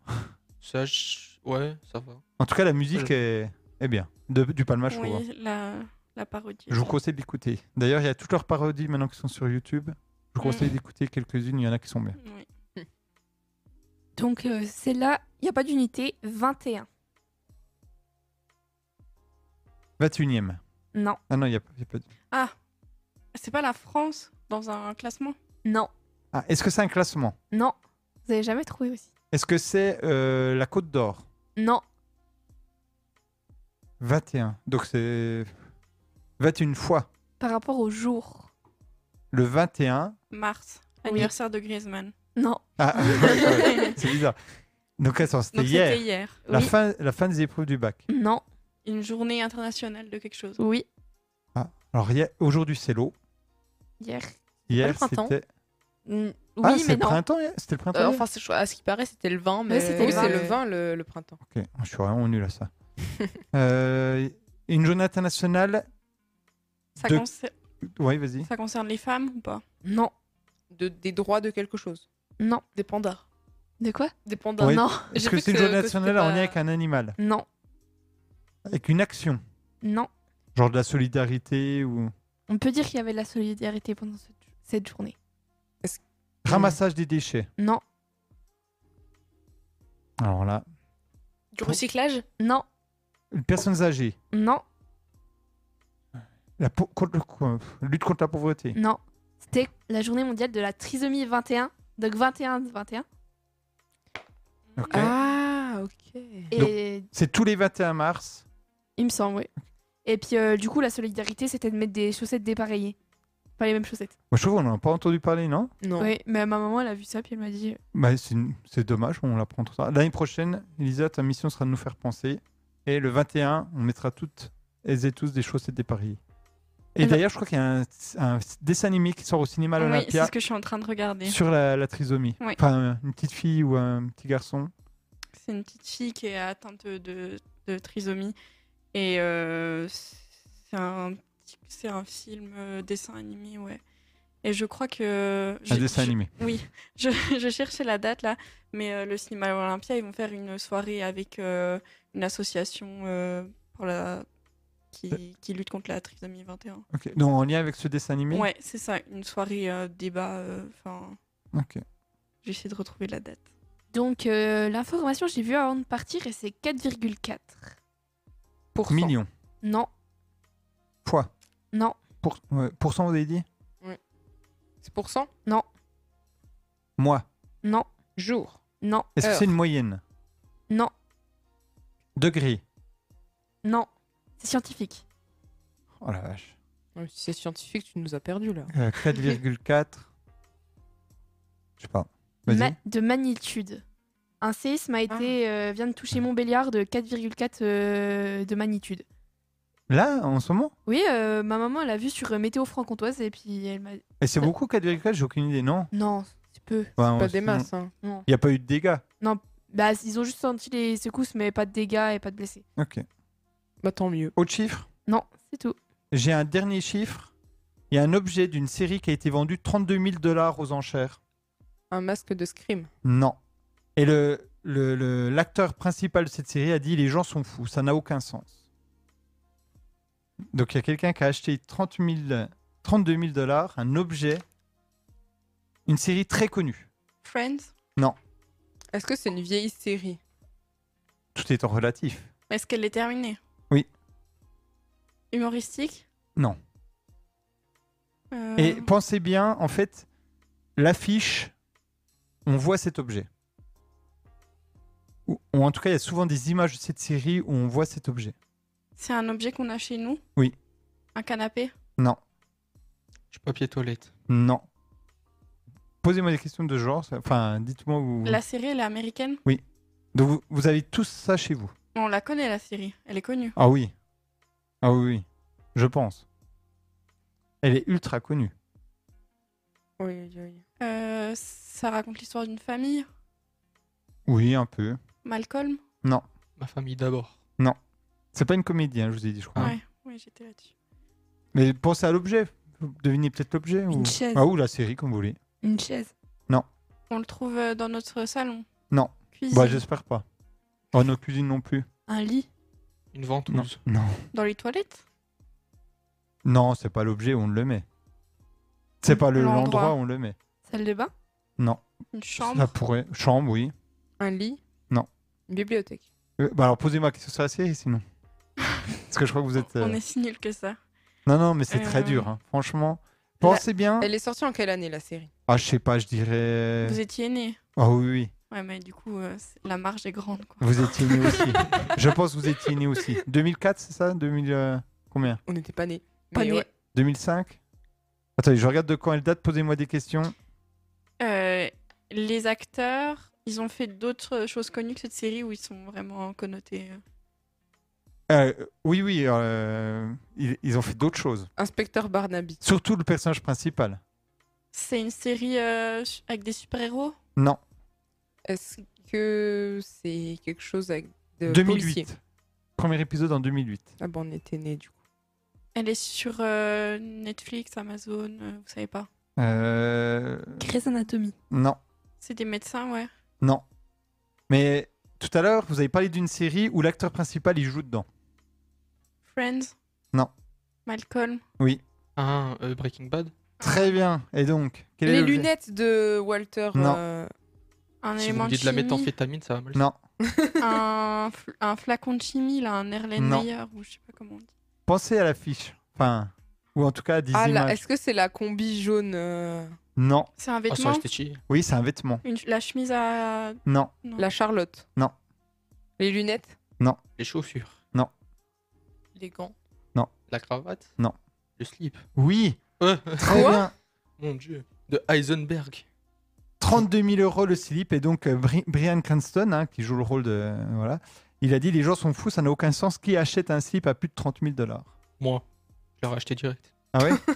S8: Ça, je- ouais, ça va.
S1: En tout cas, la musique
S8: Je-
S1: est, est bien. De- du Palmacho. hein.
S7: Oui, la, la parodie.
S1: Je vous conseille de l'écouter. D'ailleurs, il y a toutes leurs parodies maintenant qui sont sur YouTube. Je vous conseille
S7: Mm.
S1: d'écouter quelques-unes, il y en a qui sont bien.
S4: Donc euh, celle-là, il n'y a pas d'unité. 21.
S1: 21ème.
S4: Non.
S1: Ah non, il n'y a, pas- il y a pas de-
S7: Ah, c'est pas la France dans un classement
S4: Non.
S1: Ah, Est-ce que c'est un classement
S4: Non. Vous avez jamais trouvé aussi.
S1: Est-ce que c'est euh, la Côte d'Or
S4: Non.
S1: 21. Donc c'est 21 fois.
S4: Par rapport au jour.
S1: Le 21.
S7: Mars, anniversaire de Griezmann.
S4: Non.
S1: Ah, ouais, c'est bizarre. Donc attends, c'était
S7: Donc,
S1: hier.
S7: c'était hier.
S1: La,
S7: Oui.
S1: fin, la fin des épreuves du bac.
S4: Non.
S7: Une journée internationale de quelque chose.
S4: Oui.
S1: Ah, alors hier- aujourd'hui c'est l'eau.
S4: Hier.
S1: Hier
S6: Pas le printemps.
S1: c'était.
S4: Mm, oui,
S1: ah, c'est
S6: mais
S1: le
S6: non.
S1: printemps hier C'était le printemps
S6: Euh,
S1: hier
S6: enfin, c'est- je- à ce qui paraît, c'était le 20,
S4: Ah,
S6: mais
S9: Euh, Oui, c'était le
S6: c'est
S9: 20.
S6: le 20 le, le printemps.
S1: Ok, je suis vraiment nul à ça. Euh, une journée internationale.
S7: Ça,
S1: de-
S7: concer-
S1: Oui, vas-y.
S7: ça concerne les femmes ou pas
S4: Non.
S9: De, des droits de quelque chose.
S4: Non.
S6: Des pandas.
S4: De quoi
S6: Des pandas.
S1: Ouais.
S6: Non.
S1: Est-ce
S6: J'ai
S1: que
S6: vu
S1: c'est une
S6: que-
S1: journée
S6: que
S1: nationale
S6: c'était
S1: en lien
S6: pas-
S1: avec un animal
S4: Non.
S1: Avec une action
S4: Non.
S1: Genre de la solidarité
S6: Mm.
S1: ou.
S4: On peut dire qu'il y avait de la solidarité pendant ce- cette journée.
S1: Ramassage des déchets.
S4: Non.
S1: Alors là,
S6: Du recyclage
S4: Non.
S1: personnes âgées.
S4: Non.
S1: La pau- contre- co- lutte contre la pauvreté.
S4: Non. C'était la journée mondiale de la trisomie 21. Donc 21 de 21.
S7: Mm.
S1: Ok.
S9: Ah, ok.
S4: Et
S1: C'est tous les 21 mars.
S4: il me semble, oui. Et puis euh, du coup, la solidarité, c'était de mettre des chaussettes dépareillées. Pas les mêmes chaussettes.
S1: Moi, je trouve qu'on n'en a pas entendu parler, non
S6: Non.
S4: Oui, mais ma maman, elle a vu ça, puis elle m'a dit.
S1: Bah, c'est une- c'est dommage, on l'apprend tout ça. L'année prochaine, Elisa, ta mission sera de nous faire penser. Et le 21, on mettra toutes elles et tous des chaussettes dépareillées. Et
S7: Alors-
S1: d'ailleurs, je crois qu'il y a un, un dessin animé qui sort au cinéma à
S7: Eh ben. Oui, c'est
S1: l'Olympia
S7: ce que je suis en train de regarder.
S1: sur la, la trisomie.
S7: Oui.
S1: Enfin, une petite fille ou un petit garçon.
S7: C'est une petite fille qui est atteinte de, de trisomie. Et euh, c'est un, petit- c'est un film euh, dessin animé, ouais. Et
S9: Et je crois que.
S1: Un
S9: je-
S1: dessin
S9: je-
S1: animé.
S9: Oui, je, je cherchais la date là, mais euh, le cinéma Olympia, ils vont faire une soirée avec euh, une association euh, pour la...
S1: Euh.
S9: qui, qui lutte contre la trisomie 21.
S1: Ok, Donc en lien avec ce dessin animé
S9: Ouais, c'est ça, une soirée euh, débat. Enfin,
S1: Ok.
S9: j'essaie de retrouver la date.
S7: Donc, euh, l'information, j'ai vu avant de partir et c'est 4,4.
S1: Million.
S7: Non,
S1: Fois.
S7: non,
S1: Pour... ouais, Pourcent, vous avez dit
S23: C'est pourcent
S7: Non,
S1: Mois.
S7: non.
S23: Jour
S7: Non.
S1: Est-ce que c'est une moyenne
S7: Non,
S1: Degré.
S7: non. C'est scientifique.
S1: Oh la vache.
S24: Ouais, Si c'est scientifique, tu nous as perdu là.
S1: Euh, 4,4. Je sais pas. Vas-y.
S7: Ma- de magnitude. Un séisme a été, euh, vient de toucher Montbéliard de 4,4 euh, de magnitude.
S1: Là, en ce moment
S7: Oui, euh, ma maman, elle a vu sur euh, Météo Franc-Comtoise et puis elle m'a
S1: Et c'est beaucoup 4,4, j'ai aucune idée, non Bah,
S7: Non, Bah- c'est peu.
S1: Il
S7: Non.
S1: n'y a pas eu de dégâts.
S7: Non, bah, ils ont juste senti les secousses, mais pas de dégâts et pas de blessés.
S1: Ok.
S24: Bah tant mieux.
S1: Autre chiffre
S7: Non, c'est tout.
S1: J'ai un dernier chiffre. Il y a un objet d'une série qui a été vendu 32 000 dollars aux enchères.
S24: Un masque de scream.
S1: Non. Et l'acteur le, le- l'acteur principal de cette série a dit les gens sont fous, ça n'a aucun sens. Donc il y a quelqu'un qui a acheté 30 000, 32 000 dollars, un objet, une série très connue.
S23: Friends
S1: Non,
S23: Est-ce que c'est une vieille série
S1: tout étant relatif.
S9: Est-ce qu'elle est terminée
S1: Oui.
S9: Humoristique
S1: Non.
S9: Euh,
S1: Et pensez bien, en fait, l'affiche, on voit cet objet. Ou, ou en tout cas, il y a souvent des images de cette série où on voit cet objet.
S9: C'est un objet qu'on a chez nous
S1: Oui.
S9: Un canapé
S1: Non,
S8: Du papier toilette.
S1: non. Posez-moi des questions de ce genre. ça- Enfin, dites-moi où.
S9: La série, elle est américaine
S1: Oui. Donc vous, vous avez tous ça chez vous.
S9: On la connaît, la série. Elle est connue.
S1: Ah oui. Ah oui, oui. Je pense. Elle est ultra connue.
S24: Oui, oui, oui.
S9: Euh, ça raconte l'histoire d'une famille.
S1: Oui, un peu.
S9: Malcolm
S1: Non,
S8: Ma famille d'abord.
S1: non. C'est pas une comédie, hein, je vous ai dit, je crois.
S9: Ouais, ouais, j'étais là-dessus.
S1: Mais pensez à l'objet. Vous Devinez peut-être l'objet. ou...
S9: chaise.
S1: Ah, ou la série, comme vous voulez.
S9: Une chaise.
S1: Non.
S9: On le trouve euh, dans notre salon.
S1: Non.
S9: Cuisine.
S1: Bah, j'espère pas. Oh, nos cuisines non plus.
S9: Un lit.
S8: Une vente
S1: Non. Non,
S9: Dans les toilettes
S1: non c'est pas l'objet où on le met. C'est pas le-
S9: L'endroit.
S1: l'endroit où on le met.
S9: Salle de bain
S1: Non.
S9: Une
S1: Ça pourrait. Chambre, oui.
S24: Un lit
S1: Non.
S24: Une bibliothèque
S1: Euh, bah, alors, posez-moi la question sur la série, sinon. Parce que je crois que vous êtes. euh,
S9: On est si nul que ça.
S1: Non, non, mais c'est
S24: Euh,
S1: très dur. hein. Franchement, pensez bien.
S24: Elle est sortie en quelle année la série
S1: Ah, je sais pas, je dirais.
S9: Vous étiez né.
S1: Ah oui, oui.
S9: Ouais, mais du coup, euh, c'est- la marge est grande. Quoi.
S1: Vous étiez né aussi. je pense que vous étiez né aussi. 2004, c'est ça 2000. euh, Combien
S24: On n'était pas nés.
S9: Pas
S24: Mais
S9: nés.
S24: ouais.
S1: 2005 Attendez, je regarde de quand elle date. Posez-moi des questions.
S9: Euh, les acteurs, ils ont fait d'autres choses connues que cette série où ils sont vraiment connotés. euh.
S1: Euh, oui, oui. euh, ils, ils ont fait d'autres choses.
S24: Inspecteur Barnaby.
S1: Surtout le personnage principal.
S9: C'est une série euh, su- avec des super-héros
S1: Non.
S24: Est-ce que c'est quelque chose avec de
S1: 2008.
S24: policier
S1: Premier épisode en 2008.
S24: Ah bon, on était nés du coup.
S9: Elle est sur euh, Netflix, Amazon, euh, vous savez pas.
S1: Euh,
S9: Grey's Anatomy.
S1: Non,
S9: C'est des médecins, ouais.
S1: non. Mais tout à l'heure, vous avez parlé d'une série où l'acteur principal il joue dedans.
S9: Friends
S1: Non.
S9: Malcolm.
S1: Oui.
S8: Un euh, Breaking Bad.
S1: Très bien. Et donc quel est
S24: Les
S1: l'objet
S24: lunettes de Walter.
S1: Non.
S24: euh,
S9: Un
S8: Si vous
S9: élément
S8: me dites de la
S9: chimie.
S8: méthamphétamine, ça va mal.
S1: Non.
S9: un, fl- un flacon de chimie, là, un
S1: Non.
S9: Erlenmeyer, ou je sais pas comment on dit.
S1: Pensez à l'affiche. Enfin, ou en tout cas à des
S24: Ah là,
S1: images.
S24: est-ce que c'est la combi jaune euh,
S1: Non.
S9: C'est
S8: Ah,
S9: un vêtement
S1: Oui, c'est un vêtement.
S9: Une- La chemise à.
S1: Non.
S24: La Charlotte.
S1: Non.
S24: Les lunettes.
S1: Non.
S8: Les chaussures.
S1: Non.
S24: Les gants.
S1: Non.
S8: La cravate.
S1: Non.
S8: Le slip.
S1: Oui.
S8: Euh,
S1: Très
S8: quoi
S1: bien.
S8: Mon dieu. De Heisenberg.
S1: 32 000 euros le slip et donc euh, Bri- Brian Cranston hein, qui joue le rôle de euh, voilà. Il a dit les gens sont fous, ça n'a aucun sens. Qui achète un slip à plus de 30 000 dollars
S8: Moi. Je l'ai racheté direct.
S1: Ah ouais
S8: Je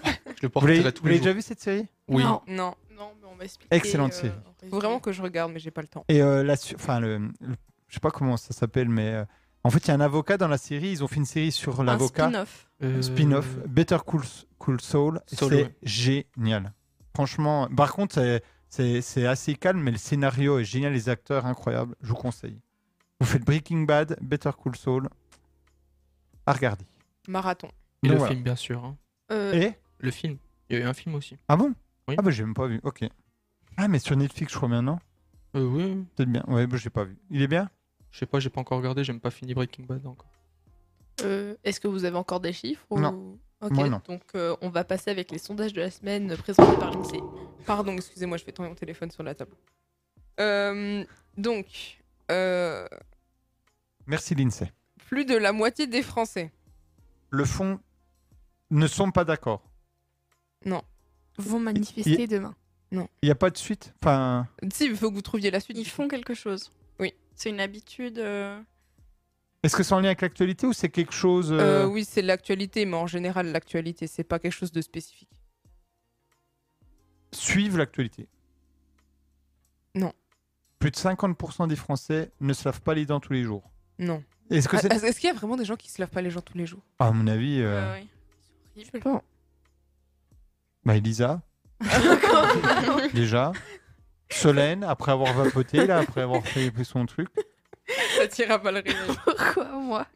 S8: le
S1: Vous l'avez-
S8: porterai tous
S1: vous
S8: les
S1: l'avez
S8: jours.
S1: déjà vu cette série
S8: Oui.
S24: Non. Non. Non, mais on va expliquer.
S1: Excellente série.
S24: Faut vraiment que je regarde, mais j'ai pas le temps.
S1: Et euh, la su- enfin le, le- je sais pas comment ça s'appelle, mais euh, en fait il y a un avocat dans la série. Ils ont fait une série sur l'avocat.
S8: Euh,
S9: spin-off.
S1: Un spin-off. Better Cool, Cool Saul.
S8: Saul,
S1: C'est
S8: ouais.
S1: génial. Franchement, par contre, c'est- c'est c'est assez calme, mais le scénario est génial, les acteurs incroyables. Je vous conseille. Vous faites Breaking Bad, Better Call Saul, à regarder.
S9: Marathon.
S8: Et
S1: Donc
S8: le
S1: voilà.
S8: film, bien sûr. hein.
S9: Euh,
S1: Et
S8: Le film. Il y a eu un film aussi.
S1: Ah bon
S8: Oui.
S1: Ah bah j'ai même pas vu. Ok. Ah mais sur Netflix, je crois bien, non
S8: Euh, oui.
S1: Peut-être bien. Ouais, bah, j'ai pas vu. Il est bien
S8: Je sais pas, j'ai pas encore regardé, j'aime pas fini Breaking Bad encore.
S6: Euh, Est-ce que vous avez encore des chiffres ou-
S1: Non.
S6: Ok,
S1: Moi, non.
S6: donc euh, on va passer avec les sondages de la semaine présentés par l'INSEE.
S9: Pardon, excusez-moi, je fais tomber mon téléphone sur la table. Euh, donc, euh,
S1: Merci Lindsay.
S9: plus de la moitié des Français.
S1: Le fond ne sont pas d'accord.
S9: Non.
S4: Vont
S1: manifester
S4: manifester
S1: il-
S4: demain.
S9: Non.
S1: Il n'y a pas de suite. Enfin,
S9: Si, il faut que vous trouviez la suite.
S7: Ils font quelque chose.
S9: Oui.
S7: C'est une habitude. euh,
S1: est-ce que c'est en lien avec l'actualité ou c'est quelque chose
S9: Euh,
S1: euh,
S9: oui, c'est l'actualité, mais en général, l'actualité, c'est pas quelque chose de spécifique.
S1: suivre l'actualité
S9: Non.
S1: Plus de 50% des Français ne se lavent pas les dents tous les jours.
S9: Non.
S1: Est-ce que
S9: Ah,
S1: c'est-
S9: est-ce qu'il y a vraiment des gens qui se lavent pas les gens tous les jours
S1: À mon avis, euh,
S7: ah ouais, ouais.
S9: Je pense.
S1: bah, Elisa, déjà. Solène, après avoir vapoté, là, après avoir fait fait son truc.
S9: Ça tira pas le réveil.
S7: Pourquoi moi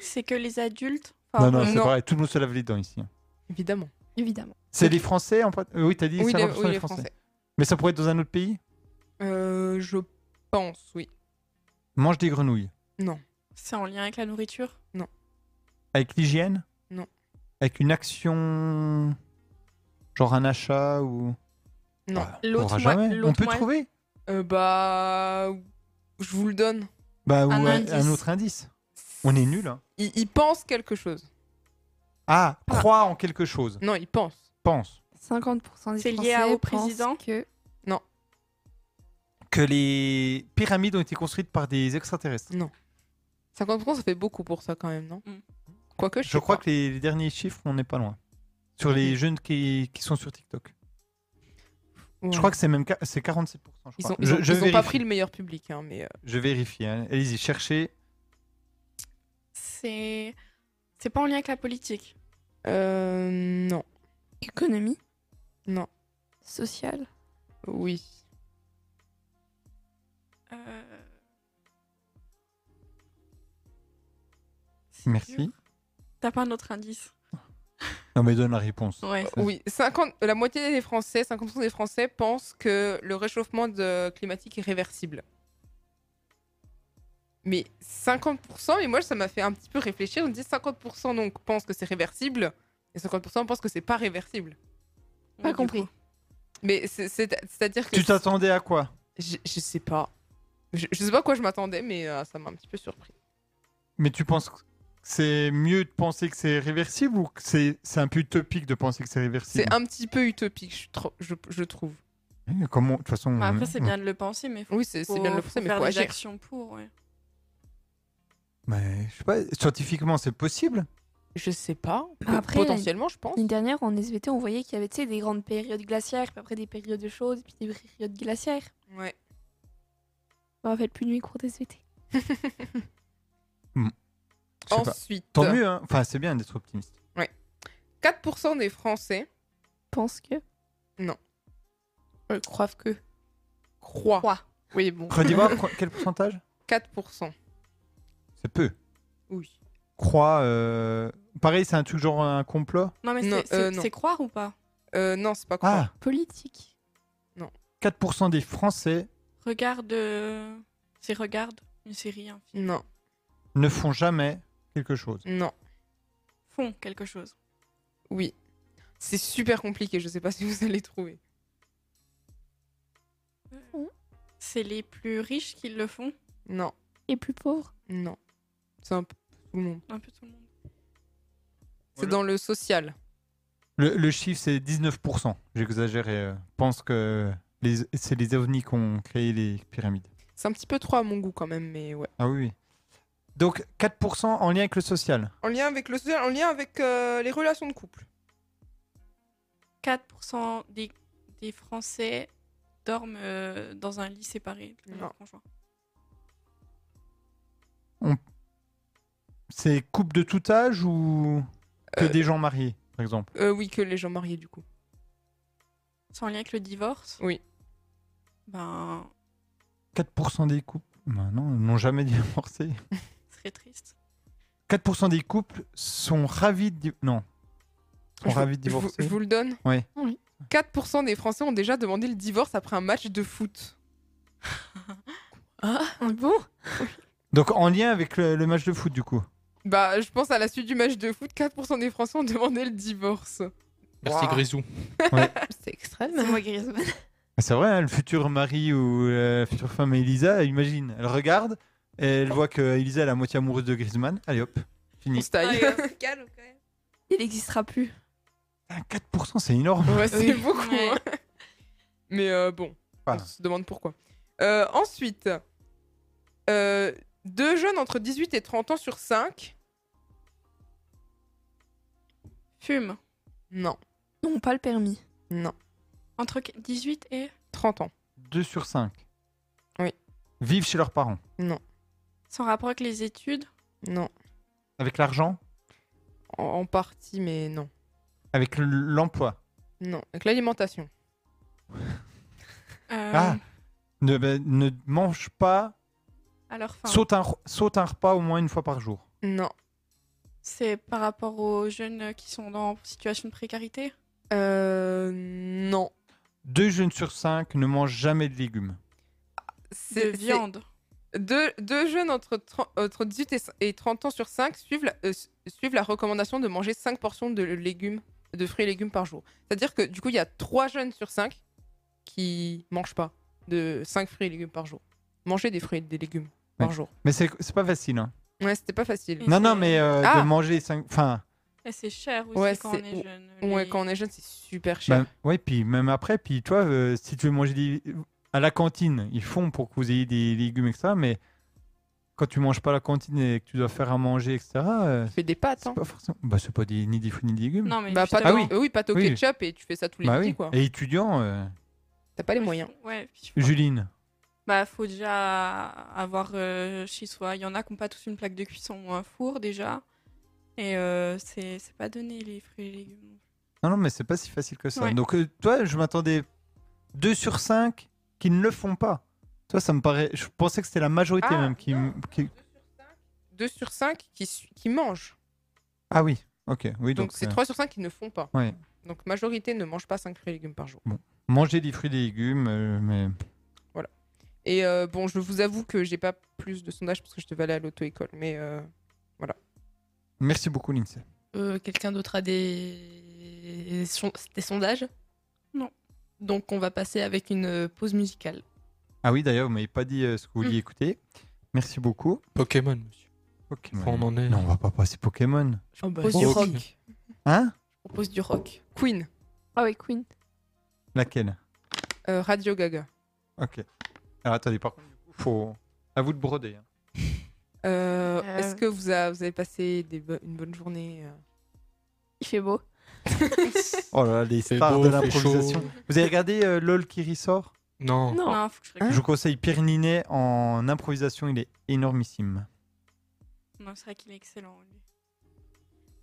S7: C'est que les adultes.
S1: non,
S7: enfin, euh,
S1: non, c'est pareil, tout le monde se lave les dents ici.
S9: Évidemment.
S7: Évidemment.
S1: C'est les Français en fait Euh, Oui, t'as dit
S9: Oui, les-
S1: 50%
S9: oui,
S1: des
S9: les
S1: Français.
S9: Français.
S1: Mais ça pourrait être dans un autre pays
S9: Euh, je pense, oui.
S1: Mange des grenouilles.
S9: Non.
S7: C'est en lien avec la nourriture
S9: Non.
S1: Avec l'hygiène
S9: Non.
S1: Avec une action. Genre un achat ou.
S9: Non.
S1: Bah, on pourra jamais. On peut trouver
S9: Euh, Bah. Je vous le donne.
S1: Bah, ou un,
S9: Un indice.
S1: un autre indice. On est nul. hein.
S9: Il, il pense quelque chose.
S1: Ah, croire en quelque chose.
S9: Non, il pense.
S1: Pense
S4: 50% des
S7: C'est
S4: Français
S7: lié à- au
S4: pensent
S7: président
S4: que
S9: Non.
S1: que les pyramides ont été construites par des extraterrestres.
S9: Non. 50%, ça fait beaucoup pour ça quand même, non
S7: Mm.
S9: Quoique, je,
S1: Je crois que les, les derniers chiffres, on n'est pas loin. Sur les jeunes qui, qui sont sur TikTok.
S9: Ouais.
S1: Je crois que c'est même ca- c'est 47%. Je,
S9: Ils
S1: crois.
S9: ont, ils
S1: Je-
S9: ont-
S1: je
S9: ils ont pas
S1: vérifie.
S9: pris le meilleur public, hein, mais. euh,
S1: Je vérifie. hein. Allez-y, cherchez.
S7: C'est. C'est pas en lien avec la politique.
S9: Euh, non.
S4: Économie
S9: Non.
S4: Sociale
S9: Oui.
S7: Euh,
S1: Merci.
S7: T'as pas un autre indice
S1: Non, mais donne la réponse.
S7: Ouais.
S9: Oui, 50, la moitié des Français, 50% des Français pensent que le réchauffement de- climatique est réversible. Mais 50%, et moi ça m'a fait un petit peu réfléchir, on dit 50% donc pensent que c'est réversible, et 50% pensent que c'est pas réversible.
S4: Pas compris.
S9: Mais c'est- c'est- c'est-à-dire que...
S1: Tu t'attendais à quoi
S9: je, je sais pas. Je, je sais pas à quoi je m'attendais, mais euh, ça m'a un petit peu surpris.
S1: Mais tu penses que c'est mieux de penser que c'est réversible ou que c'est c'est un peu utopique de penser que c'est réversible
S9: C'est un petit peu utopique, je, tro- je, je trouve.
S1: Eh, comment- De toute façon.
S7: Bah, après,
S1: on-
S7: c'est
S1: on-
S7: bien de le penser, mais faut,
S9: Oui, Mmh. c'est- c'est
S7: faut-
S9: bien de le penser, mais
S7: faire
S9: faut
S7: des
S9: agir.
S7: actions pour. ouais.
S1: Mais, je sais pas, scientifiquement, c'est possible
S9: Je sais pas.
S4: Après,
S9: Potentiellement, je pense.
S4: L'année dernière, en SVT, on voyait qu'il y avait tu sais, des grandes périodes glaciaires, puis après des périodes chaudes, puis des périodes glaciaires.
S9: Ouais.
S4: On rappelle plus de mes cours d'SVT.
S1: Je sais pas.
S9: Ensuite.
S1: Tant mieux, hein. Enfin, c'est bien d'être optimiste.
S9: Ouais. 4% des Français
S4: Pense que.
S9: Non.
S7: Euh,
S9: croivent que. Croient. Oui, bon.
S1: Redis-moi quoi- quel pourcentage
S9: 4%.
S1: C'est peu.
S9: Oui.
S1: Croix. euh, Pareil, c'est un truc genre un complot
S7: Non, mais
S9: Non,
S7: c'est- c'est
S9: euh, non.
S7: c'est croire ou pas
S9: Euh, non, c'est pas croire.
S1: Ah
S4: Politique.
S1: 4% des Français
S7: Regarde. euh, C'est regarde une série, un film.
S9: Non,
S1: ne font jamais quelque chose.
S9: non,
S7: Font quelque chose.
S9: oui. C'est super compliqué, je sais pas si vous allez trouver.
S7: C'est les plus riches qui le font.
S9: Non,
S4: Et plus pauvre.
S9: non. C'est un peu tout le monde.
S7: Un peu tout le monde.
S9: C'est dans le social.
S1: Le, le chiffre, c'est 19%. J'exagère et euh, pense que les- c'est les ovnis qui ont créé les pyramides.
S9: C'est un petit peu trop à mon goût quand même, mais ouais.
S1: Ah oui, oui. Donc 4% en lien avec le social.
S9: En lien avec le social, en lien avec euh, les relations de couple.
S7: 4% des, des Français dorment euh, dans un lit séparé de leur
S9: Non.
S7: conjoint.
S1: C'est couple de tout âge Euh, ou que des gens mariés, par exemple
S9: Euh, oui, que les gens mariés du coup.
S7: C'est en lien avec le divorce
S6: Oui.
S7: Ben,
S1: 4% des couples. Ben non, ils n'ont jamais divorcé.
S7: c'est très triste.
S1: 4% des couples sont ravis de. di- Non. Sont
S9: Je vous-
S1: ravis de
S9: je vous-
S1: divorcer.
S9: Je vous le donne.
S1: Ouais.
S9: 4% des Français ont déjà demandé le divorce après un match de foot.
S7: Ah, bon
S1: Donc en lien avec le, le match de foot, du coup.
S9: Bah, je pense à la suite du match de foot, 4% des Français ont demandé le divorce.
S1: Merci,
S9: Waouh.
S1: Grisou. Ouais.
S9: C'est extrême.
S7: C'est moi, Grisou.
S1: C'est vrai, hein, le futur mari ou euh, la future femme Elisa, imagine. Elle regarde, et elle voit que Elisa elle est à moitié amoureuse de Griezmann. Allez hop, fini.
S7: Ah, Il n'existera plus.
S1: Ah, 4%, c'est énorme.
S9: Ouais, c'est
S7: Oui.
S9: beaucoup.
S7: Ouais.
S9: hein. Mais euh, bon,
S1: Voilà.
S9: on se demande pourquoi. Euh, ensuite, euh, deux jeunes entre 18 et 30 ans sur 5.
S7: Fume.
S9: Non.
S7: Non, pas le permis.
S6: Non.
S7: Entre qu- 18 et
S9: 30 ans.
S1: 2 sur 5.
S6: Oui.
S1: Vivent chez leurs parents.
S6: Non.
S7: Sans rapport avec les études
S6: Non.
S1: Avec l'argent,
S6: En, en partie, mais non.
S1: avec l- l'emploi.
S6: Non. Avec l'alimentation.
S7: Euh,
S1: Ah ne, ben, ne mange pas,
S7: À leur fin.
S1: saute un, saute un repas au moins une fois par jour.
S6: Non.
S7: C'est par rapport aux jeunes qui sont dans situation de précarité
S6: Euh. Non.
S1: Deux jeunes sur cinq ne mangent jamais de légumes.
S9: C'est
S7: viande.
S9: Deux, deux jeunes entre, tren- entre 18 et, c- et 30 ans sur 5 suivent la, euh, su- suivent la recommandation de manger 5 portions de légumes, de fruits et légumes par jour. C'est-à-dire que du coup, il y a 3 jeunes sur 5 qui mangent pas de 5 fruits et légumes par jour. Manger des fruits et des légumes par
S1: Ouais.
S9: jour.
S1: Mais c'est c'est pas facile. hein.
S9: Ouais, c'était pas facile.
S1: Non, non, mais euh,
S9: Ah
S1: de manger cinq. Enfin,
S7: Et c'est cher aussi
S9: Ouais,
S7: quand
S9: c'est-
S7: on est jeune.
S9: Ouais,
S7: les-
S9: quand on est jeune, c'est super cher.
S1: bah, ouais, puis même après, puis toi, euh, si tu veux manger des- à la cantine, ils font pour que vous ayez des légumes, etc. Mais quand tu manges pas à la cantine et que tu dois faire à manger, etc. euh,
S9: Tu fais des pâtes. hein.
S1: pas forcément- Bah, c'est pas des, ni des fruits ni des légumes.
S7: Non, mais
S9: Bah, pâtes
S1: Ah
S9: au-
S1: oui.
S9: euh, oui, pâtes au
S1: Oui.
S9: ketchup et tu fais ça tous les
S1: Bah
S9: midis,
S1: oui.
S9: quoi.
S1: Et étudiant, euh,
S9: T'as pas les moyens.
S7: Ouais, puis
S1: Juline.
S7: Bah, faut déjà avoir euh, chez soi. Il y en a qui n'ont pas tous une plaque de cuisson ou un four déjà. Et euh, c'est c'est pas donné les fruits et légumes.
S1: Non, non, mais c'est pas si facile que ça.
S7: Ouais.
S1: Donc, euh, toi, je m'attendais 2 sur 5 qui ne le font pas. Toi, ça me paraît. Je pensais que c'était la majorité
S9: Ah,
S1: même qui. qui-
S9: 2 sur 5 qui, su- qui mangent.
S1: Ah oui, ok. Oui,
S9: Donc
S1: donc,
S9: c'est
S1: euh,
S9: 3 sur 5 qui ne font pas.
S1: Ouais.
S9: Donc majorité ne mange pas 5 fruits et légumes par jour.
S1: Manger des fruits et des légumes, euh, mais.
S9: Voilà. Et euh, bon, je vous avoue que j'ai pas plus de sondages parce que je devais aller à l'auto-école. Mais euh, voilà.
S1: Merci beaucoup, Lindsay.
S6: Euh, Quelqu'un d'autre a des... son- des sondages
S7: Non.
S6: Donc on va passer avec une euh, pause musicale.
S1: Ah oui, d'ailleurs, vous m'avez pas dit euh, ce que vous vouliez écouter. Merci beaucoup.
S8: Pokémon, monsieur.
S1: Pokémon.
S8: Faut en en est.
S1: Non, on va pas passer Pokémon.
S9: Oh,
S6: Je
S8: bah,
S6: propose
S8: si.
S6: du
S8: Ok.
S6: rock.
S1: Hein
S6: Je propose du rock.
S9: Queen,
S7: Ah oui, Queen.
S1: Laquelle
S9: euh, Radio Gaga.
S1: Ok. Alors, attendez, par contre, du coup, faut. À vous de broder. hein.
S9: Euh,
S7: Euh.
S9: Est-ce que vous, a- vous avez passé des bo- une bonne journée euh
S7: Il fait beau.
S1: Oh là là, les
S8: Fait
S1: stars
S8: beau,
S1: de
S8: fait
S1: l'improvisation.
S8: chaud.
S1: Vous avez regardé euh, LOL qui ressort
S8: Non.
S7: Non, faut que je
S9: Hein
S7: regarde.
S1: Je vous conseille Pierre Ninet en improvisation, il est énormissime.
S7: Non, c'est vrai qu'il est excellent. Lui.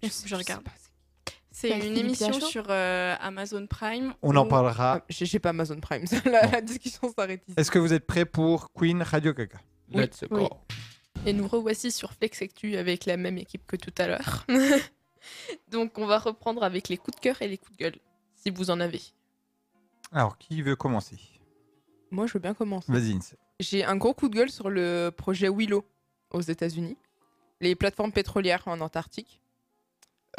S7: Il faut que je
S9: je sais
S7: regarde.
S9: pas,
S7: C'est
S6: Quel Bah,
S7: une
S6: Philippe Euh,
S7: émission
S6: Lachaud
S7: sur euh, Amazon Prime.
S1: On en
S7: où-
S1: parlera.
S9: Ah, J'ai j'ai pas Amazon Prime. ça, la, la discussion s'arrête ici.
S1: Est-ce que vous êtes prêts pour Queen Radio Gaga
S8: Let's
S6: Oui.
S8: go.
S6: Et nous revoici sur Flex Actu avec la même équipe que tout à l'heure. Donc on va reprendre avec les coups de cœur et les coups de gueule, si vous en avez.
S1: Alors, qui veut commencer
S9: Moi, je veux bien commencer.
S1: Vas-y, Inse.
S9: J'ai un gros coup de gueule sur le projet Willow aux États-Unis. Les plateformes pétrolières en Antarctique.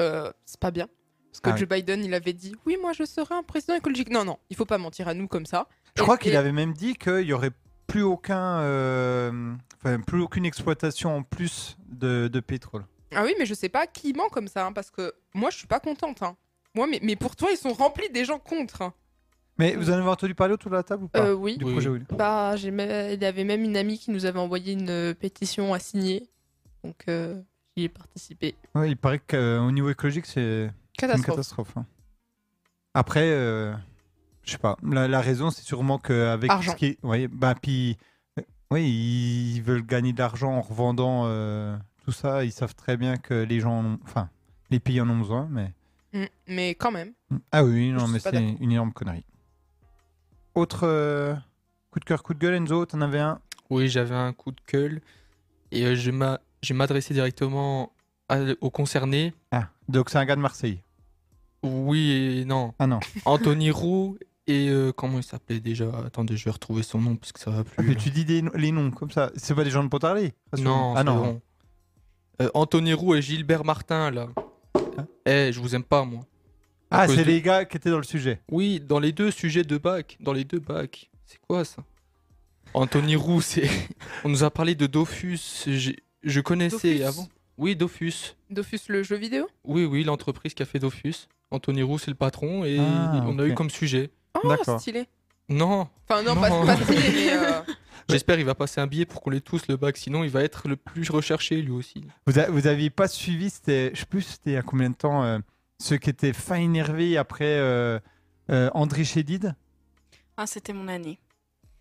S9: Euh, c'est pas bien. Parce que
S1: Ah
S9: Joe Biden, il avait dit Oui, moi je serai un président écologique. Non, non, il faut pas mentir à nous comme ça.
S1: Je
S9: Et-
S1: crois
S9: et-
S1: qu'il avait même dit qu'il n'y aurait plus aucun, euh, enfin, plus aucune exploitation en plus de, de pétrole.
S9: Ah oui, mais je sais pas qui ment comme ça, hein, parce que moi je suis pas contente. hein. Moi, mais, mais pour toi, ils sont remplis des gens contre. hein.
S1: Mais vous en avez entendu parler autour de la table ou pas
S6: Euh, oui.
S1: Du projet Willow
S6: Bah, j'ai même- il y avait même une amie qui nous avait envoyé une euh, pétition à signer. Donc euh, j'y ai participé.
S1: Ouais, il paraît qu'au niveau écologique, c'est une
S6: Catastrophe.
S1: catastrophe. hein. Après, euh, je sais pas. La, la raison, c'est sûrement qu'avec
S9: Argent.
S1: ce qui est. Oui, bah, puis. euh, Oui, ils veulent gagner de l'argent en revendant euh, tout ça. Ils savent très bien que les gens. en ont- Enfin, les pays en ont besoin, mais.
S9: Mm, Mais quand même.
S1: Ah oui, non, mais
S9: pas
S1: c'est une énorme connerie. Autre euh, coup de cœur, coup de gueule, Enzo, t'en avais un
S8: Oui, j'avais un coup de gueule et euh, je m'a- je m'adressais directement à- aux concernés.
S1: Ah, donc c'est un gars de Marseille.
S8: Oui et non.
S1: Ah non.
S8: Anthony Roux et euh, comment il s'appelait déjà Attendez, je vais retrouver son nom parce que ça va plus.
S1: Ah, mais
S8: là.
S1: tu dis des- les noms comme ça. C'est pas des gens de Pontarlier
S8: Non,
S1: ah
S8: c'est
S1: non.
S8: bon. Euh, Anthony Roux et Gilbert Martin là. Eh, je vous aime pas moi. À
S1: Ah,
S8: cause
S1: c'est
S8: de-
S1: les gars qui étaient dans le sujet.
S8: Oui, dans les deux sujets de bac, dans les deux bacs. C'est quoi ça Anthony Roux, c'est. On nous a parlé de Dofus. j'ai- Je connaissais
S17: Dofus.
S8: avant. Oui, Dofus.
S17: Dofus, le jeu vidéo
S8: Oui, oui, l'entreprise qui a fait Dofus. Anthony Roux, c'est le patron et
S1: Ah,
S8: on a
S1: ok.
S8: eu comme sujet.
S17: Oh, D'accord. stylé.
S8: Non.
S17: Enfin, non, pas- pas stylé, mais, euh,
S8: J'espère il va passer un billet pour qu'on ait tous le bac, sinon il va être le plus recherché lui aussi.
S1: Vous, a- vous aviez pas suivi, c'était, je sais plus, c'était il y a combien de temps, euh, ceux qui étaient fin énervés après euh, euh, André Chédid
S25: Ah, c'était mon année.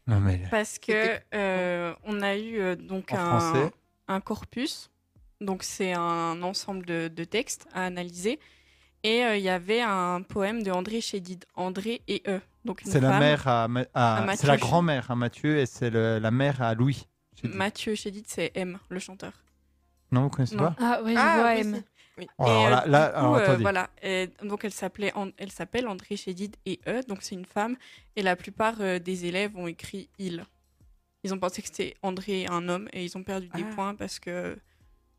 S1: Non, mais.
S25: Parce que euh, on a eu euh, donc
S1: En
S25: un,
S1: français.
S25: un corpus, donc c'est un ensemble de, de textes à analyser, et euh, il y avait un poème de André Chédid, André et eux. Donc une
S1: C'est la
S25: femme,
S1: mère à, Ma- à-
S25: à
S1: c'est
S25: Mathieu
S1: la
S25: Ch-
S1: grand-mère à Mathieu et c'est le- la mère à Louis. Chédid.
S25: Mathieu Chédid, c'est M, le chanteur.
S1: Non, vous connaissez
S25: Non.
S1: pas
S7: Ah ouais, je
S25: Ah,
S7: vois
S25: oui,
S7: M.
S1: Oh, alors
S25: Et, euh,
S1: là- là,
S25: du coup,
S1: alors,
S25: euh,
S1: attendez.
S25: voilà. Et donc elle s'appelait, An- elle s'appelle André Chédid et E, donc c'est une femme. Et la plupart euh, des élèves ont écrit il. Ils ont pensé que c'était André un homme et ils ont perdu des points parce que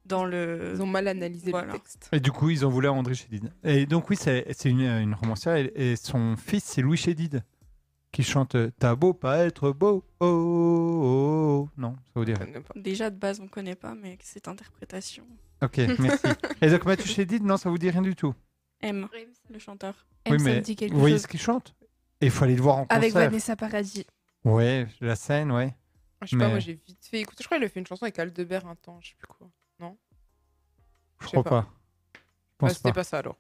S25: dans le
S9: Ah. ils ont mal analysé
S25: le texte.
S1: Et du coup, ils ont voulu à André Chédid. Et donc, oui, c'est c'est une, une romancière. Et, et son fils, c'est Louis Chédid, qui chante euh, T'as beau pas être beau. Oh, oh, oh. Non, ça vous dirait.
S25: Déjà de base on connaît pas, mais cette interprétation.
S1: Ok, merci. et donc, Mathieu Chédid, non, ça vous dit rien du tout.
S25: M, le chanteur.
S1: oui, mais vous voyez ce qu'il chante Et il faut aller le voir en concert.
S7: Avec Vanessa Paradis.
S1: Ouais, la scène, ouais.
S9: Ah, Je sais pas,
S1: Mais
S9: moi j'ai vite fait. Écoute, je crois qu'elle a fait une chanson avec Aldebert un temps, je sais plus quoi. Non
S1: je
S9: sais
S1: crois pas. Je
S9: Ah,
S1: pense
S9: C'était pas ça alors.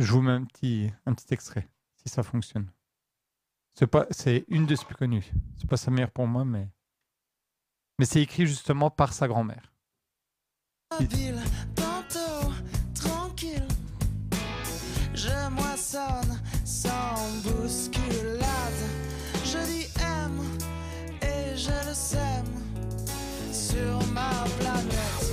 S1: Je vous mets un petit, un petit extrait, si ça fonctionne. C'est pas, c'est une de ses plus connues. C'est pas sa meilleure pour moi, mais mais c'est écrit justement par sa grand-mère.
S14: Mobile, tantôt tranquille. Je moissonne sans bousculade. Je dis aime et je le sème sur ma planète.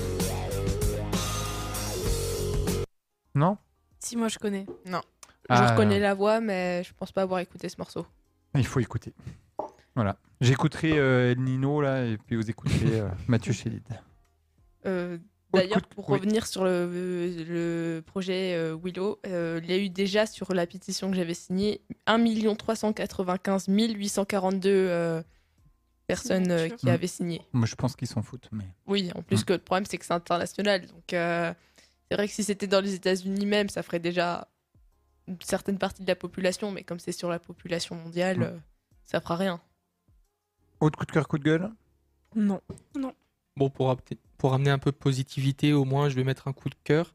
S1: Non
S25: Si moi je connais.
S9: Non.
S1: Ah,
S9: je reconnais
S1: non.
S9: la voix, mais je pense pas avoir écouté ce morceau.
S1: Il faut écouter. Voilà. J'écouterai euh, El Nino là, et puis vous écouterez euh, Mathieu Chédid.
S9: Euh, D'ailleurs, pour revenir sur le, le projet euh, Willow, euh, il y a eu déjà sur la pétition que j'avais signée 1 395 842 euh, personnes euh, qui
S1: Mm.
S9: avaient signé.
S1: Moi, je pense qu'ils s'en foutent, mais
S9: Oui, en plus que le problème, c'est que c'est international. Donc, euh, c'est vrai que si c'était dans les États-Unis même, ça ferait déjà une certaine partie de la population, mais comme c'est sur la population mondiale,
S1: Mm.
S9: euh, ça fera rien.
S1: autre coup de cœur, coup de gueule.
S25: Non. Non.
S8: Bon, pour, apte- pour amener un peu de positivité, au moins, je vais mettre un coup de cœur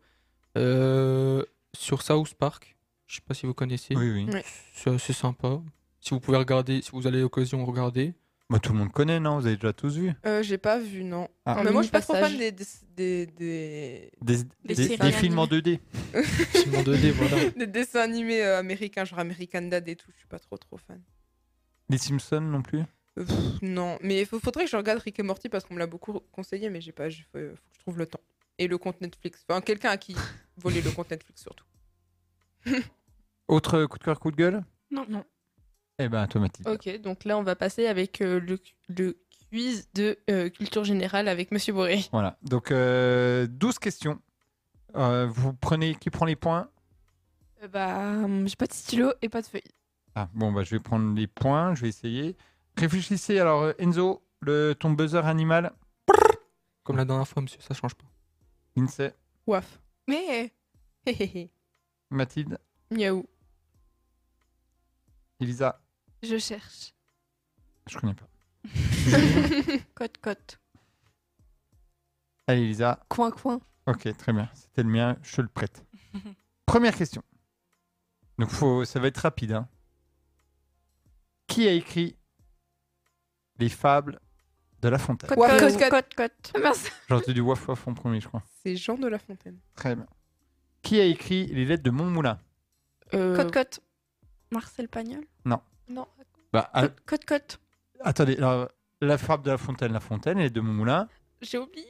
S8: euh, sur South Park. Je sais pas si vous connaissez.
S1: Oui, oui.
S9: Oui.
S8: C'est assez sympa. Si vous pouvez regarder, si vous avez l'occasion, regardez.
S1: Bah, tout le monde connaît, non Vous avez déjà tous vu.
S9: Euh, j'ai pas vu, non.
S1: Ah.
S9: Mais moi, je suis pas trop fan
S17: des, des, des-
S1: Des,
S17: Des
S1: des-
S17: séries
S1: des films en 2D.
S8: films en 2D, voilà.
S9: Des
S17: dessins animés euh, américains, genre American Dad et tout, je suis pas trop trop fan.
S1: Les Simpsons non plus.
S17: Euh, pff, non, mais il faudrait que je regarde Rick et Morty parce qu'on me l'a beaucoup conseillé, mais j'ai pas, j'ai- faut, faut que je trouve le temps. Et le compte Netflix. Enfin, quelqu'un à qui voler le compte Netflix surtout.
S1: Autre coup de cœur, coup de gueule.
S25: Non, non.
S1: Eh ben, toi, Mathilde.
S9: Ok, donc là, on va passer avec euh, le, le quiz de euh, culture générale avec Monsieur Boré.
S1: Voilà, donc euh, 12 questions. Euh, vous prenez qui prend les points
S7: Euh, bah, hum, j'ai pas de stylo et pas de feuille.
S1: Ah bon bah je vais prendre les points, je vais essayer. Réfléchissez alors euh, Enzo, le ton buzzer animal.
S8: Comme la dernière fois, monsieur, ça change pas.
S1: Lindsay,
S9: Ouaf. Mais.
S1: Mathilde,
S9: Miaou.
S1: Elisa,
S7: Je cherche.
S1: je connais pas.
S7: cote, cote.
S1: Allez Elisa.
S7: Coin, coin.
S1: Ok, très bien. C'était le mien, je te le prête. Première question. Donc faut, ça va être rapide. hein. Qui a écrit les fables de La Fontaine
S17: Cote, cote, cote,
S1: J'ai entendu waf waf en premier, je crois.
S17: C'est Jean de La Fontaine.
S1: Très bien. Qui a écrit les lettres de Montmoulin
S9: Euh,
S25: Cote, cote. Marcel Pagnol
S1: Non.
S25: Non.
S1: Bah, à-
S7: Côte, côte.
S1: Attendez, alors, la frappe de la fontaine, la fontaine, et les deux moulins.
S6: J'ai oublié.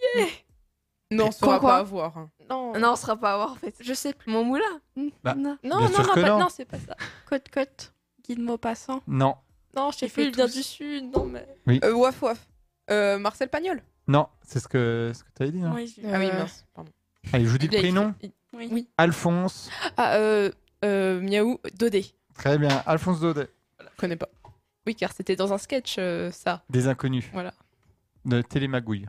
S9: Non, on
S6: Quoi,
S9: sera
S6: quoi
S9: pas à voir. hein.
S6: Non.
S4: Non, on sera pas à voir en fait.
S7: Je sais plus. Mon moulin Non,
S1: Bah,
S7: Hmm. non,
S1: bien sûr que
S7: pas-
S1: non.
S7: c'est pas ça. Côte, côte. Guide Maupassant.
S1: Non,
S6: Non, je sais
S7: Il
S6: plus,
S7: fait
S6: il vient
S7: tous.
S6: du sud. Non, mais.
S1: oui,
S9: Euh, waf waf. Euh, Marcel Pagnol.
S1: non, c'est ce que, ce que tu avais dit. non
S9: Ah oui, mince. Pardon.
S1: Allez, je vous dis le
S6: Il a écrit-
S1: prénom.
S6: il-
S7: Euh, Oui.
S1: Alphonse.
S6: Ah, euh, euh, Miaou, Dodé.
S1: Très bien, Alphonse Daudet,
S6: Je connais pas. Oui, car c'était dans un sketch, euh, ça.
S1: des inconnus,
S6: Voilà.
S1: de Télémagouille.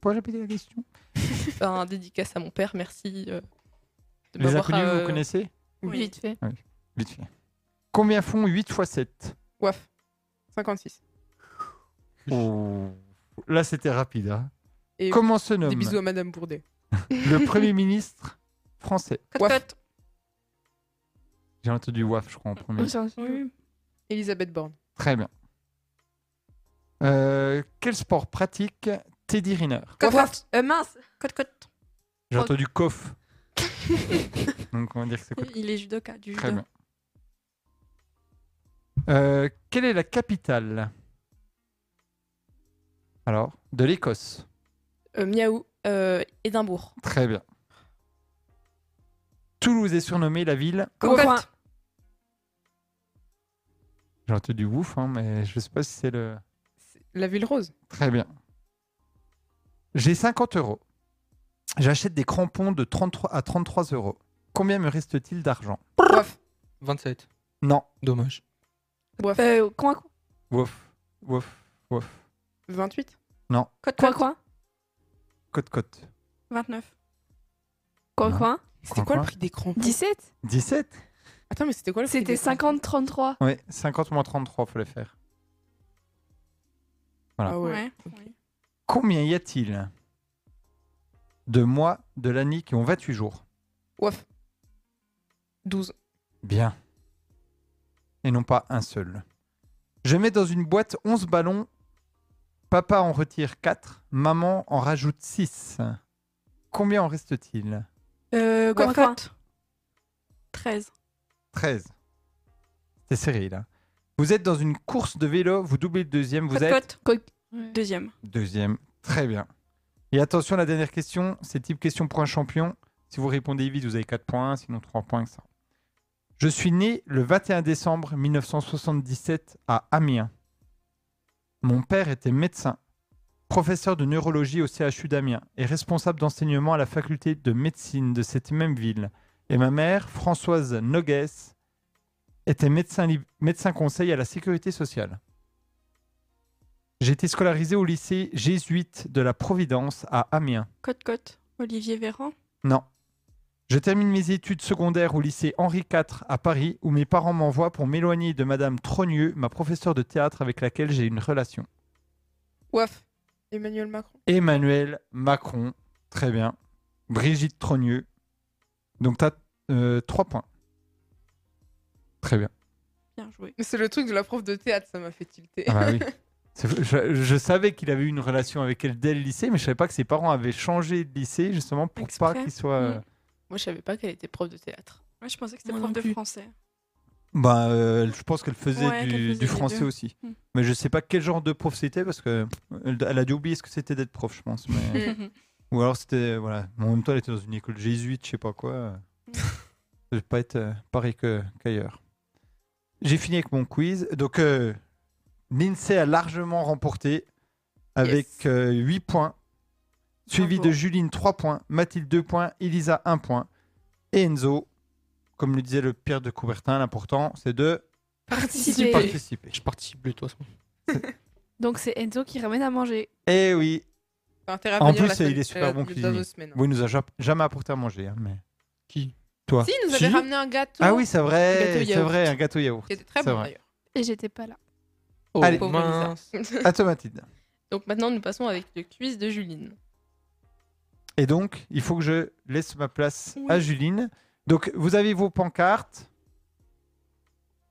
S1: Pourrais-je répéter la question
S6: Un dédicace à mon père, merci. euh, de
S1: Les
S6: m'avoir,
S1: inconnus,
S6: euh,
S1: vous connaissez
S6: Oui.
S4: Vite fait.
S1: Oui, vite fait. Combien font 8 x 7
S9: Waf. 56.
S1: Oh. Là, c'était rapide. hein.
S9: Et
S1: Comment se
S9: Des
S1: nomme
S9: bisous à Madame Bourdet.
S1: le Premier ministre français
S9: Waf.
S1: J'ai entendu WAF, je crois, en premier.
S9: Oui. Elisabeth Borne.
S1: Très bien. Euh, quel sport pratique Teddy Riner
S4: Côte, côte. Euh, mince. Côte, côte.
S1: J'ai entendu KOF. Donc, on va dire que c'est KOF.
S7: Il est judoka, du
S1: Très
S7: judo.
S1: bien. Euh, quelle est la capitale Alors, de l'Écosse.
S6: euh, Miaou, euh, Édimbourg.
S1: Très bien. Toulouse est surnommée la ville.
S6: Cocotte.
S1: J'ai entendu ouf, hein, mais je sais pas si c'est le.
S9: La Ville Rose.
S1: Très bien. J'ai 50 euros. J'achète des crampons de 33 à 33 euros. Combien me reste-t-il d'argent
S8: 27.
S1: Non.
S8: Dommage.
S4: Euh, coin, coin.
S1: Wouf, wouf, wouf.
S9: 28.
S1: Non,
S4: Côte, coin, coin.
S1: côte côte.
S7: 29.
S4: Coin,
S1: Non.
S4: coin.
S9: C'était quoi le prix des crampons
S4: 17
S1: 17
S9: Attends, mais c'était quoi le prix
S4: C'était
S9: des crampons
S4: 50-33.
S1: Oui, 50 moins 33, faut le faire. Voilà.
S9: Ah ouais.
S1: Combien y a-t-il de mois de l'année qui ont 28 jours
S9: Waf. 12.
S1: Bien. Et non pas un seul. Je mets dans une boîte 11 ballons. Papa en retire 4, maman en rajoute 6. Combien en reste-t-il
S7: Euh,
S4: Coin,
S7: Cocotte.
S4: coin.
S7: 13.
S1: 13. C'est serré là. Vous êtes dans une course de vélo, vous doublez le deuxième, vous êtes
S7: Côte. Deuxième.
S1: Deuxième. Très bien. Et attention, la dernière question, c'est type question pour un champion. Si vous répondez vite, vous avez 4 points, sinon 3 points, etc. Je suis né le 21 décembre 1977 à Amiens. Mon père était médecin, professeur de neurologie au CHU d'Amiens et responsable d'enseignement à la faculté de médecine de cette même ville. Et ma mère, Françoise Nogues, était médecin, lib- médecin conseil à la sécurité sociale. J'ai été scolarisé au lycée jésuite de la Providence à Amiens.
S7: Côte, côte. Olivier Véran.
S1: Non. Je termine mes études secondaires au lycée Henri IV à Paris, où mes parents m'envoient pour m'éloigner de Madame Trogneux, ma professeure de théâtre avec laquelle j'ai une relation.
S9: Waf. Emmanuel Macron.
S1: Emmanuel Macron, très bien. Brigitte Trogneux. Donc t'as euh, trois points. Très bien.
S7: Bien joué.
S9: Mais C'est le truc de la prof de théâtre, ça m'a fait tilter.
S1: Ah bah oui. C'est- Je, je savais qu'il avait eu une relation avec elle dès le lycée, mais je savais pas que ses parents avaient changé de lycée justement pour pas
S7: Exprès.
S1: qu'il soit. euh,
S6: Moi, je savais pas qu'elle était prof de théâtre.
S7: Moi, je pensais que c'était
S6: Moi
S7: prof
S6: non
S7: de
S6: plus.
S7: français.
S1: Bah, euh, je pense qu'elle faisait
S7: Ouais,
S1: du,
S7: qu'elle faisait
S1: du
S7: les
S1: français
S7: deux.
S1: aussi.
S7: Mm.
S1: Mais je sais pas quel genre de prof c'était parce que elle, elle a dû oublier ce que c'était d'être prof, je pense. mais-
S7: Hmm.
S1: Ou alors c'était. euh, Voilà. En même temps, elle était dans une école jésuite, je sais pas quoi.
S7: Hmm.
S1: Ça ne pas être euh, pareil que- qu'ailleurs. J'ai fini avec mon quiz. Donc, euh, l'INSEE a largement remporté avec euh, 8 points, suivi de Juline 3 points, Mathilde 2 points, Elisa 1 point et Enzo. Comme le disait le Pierre de Coubertin, l'important c'est de
S4: Participer.
S1: participer.
S8: Je participe de toute façon.
S4: Donc c'est Enzo qui ramène à manger.
S1: Eh oui,
S9: T'as intérêt à
S1: en
S9: venir
S1: plus
S9: la semaine-
S1: il est super
S9: euh,
S1: bon
S9: dans deux
S1: cuisinier.
S9: semaines.
S1: Oui, il nous a ja- jamais apporté à manger, hein, mais
S8: qui
S1: Toi.
S9: Si, il nous avait ramené un gâteau.
S1: Ah oui, c'est
S9: Gâteau
S1: vrai, c'est
S9: yaourt.
S1: vrai, un gâteau yaourt.
S9: Qui était très
S1: C'est
S9: bon
S1: vrai.
S9: d'ailleurs.
S4: Et j'étais pas là.
S8: Oh,
S1: Allez.
S8: pauvre mince.
S6: Elisa.
S1: Automatide.
S6: Donc maintenant, nous passons avec le quiz de Juline.
S1: Et donc, il faut que je laisse ma place à Juline. Donc, vous avez vos pancartes.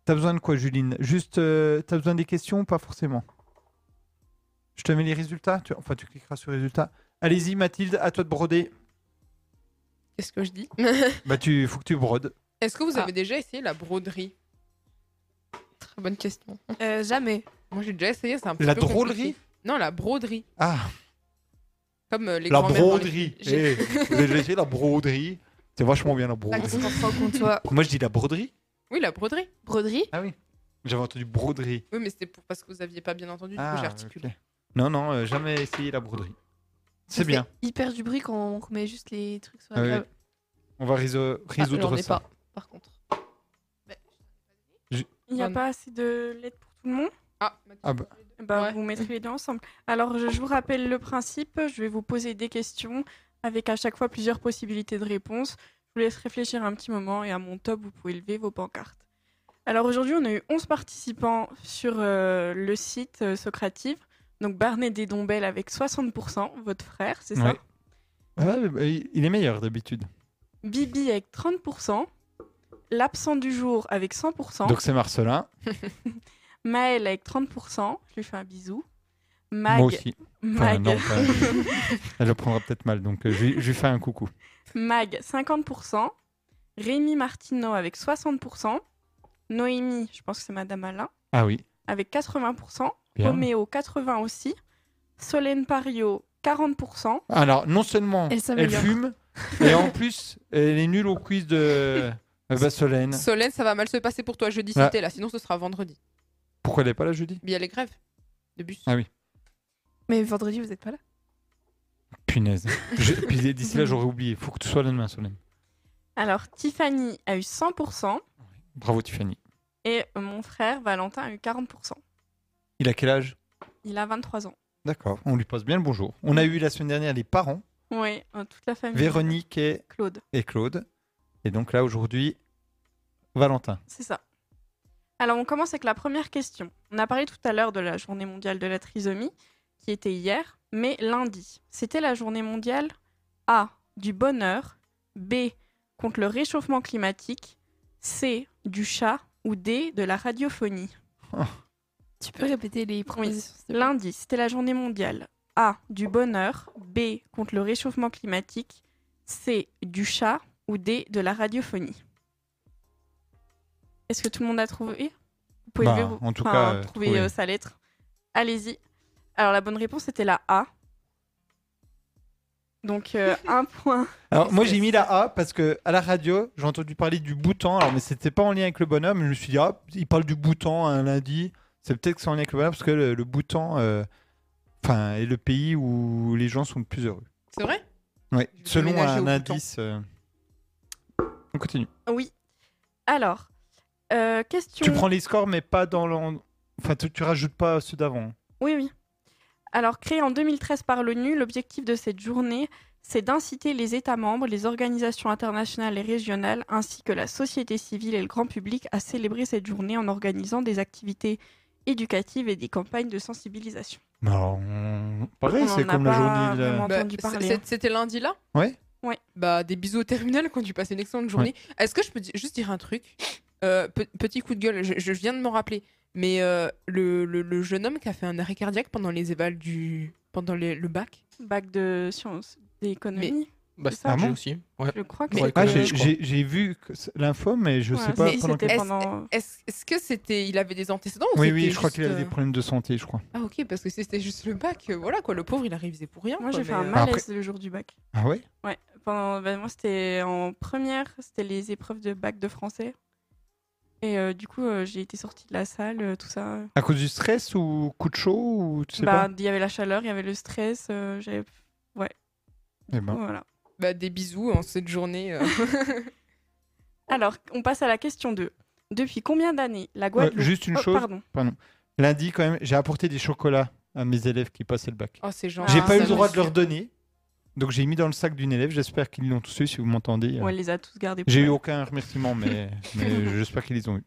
S1: T'as besoin de quoi, Juline Juste, euh, t'as besoin des questions ou pas forcément Je te mets les résultats. Tu... Enfin, tu cliqueras sur les résultats. Allez-y, Mathilde, à toi de broder.
S6: Qu'est-ce que je dis Ah.
S1: Bah, tu faut que tu brodes.
S9: Est-ce que vous avez déjà essayé la broderie
S6: Très bonne question.
S9: Euh, jamais. Moi, j'ai déjà essayé, c'est un petit
S1: La
S9: peu
S1: drôlerie
S9: compliqué. Non, la broderie.
S1: Ah,
S9: Comme euh, les
S1: la
S9: grands-mères dans les-
S1: broderie.
S9: J'ai-
S1: Eh, Vous avez déjà essayé la broderie C'est vachement bien la broderie. Moi je dis la broderie.
S9: Oui, la broderie.
S4: Broderie
S1: Ah oui. J'avais entendu broderie.
S9: Oui, mais c'était pour... parce que vous aviez pas bien entendu, du
S1: Ah,
S9: coup, j'ai articulé.
S1: ok. Non, non, euh, jamais essayé la broderie. C'est bien.
S4: Hyper du bruit quand on met juste les trucs sur
S1: Ah
S4: la
S1: oui.
S4: table.
S1: On va réso-
S9: Ah,
S6: Ah,
S1: résoudre ça.
S6: par contre.
S7: Il n'y a
S6: Bonne.
S7: pas assez de lettres pour tout le monde
S9: Ah,
S1: Ah bah.
S7: bah, vous mettrez les deux ensemble. Alors, je vous rappelle le principe. Je vais vous poser des questions avec à chaque fois plusieurs possibilités de réponse. Je vous laisse réfléchir un petit moment et à mon top, vous pouvez lever vos pancartes. Alors, aujourd'hui, on a eu 11 participants sur euh, le site euh, Socrative. Donc, Barnet Desdombelles avec 60%, votre frère, c'est ça
S1: Ouais. Ah, bah, il est meilleur d'habitude.
S7: Bibi avec 30%, l'absent du jour avec 100%.
S1: Donc c'est Marcelin.
S7: Maël avec 30%, je lui fais un bisou. Mag,
S1: Moi aussi. Enfin,
S7: Mag,
S1: non, quand même. Elle le prendra peut-être mal, donc euh, je lui je lui fais un coucou.
S7: Mag 50%, Rémi Martineau avec 60%, Noémie, je pense que c'est Madame Alain,
S1: Ah oui.
S7: avec 80%,
S1: Bien.
S9: Oh,
S7: Roméo 80% aussi, Solène Pario 40%.
S1: Alors, non seulement
S7: Elle
S1: elle,
S7: s'améliore.
S1: fume, et en plus, elle est nulle au quiz de euh, bah, Solène.
S9: Solène, ça va mal se passer pour toi jeudi
S1: Ouais.
S9: si t'es là, sinon ce sera vendredi.
S1: Pourquoi elle n'est pas là jeudi
S9: Mais il y a les grèves de bus.
S1: Ah oui,
S4: Mais vendredi, vous n'êtes pas là.
S1: punaise. Je- puis d'ici là, j'aurais oublié. Faut que tu sois là demain, Solène.
S7: Alors, Tiffany a eu 100%
S1: Bravo, Tiffany.
S7: et mon frère Valentin a eu 40%.
S1: Il a quel âge
S7: Il a 23 ans.
S1: D'accord, on lui passe bien le bonjour. On a eu la semaine dernière les parents,
S7: Oui, euh, toute la famille.
S1: Véronique et
S7: Claude.
S1: Et, Claude. et donc là, aujourd'hui, Valentin.
S7: C'est ça. Alors, on commence avec la première question. On a parlé tout à l'heure de la journée mondiale de la trisomie, qui était hier, mais lundi. C'était la journée mondiale A. Du bonheur, B. Contre le réchauffement climatique, C. Du chat ou D. De la radiophonie.
S4: Tu peux répéter les propositions s'il te plaît
S7: Lundi, c'était la journée mondiale. A. Du bonheur, B. Contre le réchauffement climatique, C. Du chat ou D. De la radiophonie. Est-ce que tout le monde a trouvé Vous pouvez
S1: Bah,
S7: lever vos-
S1: en tout
S7: enfin,
S1: cas, euh,
S7: trouver
S1: trouver.
S7: euh, sa lettre. Allez-y. Alors la bonne réponse était la A. Donc euh, un point.
S1: Alors moi j'ai mis la A parce que à la radio j'ai entendu parler du bouton alors mais c'était pas en lien avec le bonhomme je me suis dit ah il parle du bouton un lundi c'est peut-être que c'est en lien avec le bonhomme parce que le, le bouton euh, enfin est le pays où les gens sont le plus heureux
S9: C'est vrai
S1: ouais selon
S7: déménager
S1: un
S7: au
S1: indice euh, on continue
S7: Oui. Alors, euh, question.
S1: tu prends les scores mais pas dans l'en... enfin tu, tu rajoutes pas ceux d'avant
S7: Oui, oui. Alors, créé en 2013 par l'ONU, l'objectif de cette journée, c'est d'inciter les États membres, les organisations internationales et régionales, ainsi que la société civile et le grand public à célébrer cette journée en organisant des activités éducatives et des campagnes de sensibilisation.
S1: mais alors Bah, on- pareil
S7: On
S1: c'est
S7: en a
S1: comme euh, la
S7: pas
S1: journée de la-
S7: vraiment entendu
S9: Bah,
S7: parler,
S9: c'est-
S7: hein.
S9: C'était lundi là
S1: ouais
S7: Ouais.
S9: Bah, des bisous au terminal quand tu passes une excellente journée. Est-ce que je peux di- juste dire un truc Euh, pe- Petit coup de gueule, je, je viens de m'en rappeler. Mais euh, le, le- le jeune homme qui a fait un arrêt cardiaque pendant les évals du. pendant les- le bac.
S7: Bac de sciences, d'économie.
S8: Bah,
S7: c'est
S8: c'est
S7: ça
S8: un jeu aussi. Ouais.
S7: Je crois que
S8: Pour
S7: c'est-
S1: Ah,
S8: économie,
S1: j'ai,
S8: je crois.
S1: j'ai- j'ai vu que c'est- l'info mais Ah, je sais pas
S9: Mais
S1: pendant
S9: c'était-
S1: quel-
S9: est-ce- Est-ce est-ce que c'était. Il avait des antécédents ou
S1: oui
S9: c'était
S1: oui je crois
S9: juste,
S1: qu'il avait des
S9: euh,
S1: problèmes de santé je crois
S9: Ah, ok, parce que c'était juste le bac. euh, Voilà quoi, le pauvre il a révisé pour rien.
S7: Moi,
S9: quoi,
S7: j'ai fait
S9: mais,
S7: un
S9: euh,
S7: malaise le jour du bac.
S1: ah ouais
S7: Ouais, pendant, ben, moi c'était en première, c'était les épreuves de bac de français. Et euh, du coup, euh, j'ai été sortie de la salle, euh, tout ça.
S1: À cause du stress ou coup de chaud ou tu sais
S7: Bah,
S1: pas
S7: il y avait la chaleur, il y avait le stress, euh, j'avais. Ouais.
S1: Eh ben.
S7: Voilà.
S9: Bah, des bisous en cette journée. euh.
S7: Alors, on passe à la question 2. Depuis combien d'années la
S1: Euh,
S7: Guadeloupe.
S1: Juste une
S7: Oh,
S1: chose.
S7: Pardon.
S1: Lundi, quand même, j'ai apporté des chocolats à mes élèves qui passaient le bac.
S9: Oh, c'est gentil.
S1: J'ai
S9: Ah,
S1: pas eu
S9: ça
S1: le droit
S9: me
S1: de leur donner. Donc j'ai mis dans le sac d'une élève. J'espère qu'ils l'ont tous eu si vous m'entendez. euh.
S7: Ouais, elle les a tous gardés pour
S1: J'ai eu
S7: elle.
S1: aucun remerciement, mais, mais j'espère qu'ils les ont eu.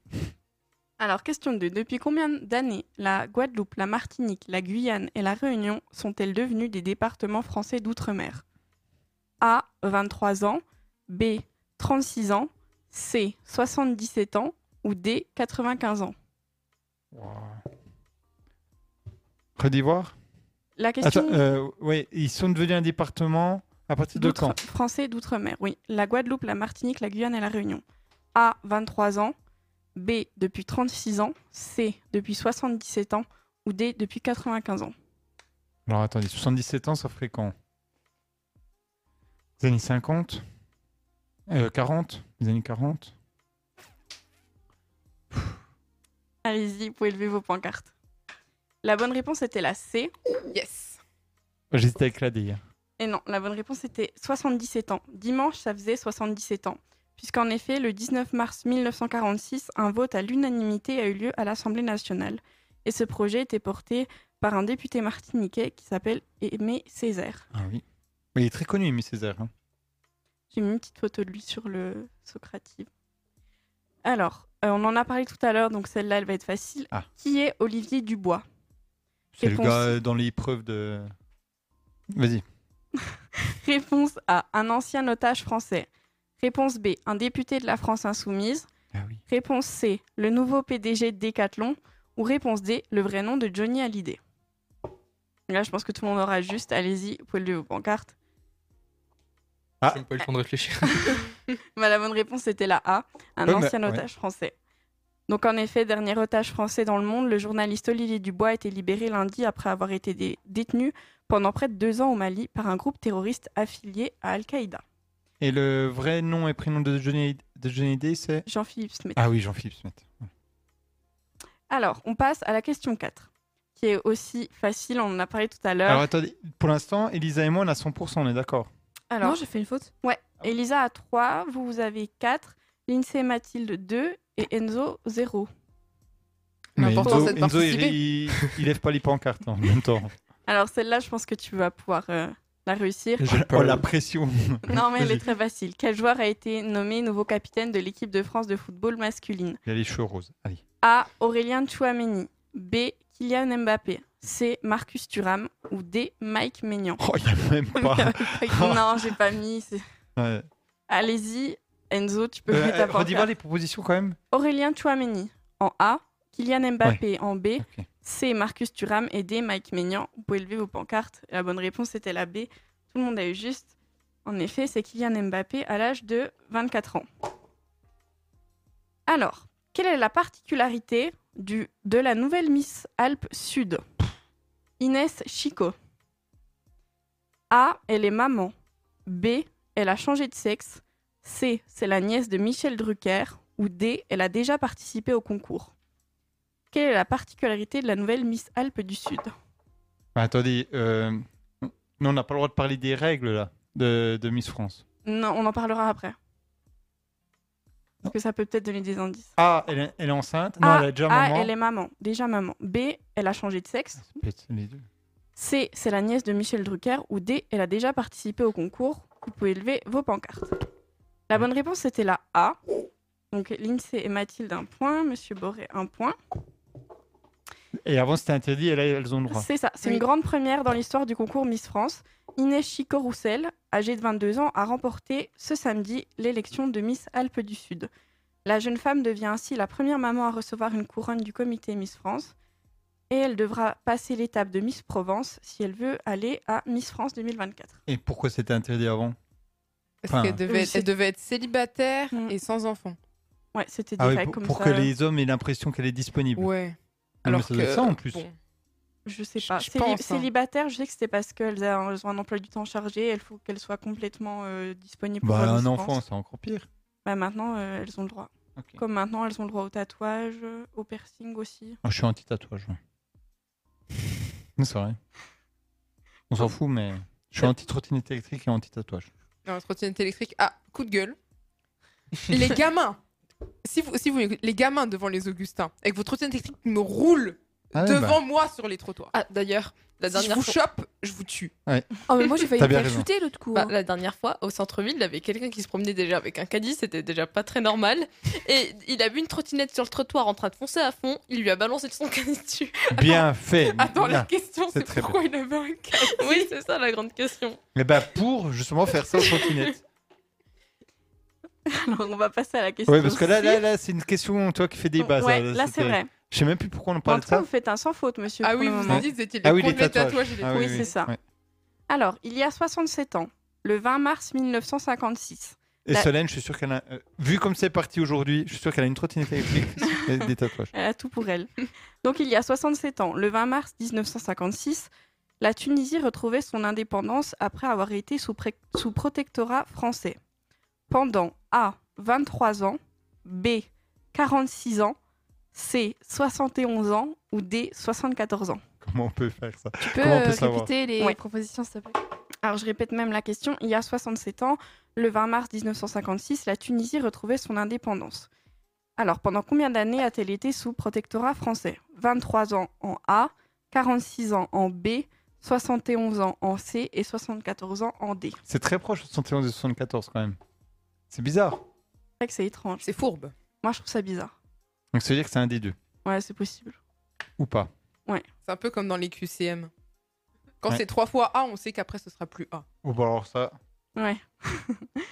S7: Alors, question 2. Depuis combien d'années la Guadeloupe, la Martinique, la Guyane et la Réunion sont-elles devenues des départements français d'outre-mer A. 23 ans. B. 36 ans. C. 77 ans. Ou D. 95 ans.
S1: Redivoir
S7: La question-
S1: Attends, euh, ouais, ils sont devenus un département à partir de
S7: D'outre-
S1: quand
S7: Français d'outre-mer, oui. La Guadeloupe, la Martinique, la Guyane et la Réunion. A. 23 ans. B depuis 36 ans, C depuis 77 ans ou D depuis 95 ans.
S1: Alors attendez, 77 ans, ça ferait quand Les années 50 euh, 40 Les années 40
S7: Allez-y, vous pouvez lever vos pancartes. La bonne réponse était la C. Yes.
S1: J'hésitais avec hein. la D.
S7: Et non, la bonne réponse était 77 ans. Dimanche, ça faisait 77 ans. Puisqu'en effet, le 19 mars 1946, un vote à l'unanimité a eu lieu à l'Assemblée nationale. Et ce projet était porté par un député martiniquais qui s'appelle Aimé Césaire.
S1: Ah oui. Mais il est très connu, Aimé Césaire. hein.
S7: J'ai mis une petite photo de lui sur le Socrative. Alors, euh, on en a parlé tout à l'heure, donc celle-là, elle va être facile.
S1: Ah.
S7: Qui est Olivier Dubois
S1: C'est le
S7: Réponse.
S1: gars euh, dans l'épreuve de. Vas-y.
S7: Réponse A, un ancien otage français. Réponse B, un député de la France insoumise. Réponse C, le nouveau PDG de Decathlon. Ou réponse D, le vrai nom de Johnny Hallyday. Là, je pense que tout le monde aura juste. Allez-y, vous pouvez lever vos pancartes.
S1: Ah.
S8: J'ai même pas eu le temps de réfléchir.
S7: Mais la bonne réponse c'était la A, un
S8: Ouais, bah,
S7: ancien
S8: ouais.
S7: otage français. Donc en effet, dernier otage français dans le monde, le journaliste Olivier Dubois a été libéré lundi après avoir été dé- détenu pendant près de deux ans au Mali par un groupe terroriste affilié à Al-Qaïda.
S1: Et le vrai nom et prénom de Johnny, de Johnny Day, c'est
S7: Jean-Philippe Smith.
S1: Ah oui, Jean-Philippe Smith.
S7: Ah. Alors, on passe à la question 4, qui est aussi facile, on en a parlé tout à l'heure.
S1: Alors attendez, pour l'instant, Elisa et moi, on a 100%, on est d'accord
S7: Alors,
S4: Non, j'ai fait une faute.
S7: Ouais,
S1: Ah
S7: Elisa a 3, vous, vous avez 4, Lindsay et Mathilde 2 et Enzo 0.
S1: Mais
S7: L'important,
S1: Enzo,
S7: c'est de
S1: Enzo, il,
S7: participer.
S1: il, il lève pas les pancartes en même temps.
S7: Alors celle-là, je pense que tu vas pouvoir euh, la réussir.
S1: Oh la pression
S7: Non, mais elle est
S1: Vas-y.
S7: très facile. Quel joueur a été nommé nouveau capitaine de l'équipe de France de football masculine
S1: Il a les cheveux roses. Allez.
S7: A. Aurélien Chouameni. B. Kylian Mbappé. C. Marcus Thuram. Ou D. Mike Maignan.
S1: Oh, il n'y a même pas.
S7: non, j'ai pas mis. c'est-
S1: Ouais.
S7: Allez-y, Enzo, tu peux
S1: Euh,
S7: mettre ta
S1: euh, redis-moi
S7: pancarte.
S1: les propositions quand même.
S7: Aurélien Chouameni en A. Kylian Mbappé en B. C. Marcus Thuram et D. Mike Maignan. Vous pouvez lever vos pancartes. La bonne réponse était la B. Tout le monde a eu juste. En effet, c'est Kylian Mbappé à l'âge de 24 ans. Alors, quelle est la particularité du, de la nouvelle Miss Alpes Sud Inès Chico. A. Elle est maman. B. Elle a changé de sexe. C. C'est la nièce de Michel Drucker. Ou D. Elle a déjà participé au concours. Quelle est la particularité de la nouvelle Miss Alpes du Sud
S1: Ah, attendez, euh, non, on n'a pas le droit de parler des règles là, de, de Miss France.
S7: Non, on en parlera après. Parce que ça peut peut-être donner des indices.
S1: Ah, elle est, elle est enceinte Non,
S7: A,
S1: elle a déjà
S7: A,
S1: maman.
S7: Ah, elle est maman. Déjà maman. B. Elle a changé de sexe.
S1: Pète, les deux.
S7: C. C'est la nièce de Michel Drucker. Ou D. Elle a déjà participé au concours. Vous pouvez lever vos pancartes. La bonne réponse, c'était la A. Donc, Lindsay et Mathilde, un point. Monsieur Boré, un point.
S1: Et avant, c'était interdit, et là, elles ont le droit.
S7: C'est ça, c'est
S1: Oui.
S7: une grande première dans l'histoire du concours Miss France. Inès Chico-Roussel, âgée de 22 ans, a remporté ce samedi l'élection de Miss Alpes du Sud. La jeune femme devient ainsi la première maman à recevoir une couronne du comité Miss France et elle devra passer l'étape de Miss Provence si elle veut aller à Miss France 2024.
S1: Et pourquoi c'était interdit avant
S9: Parce
S1: Enfin,
S9: qu'elle devait,
S7: Oui,
S9: être-
S7: c'est-
S9: elle devait être célibataire
S22: Mm.
S9: et sans enfant.
S7: Ouais, c'était
S1: ah ouais,
S7: direct
S1: pour,
S7: comme
S1: pour
S7: ça.
S1: que les hommes aient l'impression qu'elle est disponible.
S9: Ouais.
S1: Ah, mais
S9: Alors
S1: ça doit être
S9: que,
S1: ça en plus.
S9: bon.
S7: Je sais pas.
S9: je
S7: Céli-
S9: pense, hein.
S7: Célibataire, je sais que c'était parce qu'elles a- elles ont un emploi du temps chargé, il faut qu'elles soient complètement euh, disponibles pour
S1: Bah,
S7: la
S1: un
S7: Miss
S1: enfant,
S7: France.
S1: c'est encore pire.
S7: Bah maintenant, euh, elles ont le droit. Comme maintenant, elles ont le droit au tatouage, euh, au piercing aussi.
S1: Ah, je suis anti-tatouage. ouais. Non, c'est vrai. On s'en fout, mais je suis anti-trottinette électrique et anti-tatouage.
S9: Non, la trottinette électrique. Ah, coup de gueule. les gamins. Si vous, si vous m'écoutez, les gamins devant les Augustins, avec vos trottinettes électriques qui me roulent
S1: Ah ouais,
S9: devant
S1: bah.
S9: moi sur les trottoirs.
S22: Ah, d'ailleurs, la
S9: si je
S22: dernière
S9: vous
S22: fois-
S9: chope, je vous tue. Bah,
S1: Ouais.
S22: Oh, mais moi j'ai failli
S1: T'as
S22: me
S1: bien
S22: faire hein.
S1: raison.
S22: shooter l'autre coup. la dernière fois, au centre-ville, il y avait quelqu'un qui se promenait déjà avec un caddie, c'était déjà pas très normal. Et il a vu une trottinette sur le trottoir en train de foncer à fond, il lui a balancé son caddie dessus.
S1: Bien fait.
S22: Attends, la
S1: Bien.
S22: question, c'est
S1: très
S22: pourquoi
S1: bien.
S22: il avait un caddie Oui, c'est ça la grande question.
S1: Eh ben, pour justement faire ça aux trottinettes.
S7: Alors on va passer à la question.
S1: Oui, parce que là, là,
S7: suivante.
S1: là c'est une question, toi, qui fait débat. ça,
S7: Ouais, là, c'est
S1: c'était-
S7: vrai.
S1: Je sais même plus pourquoi on
S7: En
S1: parle de
S7: tout cas,
S1: ça.
S7: vous faites un sans faute, monsieur.
S9: Ah
S7: pour
S9: oui,
S7: le
S9: vous
S7: moment.
S9: me dites, étiez les contre les tatouages et les
S1: Ah
S9: trucs.
S7: oui, c'est ça.
S1: ouais.
S7: Alors, il y a 67 ans, le 20 mars 1956,
S1: Et
S7: La-
S1: Solène, je suis sûr qu'elle a. euh, vu comme c'est parti aujourd'hui, je suis sûr qu'elle a une trottinette électrique et des tatouages.
S7: Elle a tout pour elle. Donc il y a 67 ans, le 20 mars 1956, la Tunisie retrouvait son indépendance après avoir été sous, pré- sous protectorat français. Pendant A. 23 ans, B. 46 ans, C. 71 ans ou D. 74 ans.
S1: Comment on peut faire ça
S7: Tu peux
S1: Comment on
S7: euh,
S1: peut savoir
S7: répéter les propositions, s'il te plaît Alors, je répète même la question. Il y a 67 ans, le 20 mars 1956, la Tunisie retrouvait son indépendance. Alors, pendant combien d'années a-t-elle été sous protectorat français 23 ans en A, 46 ans en B, 71 ans en C et 74 ans en D.
S1: C'est très proche de 71 et 74 quand même. C'est bizarre.
S7: C'est vrai que c'est étrange. C'est fourbe. Moi, je trouve ça bizarre.
S1: Donc ça veut dire que c'est un des deux.
S7: Ouais, c'est possible.
S1: Ou pas.
S7: Ouais.
S9: C'est un peu comme dans les QCM. Quand
S1: Ouais.
S9: c'est trois fois A, on sait qu'après ce sera plus A.
S1: Ou bah alors ça.
S7: Ouais.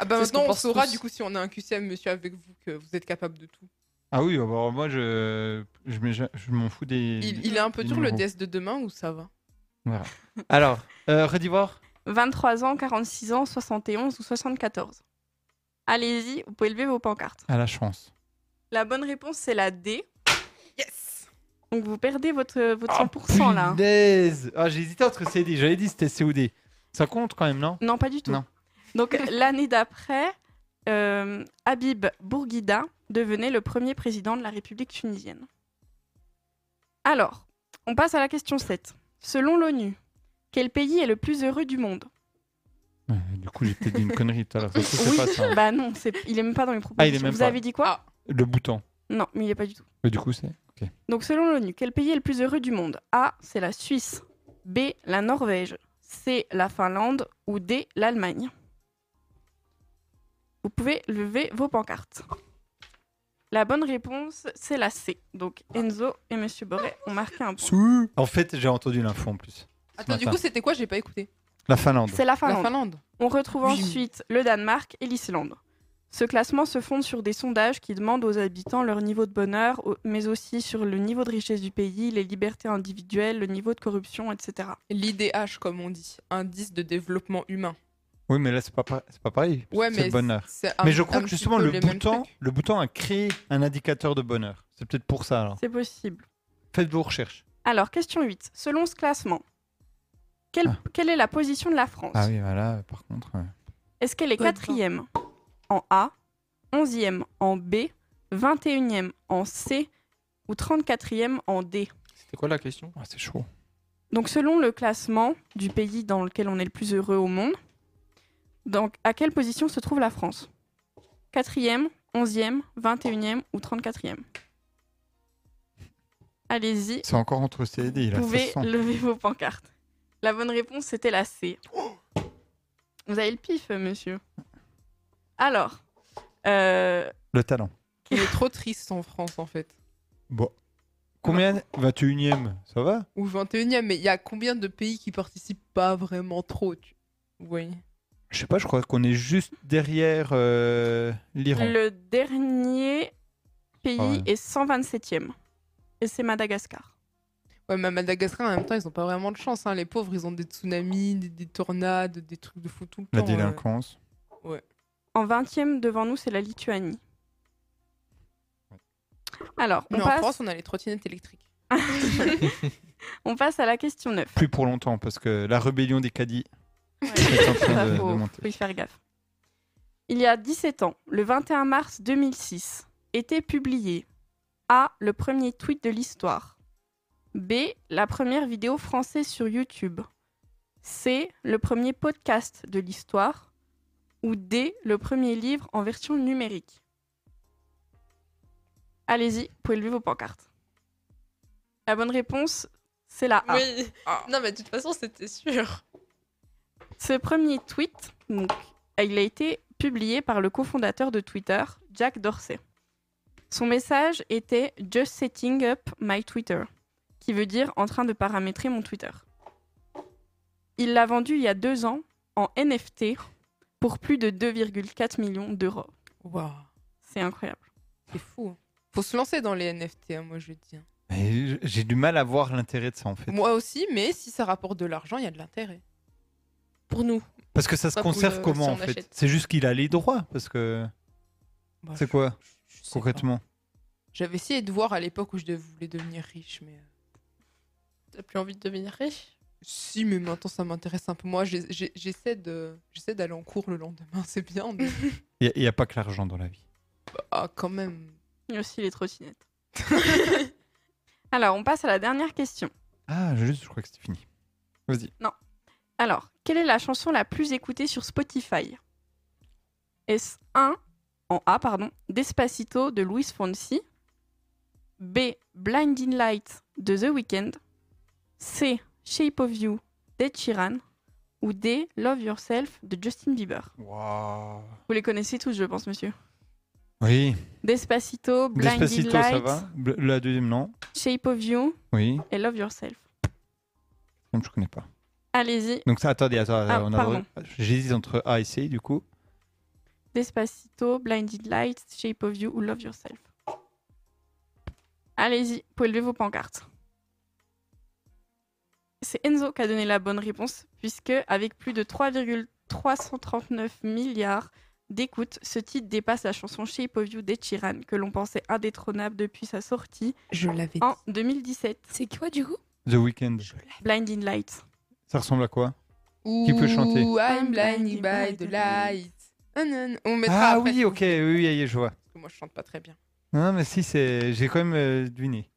S9: Ah bah
S7: C'est ce
S9: maintenant
S7: qu'on
S9: on
S7: pense
S9: saura
S7: tous.
S9: du coup si on a un QCM monsieur avec vous que vous êtes capable de tout.
S1: Ah oui, bah alors moi je, je, mets- je m'en fous des.
S9: Il, il est un peu
S1: des
S9: dur le
S1: numéros.
S9: DS de demain ou ça va
S1: Voilà. Alors, euh, redivore
S7: 23 ans, 46 ans, 71 ou 74 Allez-y, vous pouvez lever vos pancartes.
S1: à la chance.
S7: La bonne réponse, c'est la D. Yes Donc vous perdez votre, votre 100% là. hein.
S1: Ah, Punaise Ah, j'ai hésité entre CD, j'avais dit c'était COD. Ça compte quand même, non
S7: Non, pas du tout.
S1: Non.
S7: Donc l'année d'après, euh, Habib Bourguida devenait le premier président de la République tunisienne. Alors, on passe à la question 7. Selon l'ONU, quel pays est le plus heureux du monde
S1: Du coup, j'ai peut-être dit une connerie tout à l'heure. Ça se trouve, c'est pas ça.
S7: Bah non, c'est- il est même pas dans les
S1: Ah, il est
S7: propositions.
S1: même
S7: Vous
S1: pas.
S7: avez dit quoi
S1: Le bouton.
S7: Non, mais il est pas du tout.
S1: Mais du coup, c'est. Ok.
S7: Donc selon l'ONU, quel pays est le plus heureux du monde A, c'est la Suisse. B, la Norvège. C, la Finlande. Ou D, l'Allemagne. Vous pouvez lever vos pancartes. La bonne réponse, c'est la C. Donc Enzo et Monsieur Boré ont marqué un point.
S1: En fait, j'ai entendu l'info en plus. ce
S9: Attends, du
S1: matin.
S9: coup c'était quoi J'ai pas écouté.
S1: La Finlande.
S7: C'est la Finlande.
S9: La Finlande.
S7: On retrouve
S9: Oui.
S7: ensuite le Danemark et l'Islande. Ce classement se fonde sur des sondages qui demandent aux habitants leur niveau de bonheur, au- mais aussi sur le niveau de richesse du pays, les libertés individuelles, le niveau de corruption, etc.
S9: L'IDH comme on dit, indice de développement humain.
S1: Oui, mais là, c'est pas, pa- c'est pas pareil.
S9: Ouais,
S1: c'est
S9: mais
S1: le bonheur.
S9: c'est un-
S1: mais je crois
S9: un
S1: que
S9: petit
S1: justement,
S9: peu
S1: le
S9: les mêmes
S1: bouton, le bouton a créé un indicateur de bonheur. C'est peut-être pour ça alors.
S7: C'est possible.
S1: Faites vos recherches.
S7: Alors, question 8. Selon ce classement, quelle, quelle est la position de la France
S1: Ah oui, voilà, par contre. ouais.
S7: Est-ce qu'elle est quatrième en A, onzième en B, 21e en C ou 34e en D
S8: C'était quoi la question
S1: C'est chaud.
S7: Donc, selon le classement du pays dans lequel on est le plus heureux au monde, donc à quelle position se trouve la France Quatrième, onzième, 21e ou 34e Allez-y,
S1: C'est encore entre CD, là.
S7: vous
S1: ça
S7: pouvez
S1: se sent.
S7: lever vos pancartes. La bonne réponse, c'était la C. Vous avez le pif, euh, monsieur. Alors, euh,
S1: Le talent.
S9: Il est trop triste en France en fait.
S1: Bon. Combien 21ème, ça va
S9: Ou 21e, mais il y a combien de pays qui participent pas vraiment trop tu... Oui.
S1: Je sais pas, je crois qu'on est juste derrière euh, l'Iran.
S7: le dernier pays
S1: Ah ouais.
S7: est 127e. Et c'est Madagascar.
S9: Ouais, mais à Madagascar, en même temps, ils ont pas vraiment de chance. hein. Les pauvres, ils ont des tsunamis, des, des tornades, des trucs de fou tout le
S1: La
S9: temps. hein.
S1: délinquance.
S9: Ouais.
S7: En 20e, devant nous, c'est la Lituanie. Alors, on
S9: Mais
S7: passe...
S9: en France, on a les trottinettes électriques.
S7: on passe à la question 9.
S1: Plus pour longtemps, parce que la rébellion des caddies est en train
S7: Ça,
S1: de,
S7: faut-
S1: de monter.
S7: faut y faire gaffe. Il y a 17 ans, le 21 mars 2006, était publié A. Le premier tweet de l'histoire. B. La première vidéo française sur YouTube. C. Le premier podcast de l'histoire. Ou D. Le premier livre en version numérique. Allez-y, vous pouvez lever vos pancartes. La bonne réponse, c'est la A.
S6: Oui.
S9: Ah.
S6: Non, mais de toute façon, c'était sûr.
S7: Ce premier tweet, donc, il a été publié par le cofondateur de Twitter, Jack Dorsey. Son message était Just setting up my Twitter, qui veut dire en train de paramétrer mon Twitter. Il l'a vendu il y a deux ans en NFT pour plus de 2,4 millions d'euros.
S9: Waouh.
S7: C'est incroyable.
S9: C'est fou. Faut se lancer dans les NFT, hein, moi je dis.
S1: Mais j- J'ai du mal à voir l'intérêt de ça en fait.
S9: Moi aussi, mais si ça rapporte de l'argent, il y a de l'intérêt.
S6: Pour nous.
S1: Parce que ça se
S6: Pas
S1: conserve
S6: pour le-
S1: comment
S6: si on
S1: en fait
S6: l'achète.
S1: C'est juste qu'il a les droits parce que.
S9: Bah,
S1: c'est
S9: je-
S1: quoi
S9: je sais pas.
S1: concrètement
S9: J'avais essayé de voir à l'époque où je dev- voulais devenir riche, mais. euh,
S6: T'as plus envie de devenir riche
S9: Si, mais maintenant ça m'intéresse un peu. Moi, j'ai- j'ai- j'essaie de, j'essaie d'aller en cours le lendemain, c'est bien. mais-
S1: Il n'y a, pas que l'argent dans la vie.
S9: ah, quand même.
S7: Il y a aussi les trottinettes. Alors, on passe à la dernière question.
S1: Ah, juste, je crois que c'était fini. Vas-y.
S7: Non. Alors, quelle est la chanson la plus écoutée sur Spotify Est-ce 1 en A, pardon, Despacito de Luis Fonsi B, Blinding Light de The Weeknd C, Shape of You d'Ed Sheeran ou D, Love Yourself de Justin Bieber Vous les connaissez tous, je pense, monsieur.
S1: Oui.
S7: Despacito, Blinding
S1: Despacito,
S7: Light,
S1: ça va. Bl- La deuxième, non.
S7: Shape of You
S1: Oui.
S7: et Love Yourself.
S1: Je ne connais pas.
S7: Allez-y,
S1: Donc, ça, attendez, attendez.
S7: Ah,
S1: on a
S7: pardon.
S1: J'hésite entre A et C, du coup.
S7: Despacito, Blinded Lights, Shape of You ou Love Yourself. Allez-y, vous pouvez lever vos pancartes. C'est Enzo qui a donné la bonne réponse, puisque avec plus de 3,339 milliards d'écoutes, ce titre dépasse la chanson Shape of You d'Ed Sheeran, que l'on pensait indétrônable depuis sa sortie
S9: Je l'avais
S7: en 2017. C'est quoi du coup
S1: The Weeknd.
S7: Blinding Lights.
S1: Ça ressemble à quoi Qui peut chanter
S6: Ouh, I'm blinded by the light. Ah, non, non. On mettra
S1: Ah
S6: après.
S1: oui, ok, oui, oui, oui, je vois.
S6: Parce que moi, je chante pas très bien.
S1: Non, mais si, c'est... j'ai quand même euh, deviné.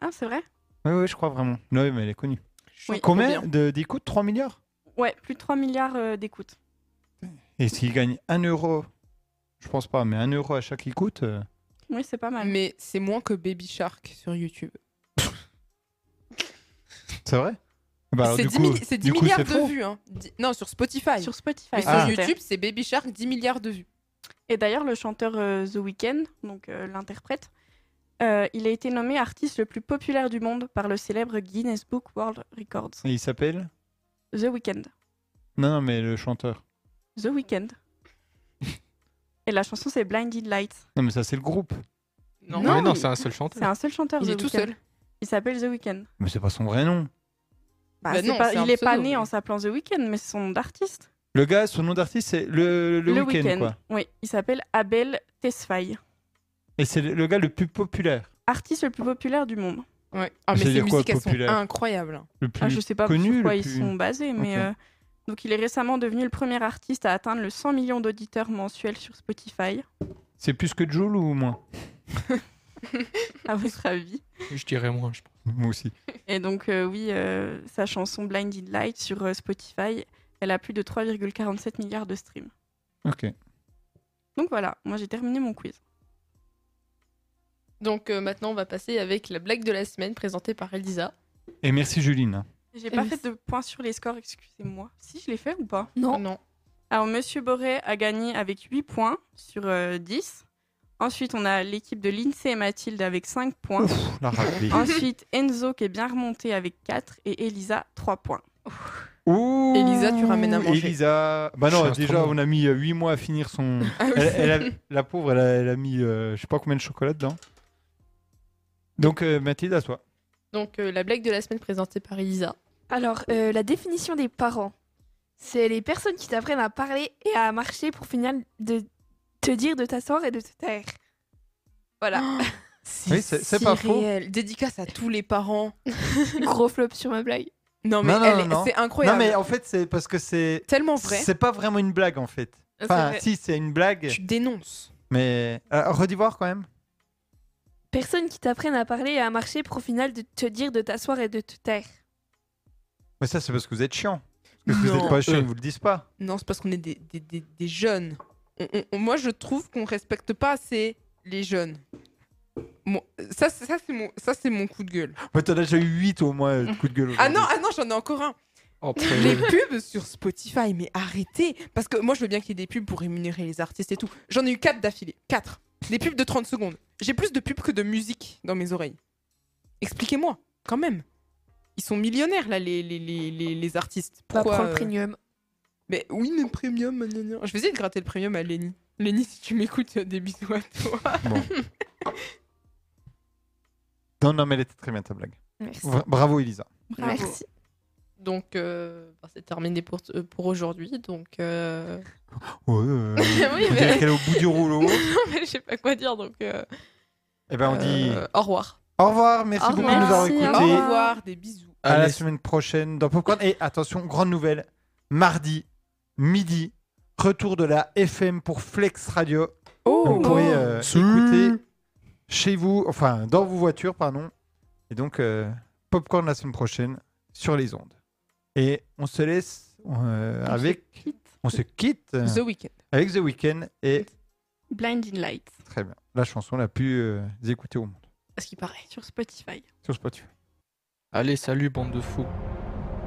S7: Ah, c'est vrai
S1: Oui, oui, je crois vraiment. Non, oui, mais elle est connue.
S7: Oui.
S1: Combien de, d'écoutes 3 milliards
S7: Ouais, plus de 3 milliards euh, d'écoutes.
S1: Et s'il gagne 1 euro, je pense pas, mais 1 euro à chaque écoute, euh,
S7: Oui, c'est pas mal.
S9: Mais c'est moins que Baby Shark sur YouTube.
S1: c'est vrai Bah, alors,
S9: c'est
S1: du
S9: 10,
S1: coup-
S9: milli- c'est 10
S1: du coup,
S9: milliards
S1: c'est
S9: de
S1: faux.
S9: vues. hein. Di- Non, sur Spotify.
S7: Sur Spotify.
S9: Mais sur
S1: Ah.
S9: YouTube, c'est Baby Shark, 10 milliards de vues.
S7: Et d'ailleurs, le chanteur euh, The Weeknd, donc euh, l'interprète, euh, il a été nommé artiste le plus populaire du monde par le célèbre Guinness Book World Records.
S1: il s'appelle
S7: The Weeknd.
S1: Non, non, mais le chanteur.
S7: The Weeknd. Et la chanson, c'est Blinded Lights.
S1: Non, mais ça, c'est le groupe.
S8: Non,
S7: Non,
S8: mais Ah non,
S7: mais-
S8: c'est un seul chanteur.
S7: C'est un seul chanteur,
S8: Il
S7: The
S8: est tout
S7: Weeknd.
S8: seul.
S7: Il s'appelle The Weeknd.
S1: Mais c'est pas son vrai nom.
S7: Bah,
S9: Bah
S7: c'est
S9: non,
S7: pas-
S9: c'est un
S7: il est pas
S9: pseudo,
S7: né
S9: mais-
S7: en s'appelant The Weeknd, mais c'est son nom d'artiste.
S1: Le gars, son nom d'artiste, c'est le, le,
S7: Weeknd,
S1: Weeknd, quoi.
S7: Oui, il s'appelle Abel Tesfaye.
S1: Et c'est le, le gars le plus populaire.
S7: Artiste le plus populaire du monde.
S6: Ouais. Ah, mais
S1: Ça veut
S6: ces
S1: dire quoi,
S6: musiques, elles sont
S1: populaire
S6: incroyables.
S1: Le plus
S7: Ah, je sais pas
S1: connu,
S7: sur quoi
S1: le
S7: ils
S1: plus-
S7: sont basés, mais
S1: Ok.
S7: euh, donc il est récemment devenu le premier artiste à atteindre le 100 millions d'auditeurs mensuels sur Spotify.
S1: C'est plus que Joule ou moins
S7: à votre avis
S8: Je dirais moins, je pense.
S1: Moi aussi.
S7: Et donc euh, oui, euh, sa chanson Blinded Light sur euh, Spotify, elle a plus de 3,47 milliards de streams.
S1: Ok.
S7: Donc voilà, moi j'ai terminé mon quiz.
S6: Donc euh, maintenant, on va passer avec la blague de la semaine présentée par Elisa.
S1: Et merci, Juline.
S7: J'ai
S6: Et
S7: pas
S6: oui.
S7: fait de points sur les scores, excusez-moi. Eh ben, Si, je l'ai fait ou pas
S6: Non. non.
S7: Alors, Monsieur Boré a gagné avec 8 points sur euh, 10. Ensuite, on a l'équipe de l'INSEE et Mathilde avec 5 points.
S1: la raclée.
S7: Ensuite, Enzo qui est bien remonté avec 4 et Elisa 3 points.
S1: Ouh,
S6: Elisa, tu ramènes à manger.
S1: Elisa. Bah
S8: Je suis
S1: non,
S8: un
S1: déjà,
S8: strombo.
S1: on a mis 8 mois à finir son.
S6: oui.
S1: Elle- elle a- la pauvre, elle a, elle a mis euh, je sais pas combien de chocolat dedans. Donc, euh, Mathilde, à toi.
S6: Donc euh, la blague de la semaine présentée par Elisa.
S26: Alors, euh, la définition des parents, c'est les personnes qui t'apprennent à parler et à marcher pour finir de te dire de t'asseoir et de te taire. Voilà.
S6: Oh.
S1: Oui, c'est- c'est pas faux.
S9: réel. Dédicace à tous les parents.
S26: Gros flop sur ma blague.
S9: Non, mais
S1: non,
S9: elle est-
S1: non.
S9: c'est incroyable.
S1: Non, mais en fait, c'est parce que c'est.
S9: Tellement vrai.
S1: C'est pas vraiment une blague, en fait.
S6: Ah,
S9: C'est
S1: Enfin,
S26: vrai.
S1: si, c'est une blague.
S9: Tu dénonces.
S1: Mais. Euh, redis voir quand même.
S26: Personnes qui t'apprennent à parler et à marcher pour au final de te dire de t'asseoir et de te taire.
S1: Mais ça, c'est parce que vous êtes chiant. Parce que vous
S9: Non.
S1: êtes pas chiant,
S9: Euh.
S1: ils vous le disent pas.
S9: Non, c'est parce qu'on est des, des- des- des jeunes. On- on- on- moi, je trouve qu'on respecte pas assez les jeunes. Moi- ça, c'est- ça, c'est mon, ça, c'est mon coup de gueule.
S1: Bah, t'en as déjà eu 8 au moins euh, de coups de gueule.
S9: Ah non,
S1: aujourd'hui.
S9: ah non, j'en ai encore un.
S8: Oh, purée.
S9: les pubs sur Spotify, mais arrêtez Parce que moi, je veux bien qu'il y ait des pubs pour rémunérer les artistes et tout. J'en ai eu 4 d'affilée. 4. Des pubs de 30 secondes. J'ai plus de pubs que de musique dans mes oreilles. Expliquez-moi, quand même. Ils sont millionnaires, là, les, les, les, les, les artistes.
S26: Bah,
S9: Pourquoi
S26: prends le
S9: euh,
S26: premium.
S9: Mais oui, mais premium, non, non. Je vais essayer de gratter le premium à Lenny. Lenny, si tu m'écoutes, euh, des bisous à toi.
S1: Bon. non, non, mais elle était très bien ta blague.
S26: Merci.
S1: Vra- Bravo, Elisa.
S26: Merci.
S9: Donc, euh, bah, c'est terminé pour, pour aujourd'hui. Donc, euh...
S1: Ouais, euh, oui, on dirait qu'elle est au bout du rouleau.
S9: mais je sais pas quoi dire. Donc, euh,
S1: Eh ben, on dit
S9: au revoir.
S1: au revoir, merci
S9: Euh, Au
S1: beaucoup
S9: revoir.
S1: de nous avoir
S9: Merci,
S1: écoutés.
S9: au revoir.
S7: Au revoir, des bisous.
S1: À la semaine prochaine dans Popcorn. Et attention, grande nouvelle, mardi, midi, retour de la FM pour Flex Radio. Donc, vous pourrez euh, écouter chez vous, enfin dans vos voitures, pardon. Et donc, euh, Popcorn la semaine prochaine sur les ondes. Et on se laisse euh, avec. On se quitte.
S7: The Weeknd.
S1: Avec The Weeknd et
S27: Blinding Lights,
S1: très bien, la chanson la plus euh, écoutée au monde
S27: à ce qui paraît, sur Spotify.
S1: sur Spotify.
S8: Allez, salut, bande de fous.